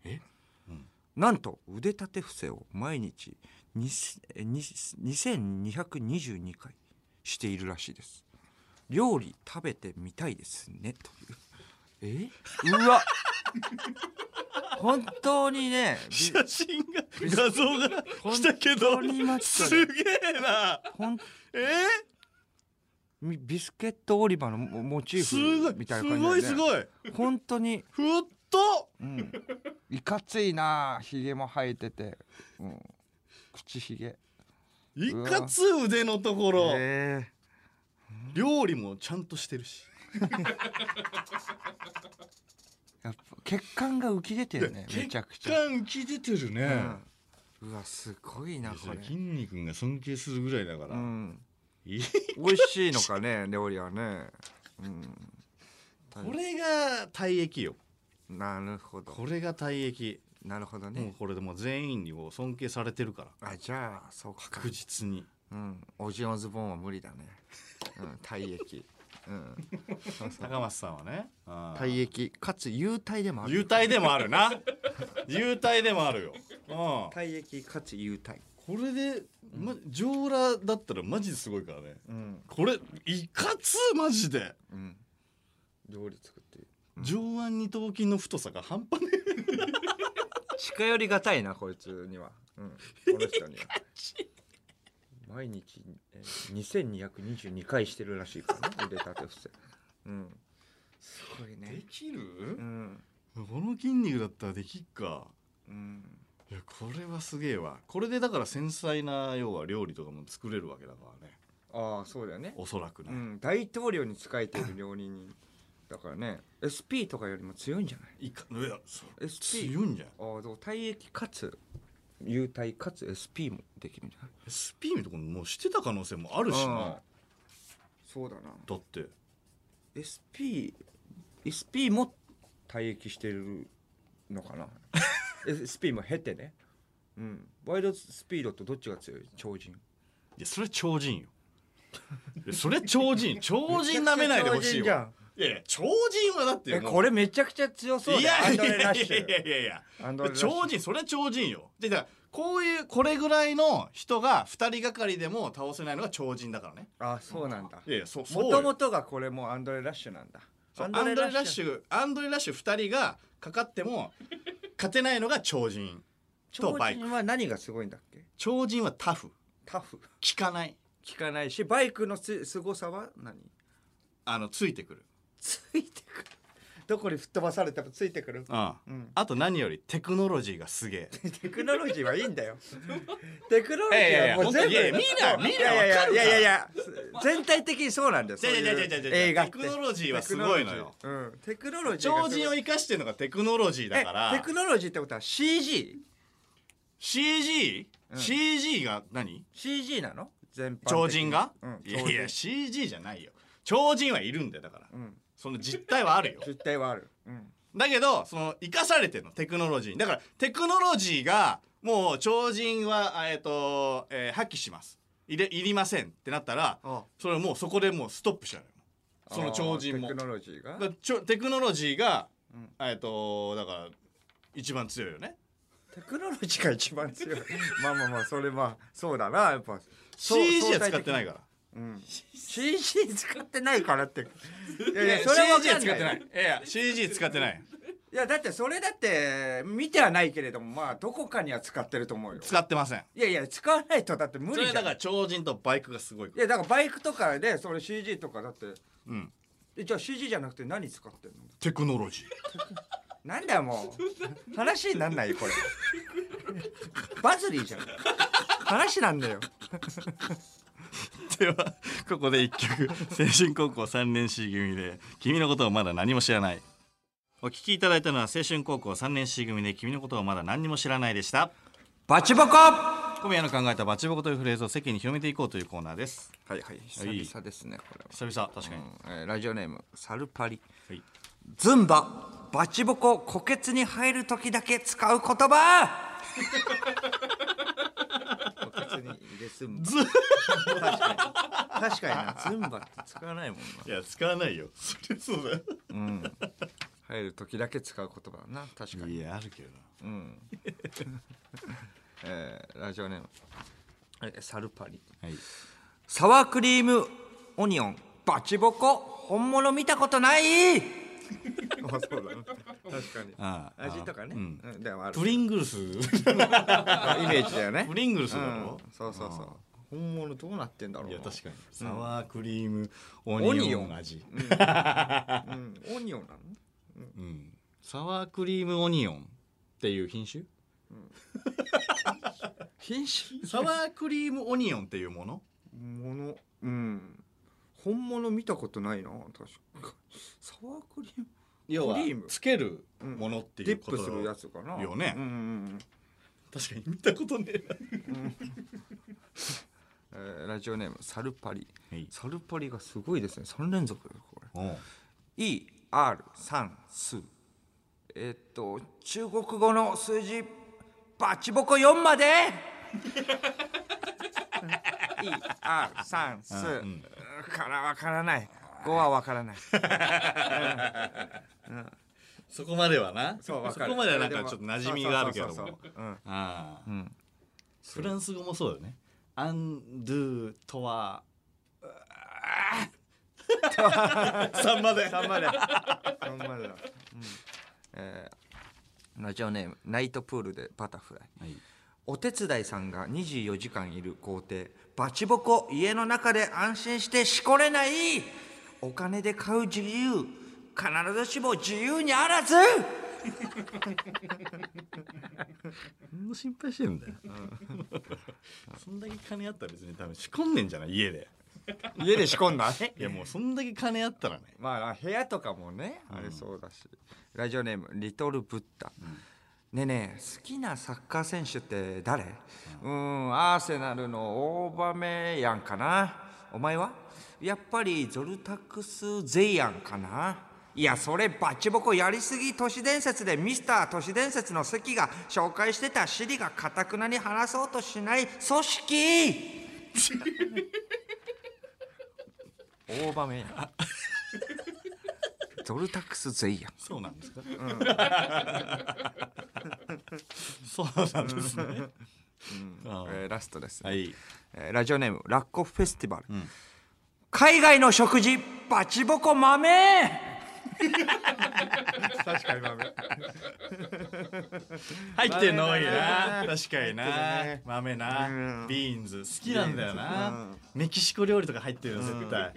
S2: なんと腕立て伏せを毎日にえに2222回しているらしいです料理食べてみたいですねというえうわ本当にねび
S1: 写真が画像が来たけど
S2: 本当にマッチョ
S1: すげえな
S2: ほん
S1: え
S2: みビスケットオリバーのモモチ
S1: ー、すご
S2: ー
S1: い
S2: フみたい
S1: す
S2: な感じだよ
S1: ごいす
S2: ね
S1: ごい
S2: 本当に
S1: ふっと
S2: うんいかついなひげも生えてて、うん、口ひげ
S1: いかつ腕のところ、
S2: ええ
S1: 料理もちゃんとしてるし
S2: やっぱ血管が浮き出てるねめちゃくち
S1: 血
S2: ゃ、
S1: 管浮き出てるね、
S2: うんうわすごいなこれ
S1: 筋肉が尊敬するぐらいだから、
S2: うん
S1: いい
S2: 美味しいのかね料理はね
S1: これが体液よ
S2: なるほど
S1: これが体液
S2: なるほど
S1: もう
S2: ね、
S1: これでもう全員にもう尊敬されてるから
S2: あじゃあそうか
S1: 確実に
S2: うんオジオズボンは無理だねうん体液うん
S1: 高松さんはねあー
S2: 体液かつ幽体でもある
S1: 幽体でもあるな 幽体でもあるよ、うん、こ
S2: 体液かつ幽体
S1: れで、ま、上羅だったらマジですごいからね
S2: うん
S1: これいかつマジで
S2: うん料理作ってる
S1: 上腕二頭筋の太さが半端ねえ
S2: 近寄りがたいなこいつには、うん、この人には毎日、えー、2222回してるらしいからね腕立て伏せうんすごいね
S1: きる、
S2: うん
S1: この筋肉だったらできっか
S2: うん
S1: いやこれはすげえわこれでだから繊細な要は料理とかも作れるわけだからね
S2: ああそうだよね、
S1: おそらくね、
S2: うん、大統領に仕えている料理人だからね SP とかよりも強いんじゃない
S1: いかいやそ
S2: SP
S1: 強いんじゃん
S2: ああでも体液かつ幽体かつ SP もできるんじゃない
S1: SP のとこもうしてた可能性もあるし
S2: あ
S1: な
S2: あそうだな
S1: だって
S2: SP SP も退役してるのか な SP も経てねうんワイドスピードとどっちが強い超人
S1: いやそれ超人よいやそれ超人超人なめないでほしい
S2: じゃ
S1: わ
S2: ん
S1: いやいや超人はだって
S2: え
S1: もう
S2: これめちゃくちゃ強そう
S1: いや
S2: だよアン
S1: い
S2: ド
S1: やい
S2: レ・ラ
S1: や
S2: ッシ
S1: いや
S2: ュ
S1: いやいや
S2: アンドレラッシュ
S1: 超人それは超人よでだからこういうこれぐらいの人が2人がかりでも倒せないのが超人だからね
S2: あそうなんだ
S1: いやいやそそう
S2: も
S1: よ
S2: ともとがこれもうアンドレ・ラッシュなんだ
S1: そうアンドレ・ラッシュアンドレ・ラッシュ2人がかかっても勝てないのが超人と
S2: 超
S1: バイク
S2: 人は何がすごいんだっけ
S1: 超人はタフ
S2: タフ
S1: 効かない
S2: 効かないしバイクのす凄さは何
S1: あのついてくる
S2: ついてくるどこに吹っ飛ばされてもついてくる
S1: ああ,、
S2: うん
S1: あと何よりテクノロジーがす げえ
S2: テクノロジーはいいんだよ。 テクノロジ
S1: いやいやい
S2: ー
S1: や
S2: はもう全
S1: い
S2: 部。
S1: やいや見な見ない
S2: やいや
S1: わかる
S2: い
S1: から
S2: やいやいや全体的にそうなんだよ。そう
S1: じゃ
S2: い
S1: じ
S2: う
S1: ゃじゃじゃじゃ
S2: 映画って
S1: テクノロジーはすごいのよ。
S2: テクノロジーうん。テクノロジーがすご
S1: 超
S2: い。
S1: 人を生かしてるのがテクノロジーだから
S2: えテクノロジーってことは CG。
S1: CG?CG、CG が何
S2: CG なの？全般的に
S1: 超人が、
S2: うん。
S1: いや
S2: 超
S1: いや
S2: 人
S1: CG じゃないよ超人はいるんだよだから、
S2: ん
S1: その実態はあるよ
S2: 実態はある。うん。
S1: だけどその生かされてるのテクノロジーにだからテクノロジーがもう超人はあえっ、と、えー破棄しますいれいりませんってなったら
S2: あ
S1: それもうそこでもうストップしちゃうのよその超人も
S2: あー
S1: だ
S2: テク
S1: か
S2: ノロジーが。
S1: らちょテクノロジーが、
S2: ん
S1: えっ、とだから一番強いよね
S2: テクノロジーが一番強い。 まあまあまあそれはそうだなやっぱ。そう
S1: CG は使ってないから
S2: うん、CG 使ってないから って。いやいや、
S1: いや
S2: それはわ
S1: CG
S2: かん
S1: 使って
S2: な
S1: ないい。いやいや CG 使ってない
S2: いや、だってそれだって見てはないけれども、まあ、どこかには使ってると思うよ。
S1: 使ってません
S2: いやいや、使わないとだって無
S1: そ
S2: 理
S1: れ
S2: じゃ
S1: だ
S2: ん。
S1: から
S2: い
S1: 超人とバイクがすごいから
S2: や、だからバイクとかで、それ CG とかだって、
S1: うん
S2: えじゃあ CG じゃなくて何使ってんの
S1: テクノロジー
S2: なんだよもう話になんないよこれバズリーじゃん話なんだよ
S1: ではここで一曲青春高校3年 C 組で「君のことをまだ何も知らない」お聴きいただいたのは青春高校3年 C 組で「君のことをまだ何にも知らない」でした
S2: バチボコは
S1: 小宮の考えたバチボコというフレーズを世間に広めていこうというコーナーです
S2: いはい久々ですねこれは
S1: 久々確かに、
S2: うんえーラジオネームサルパリ、
S1: はい
S2: ズンババチボコ虎穴に入る時だけ使う言葉虎穴に入れズンバ確かに確かになズンバって使わないもんない
S1: や使わないよ そりゃそうだよ
S2: 入る時だけ使う言葉だな確かに、
S1: いやあるけどな
S2: えーラジオネームえサルパリ
S1: はい
S2: サワークリームオニオンバチボコ本物見たことない あそうだな確かに
S1: ああ
S2: 味とかね、
S1: う
S2: うんんでもある
S1: プリングルス プ
S2: イメージだよね、
S1: リングルス
S2: う
S1: だろ
S2: ん、、そうそうそう本物どうなってんだろう
S1: い
S2: い
S1: や確かにサワークリームオ
S2: オ
S1: ニ
S2: ニ
S1: オ
S2: オ
S1: ン
S2: ン
S1: 味
S2: うん、 オニオンなの
S1: うんサワークリームオニオンっていう品種
S2: 品種
S1: サワークリームオニオンっていうもの
S2: ものうん本物見たことないな確かサワークリーム
S1: 要は
S2: クリーム
S1: つけるものってい
S2: デ
S1: う
S2: ィッ
S1: こと
S2: プするやつかな
S1: よね
S2: うんうんうん
S1: 確かに見たことねえ
S2: えーラジオネームサルパリ
S1: はい
S2: サルパリがすごいですね3連続だよこれ
S1: な
S2: ER3 数えーっと中国語の数字バチボコ4ま で ER3 数からわからない5はわからない
S1: そこまではな
S2: そうわかる
S1: こまではなんかちょっと馴染みがあるけど
S2: そうそう
S1: も
S2: そうそううん
S1: ああフランス語もそうだよねアンドゥとは3まで
S2: 頑張れ頑張れだ、うんえーラジオネームナイトプールでバタフライ
S1: はい
S2: お手伝いさんが24時間いる豪邸バチボコ家の中で安心してしこれないお金で買う自由必ずしも自由にあらず
S1: そんな心配してんだよそんだけ金あったら別に多分仕込んでんじゃない家で
S2: 家で仕込んだ
S1: いやもうそんだけ金あったらね
S2: まあ部屋とかもねありそうだし、ラジオネームリトルブッダ、ねえねえ好きなサッカー選手って誰うんアーセナルのオーバメヤンかなお前はやっぱりゾルタクス・ゼイアンかないやそれバチボコやりすぎ都市伝説でミスター都市伝説の関が紹介してたシリがかたくなに話そうとしない組 織オーバメヤンゾルタクス・ゼイアン
S1: そうなんですか、そうなんですね、ああ
S2: えーラストです、
S1: はい
S2: えーラジオネームラッコフェスティバル、海外の食事バチボコ豆確かに豆
S1: 入ってんの多いな
S2: 豆だね
S1: 確かにな、
S2: 入ってるね
S1: 豆な、
S2: うん
S1: ビーンズ好きなんだよな、メキシコ料理とか入ってるよ絶対、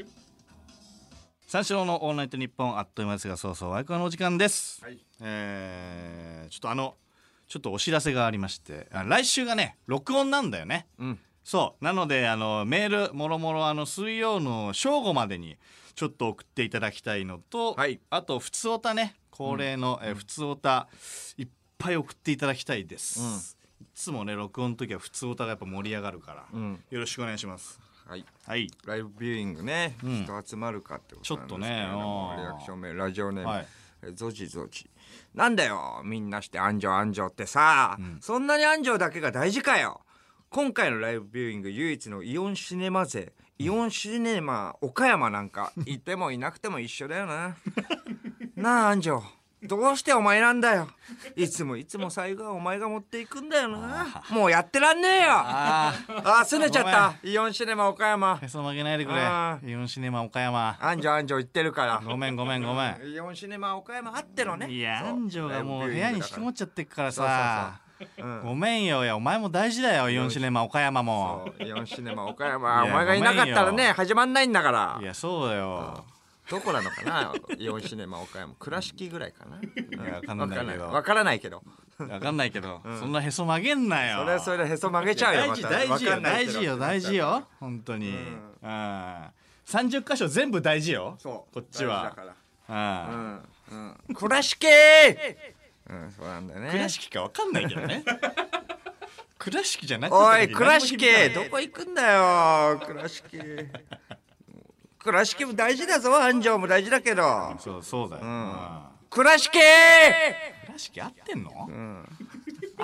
S1: 三四郎の「オールナイトニッポン」あっという間ですがそうそうワイクワのお時間です、えーちょっとあのちょっとお知らせがありましてあ来週がね録音なんだよね、
S2: ん
S1: そうなのであのメールもろもろあの水曜の正午までにちょっと送っていただきたいのと、
S2: はい
S1: あと普通おたね恒例の、えー普通おたいっぱい送っていただきたいです、いつもね録音の時は普通おたがやっぱ盛り上がるから、
S2: ん
S1: よろしくお願いします
S2: はい
S1: はい
S2: ライブビューイングね、人集まるかってことなんですけれども
S1: ちょっとね
S2: リアクション名ラジオネーム、
S1: はい
S2: えーゾジゾジなんだよみんなして安城安城ってさ、そんなに安城だけが大事かよ今回のライブビューイング唯一のイオンシネマ勢イオンシネマ岡山な んかいてもいなくても一緒だよななあ安城どうしてお前なんだよいつもいつも最後はお前が持っていくんだよなもうやってらんねえよああすねちゃったイオンシネマ岡山
S1: へそ曲げないでく
S2: あ
S1: れイオンシネマ岡山
S2: 安城安城言ってるから
S1: ごめんごめんごめん
S2: イオンシネマ岡山あってのね
S1: いや安城がもう部屋に引きこもっちゃってっから
S2: そう
S1: さごめんよいやお前も大事だよイオンシネマ岡山も
S2: イオンシネマ岡山
S1: い
S2: お
S1: や
S2: 前がいなかったら
S1: ごめん
S2: ね始まんないんだから
S1: いやそうだよ
S2: どこなのかなイオンシネマ岡山倉敷ぐらいかな
S1: やわかん
S2: わ
S1: ないけど
S2: わからないけど
S1: わかんないけど、そんなへそ曲げんなよ
S2: それはそれでへそ曲げちゃうよ
S1: 大事大事よ大事よ大事
S2: よ
S1: よ本当に、うん、30箇所全部大事よ
S2: そう
S1: こっちは
S2: 大事だか
S1: うん
S2: らうんうん倉敷うんそうなんだよね
S1: 倉敷かわかんないけどね倉敷じゃなくて
S2: おい倉敷どこ行くんだよ倉敷倉敷も大事だぞ安城も大事だけど
S1: そうそうだよ、うん
S2: 倉敷
S1: 倉敷合ってんの、合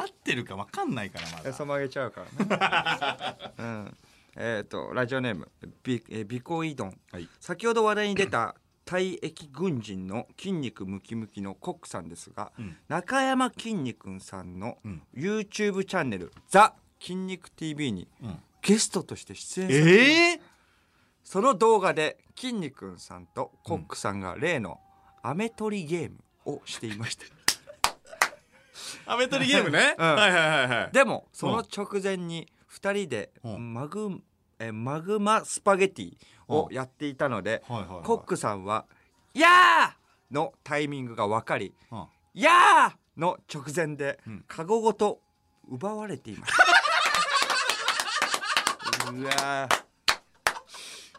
S1: ってるかわかんないからま
S2: へ
S1: だ
S2: そ曲げちゃ うからね。うん、えっ、とラジオネームビえービコイドン、
S1: はい
S2: 先ほど話題に出た体液軍人の筋肉ムキムキのコックさんですが、中山きんに君さんの YouTube チャンネル「ザ筋肉 TV」にゲストとして出演されています
S1: ええ
S2: その動画できんに君さんとコックさんが例のアメ取りゲームをしていました。
S1: アメ取りゲームね、
S2: うん
S1: はいはいはいはい
S2: でもその直前に2人で
S1: うん
S2: マグ,、えマグマスパゲティをやっていたので、
S1: はいはいはい
S2: コックさんは「やー!」のタイミングが分かり
S1: うん
S2: 「やー!」の直前でカゴごと奪われ ていました。うわー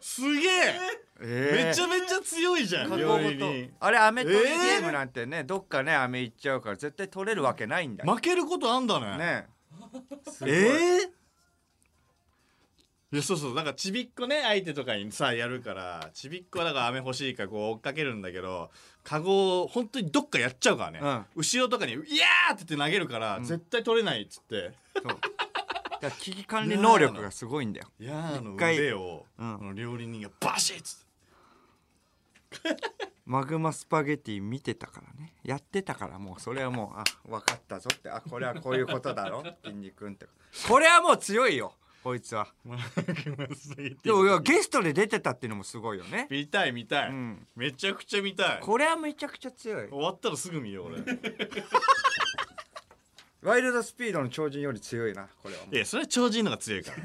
S1: すげえ、
S2: えー
S1: めちゃめちゃ強いじゃん
S2: カゴ
S1: 料
S2: ごと
S1: 理人
S2: あれアメ取りゲームなんてね、どっかねアメ行っちゃうから絶対取れるわけないんだよ
S1: 負けることあんだね
S2: ね
S1: ええいやそうそうなんかちびっこね相手とかにさやるからちびっこはだから飴欲しいからこう追っかけるんだけどカゴを本当にどっかやっちゃうからね、
S2: うん
S1: 後ろとかに「いやー!」って言って投げるから、絶対取れないっつって
S2: そうだから危機管理能力がすごいんだよ
S1: 「いやー」の
S2: 一回
S1: 腕を、
S2: うん
S1: この料理人がバシッつって
S2: マグマスパゲティ見てたからねやってたからもうそれはもうあ分かったぞってあこれはこういうことだろ筋肉んってこれはもう強いよこいつはでもいやゲストで出てたっていうのもすごいよね
S1: 見たい見たい、
S2: うん
S1: めちゃくちゃ見たい
S2: これはめちゃくちゃ強い
S1: 終わったらすぐ見よ う俺い
S2: ワイルドスピードの超人より強いなこれはも
S1: やそれは超人の方が強いから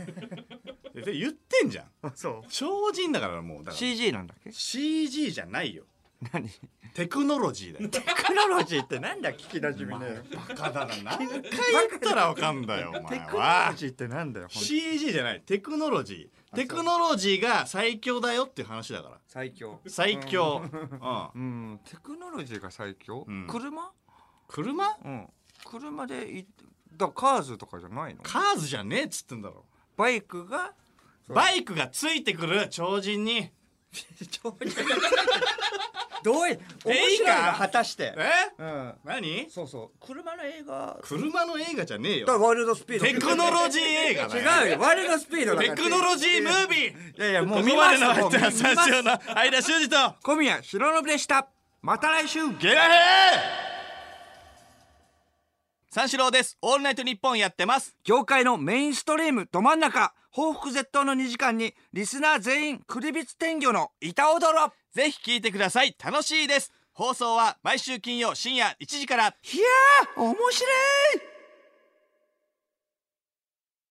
S1: でで言ってんじゃん
S2: うそう
S1: 超人だからもうだから
S2: CG なんだっけ
S1: CG じゃないよ
S2: 何テ
S1: テクノロジーだよ
S2: クノロジーってなんだ聞きなじみね
S1: バカ だな何回言ったらわかんだよお
S2: テ
S1: 前
S2: クノ
S1: は
S2: ロジーってなんだよほんと
S1: CG じゃないテクノロジーテクノロジーが最強だよっていう話だから
S2: 最強
S1: 最強、うん、
S2: うんテクノロジーが最強、
S1: うん
S2: 車
S1: 車
S2: うん車でいだからカーズとかじゃないの
S1: カーズじゃねえっつってんだろ
S2: バイクが
S1: バイクがついてくる超人に
S2: どうい面
S1: いい
S2: 白いな
S1: か
S2: 果たして
S1: え
S2: うん
S1: 何
S2: そうそう車の映画
S1: 車の映画じゃねえ
S2: だから
S1: よ
S2: ワイルドスピード
S1: テクノロジー映画だよ
S2: 違うよワイルドスピードだか
S1: テ
S2: ら
S1: クノロジームービー
S2: いやいやもう
S1: こ
S2: 見
S1: こ
S2: ま
S1: ますでの
S2: も
S1: 相
S2: う
S1: 手は
S2: 見
S1: 三
S2: ます
S1: 四の間修二と
S2: 小宮白信でしたまた来週
S1: ゲラヘ三四郎ですオールナイトニッポンやってます
S2: 業界のメインストリームど真ん中報復絶倒の2時間にリスナー全員クリビツ天魚の板踊ろ
S1: ぜひ聞いてください楽しいです放送は毎週金曜深夜1時から
S2: いやー面白い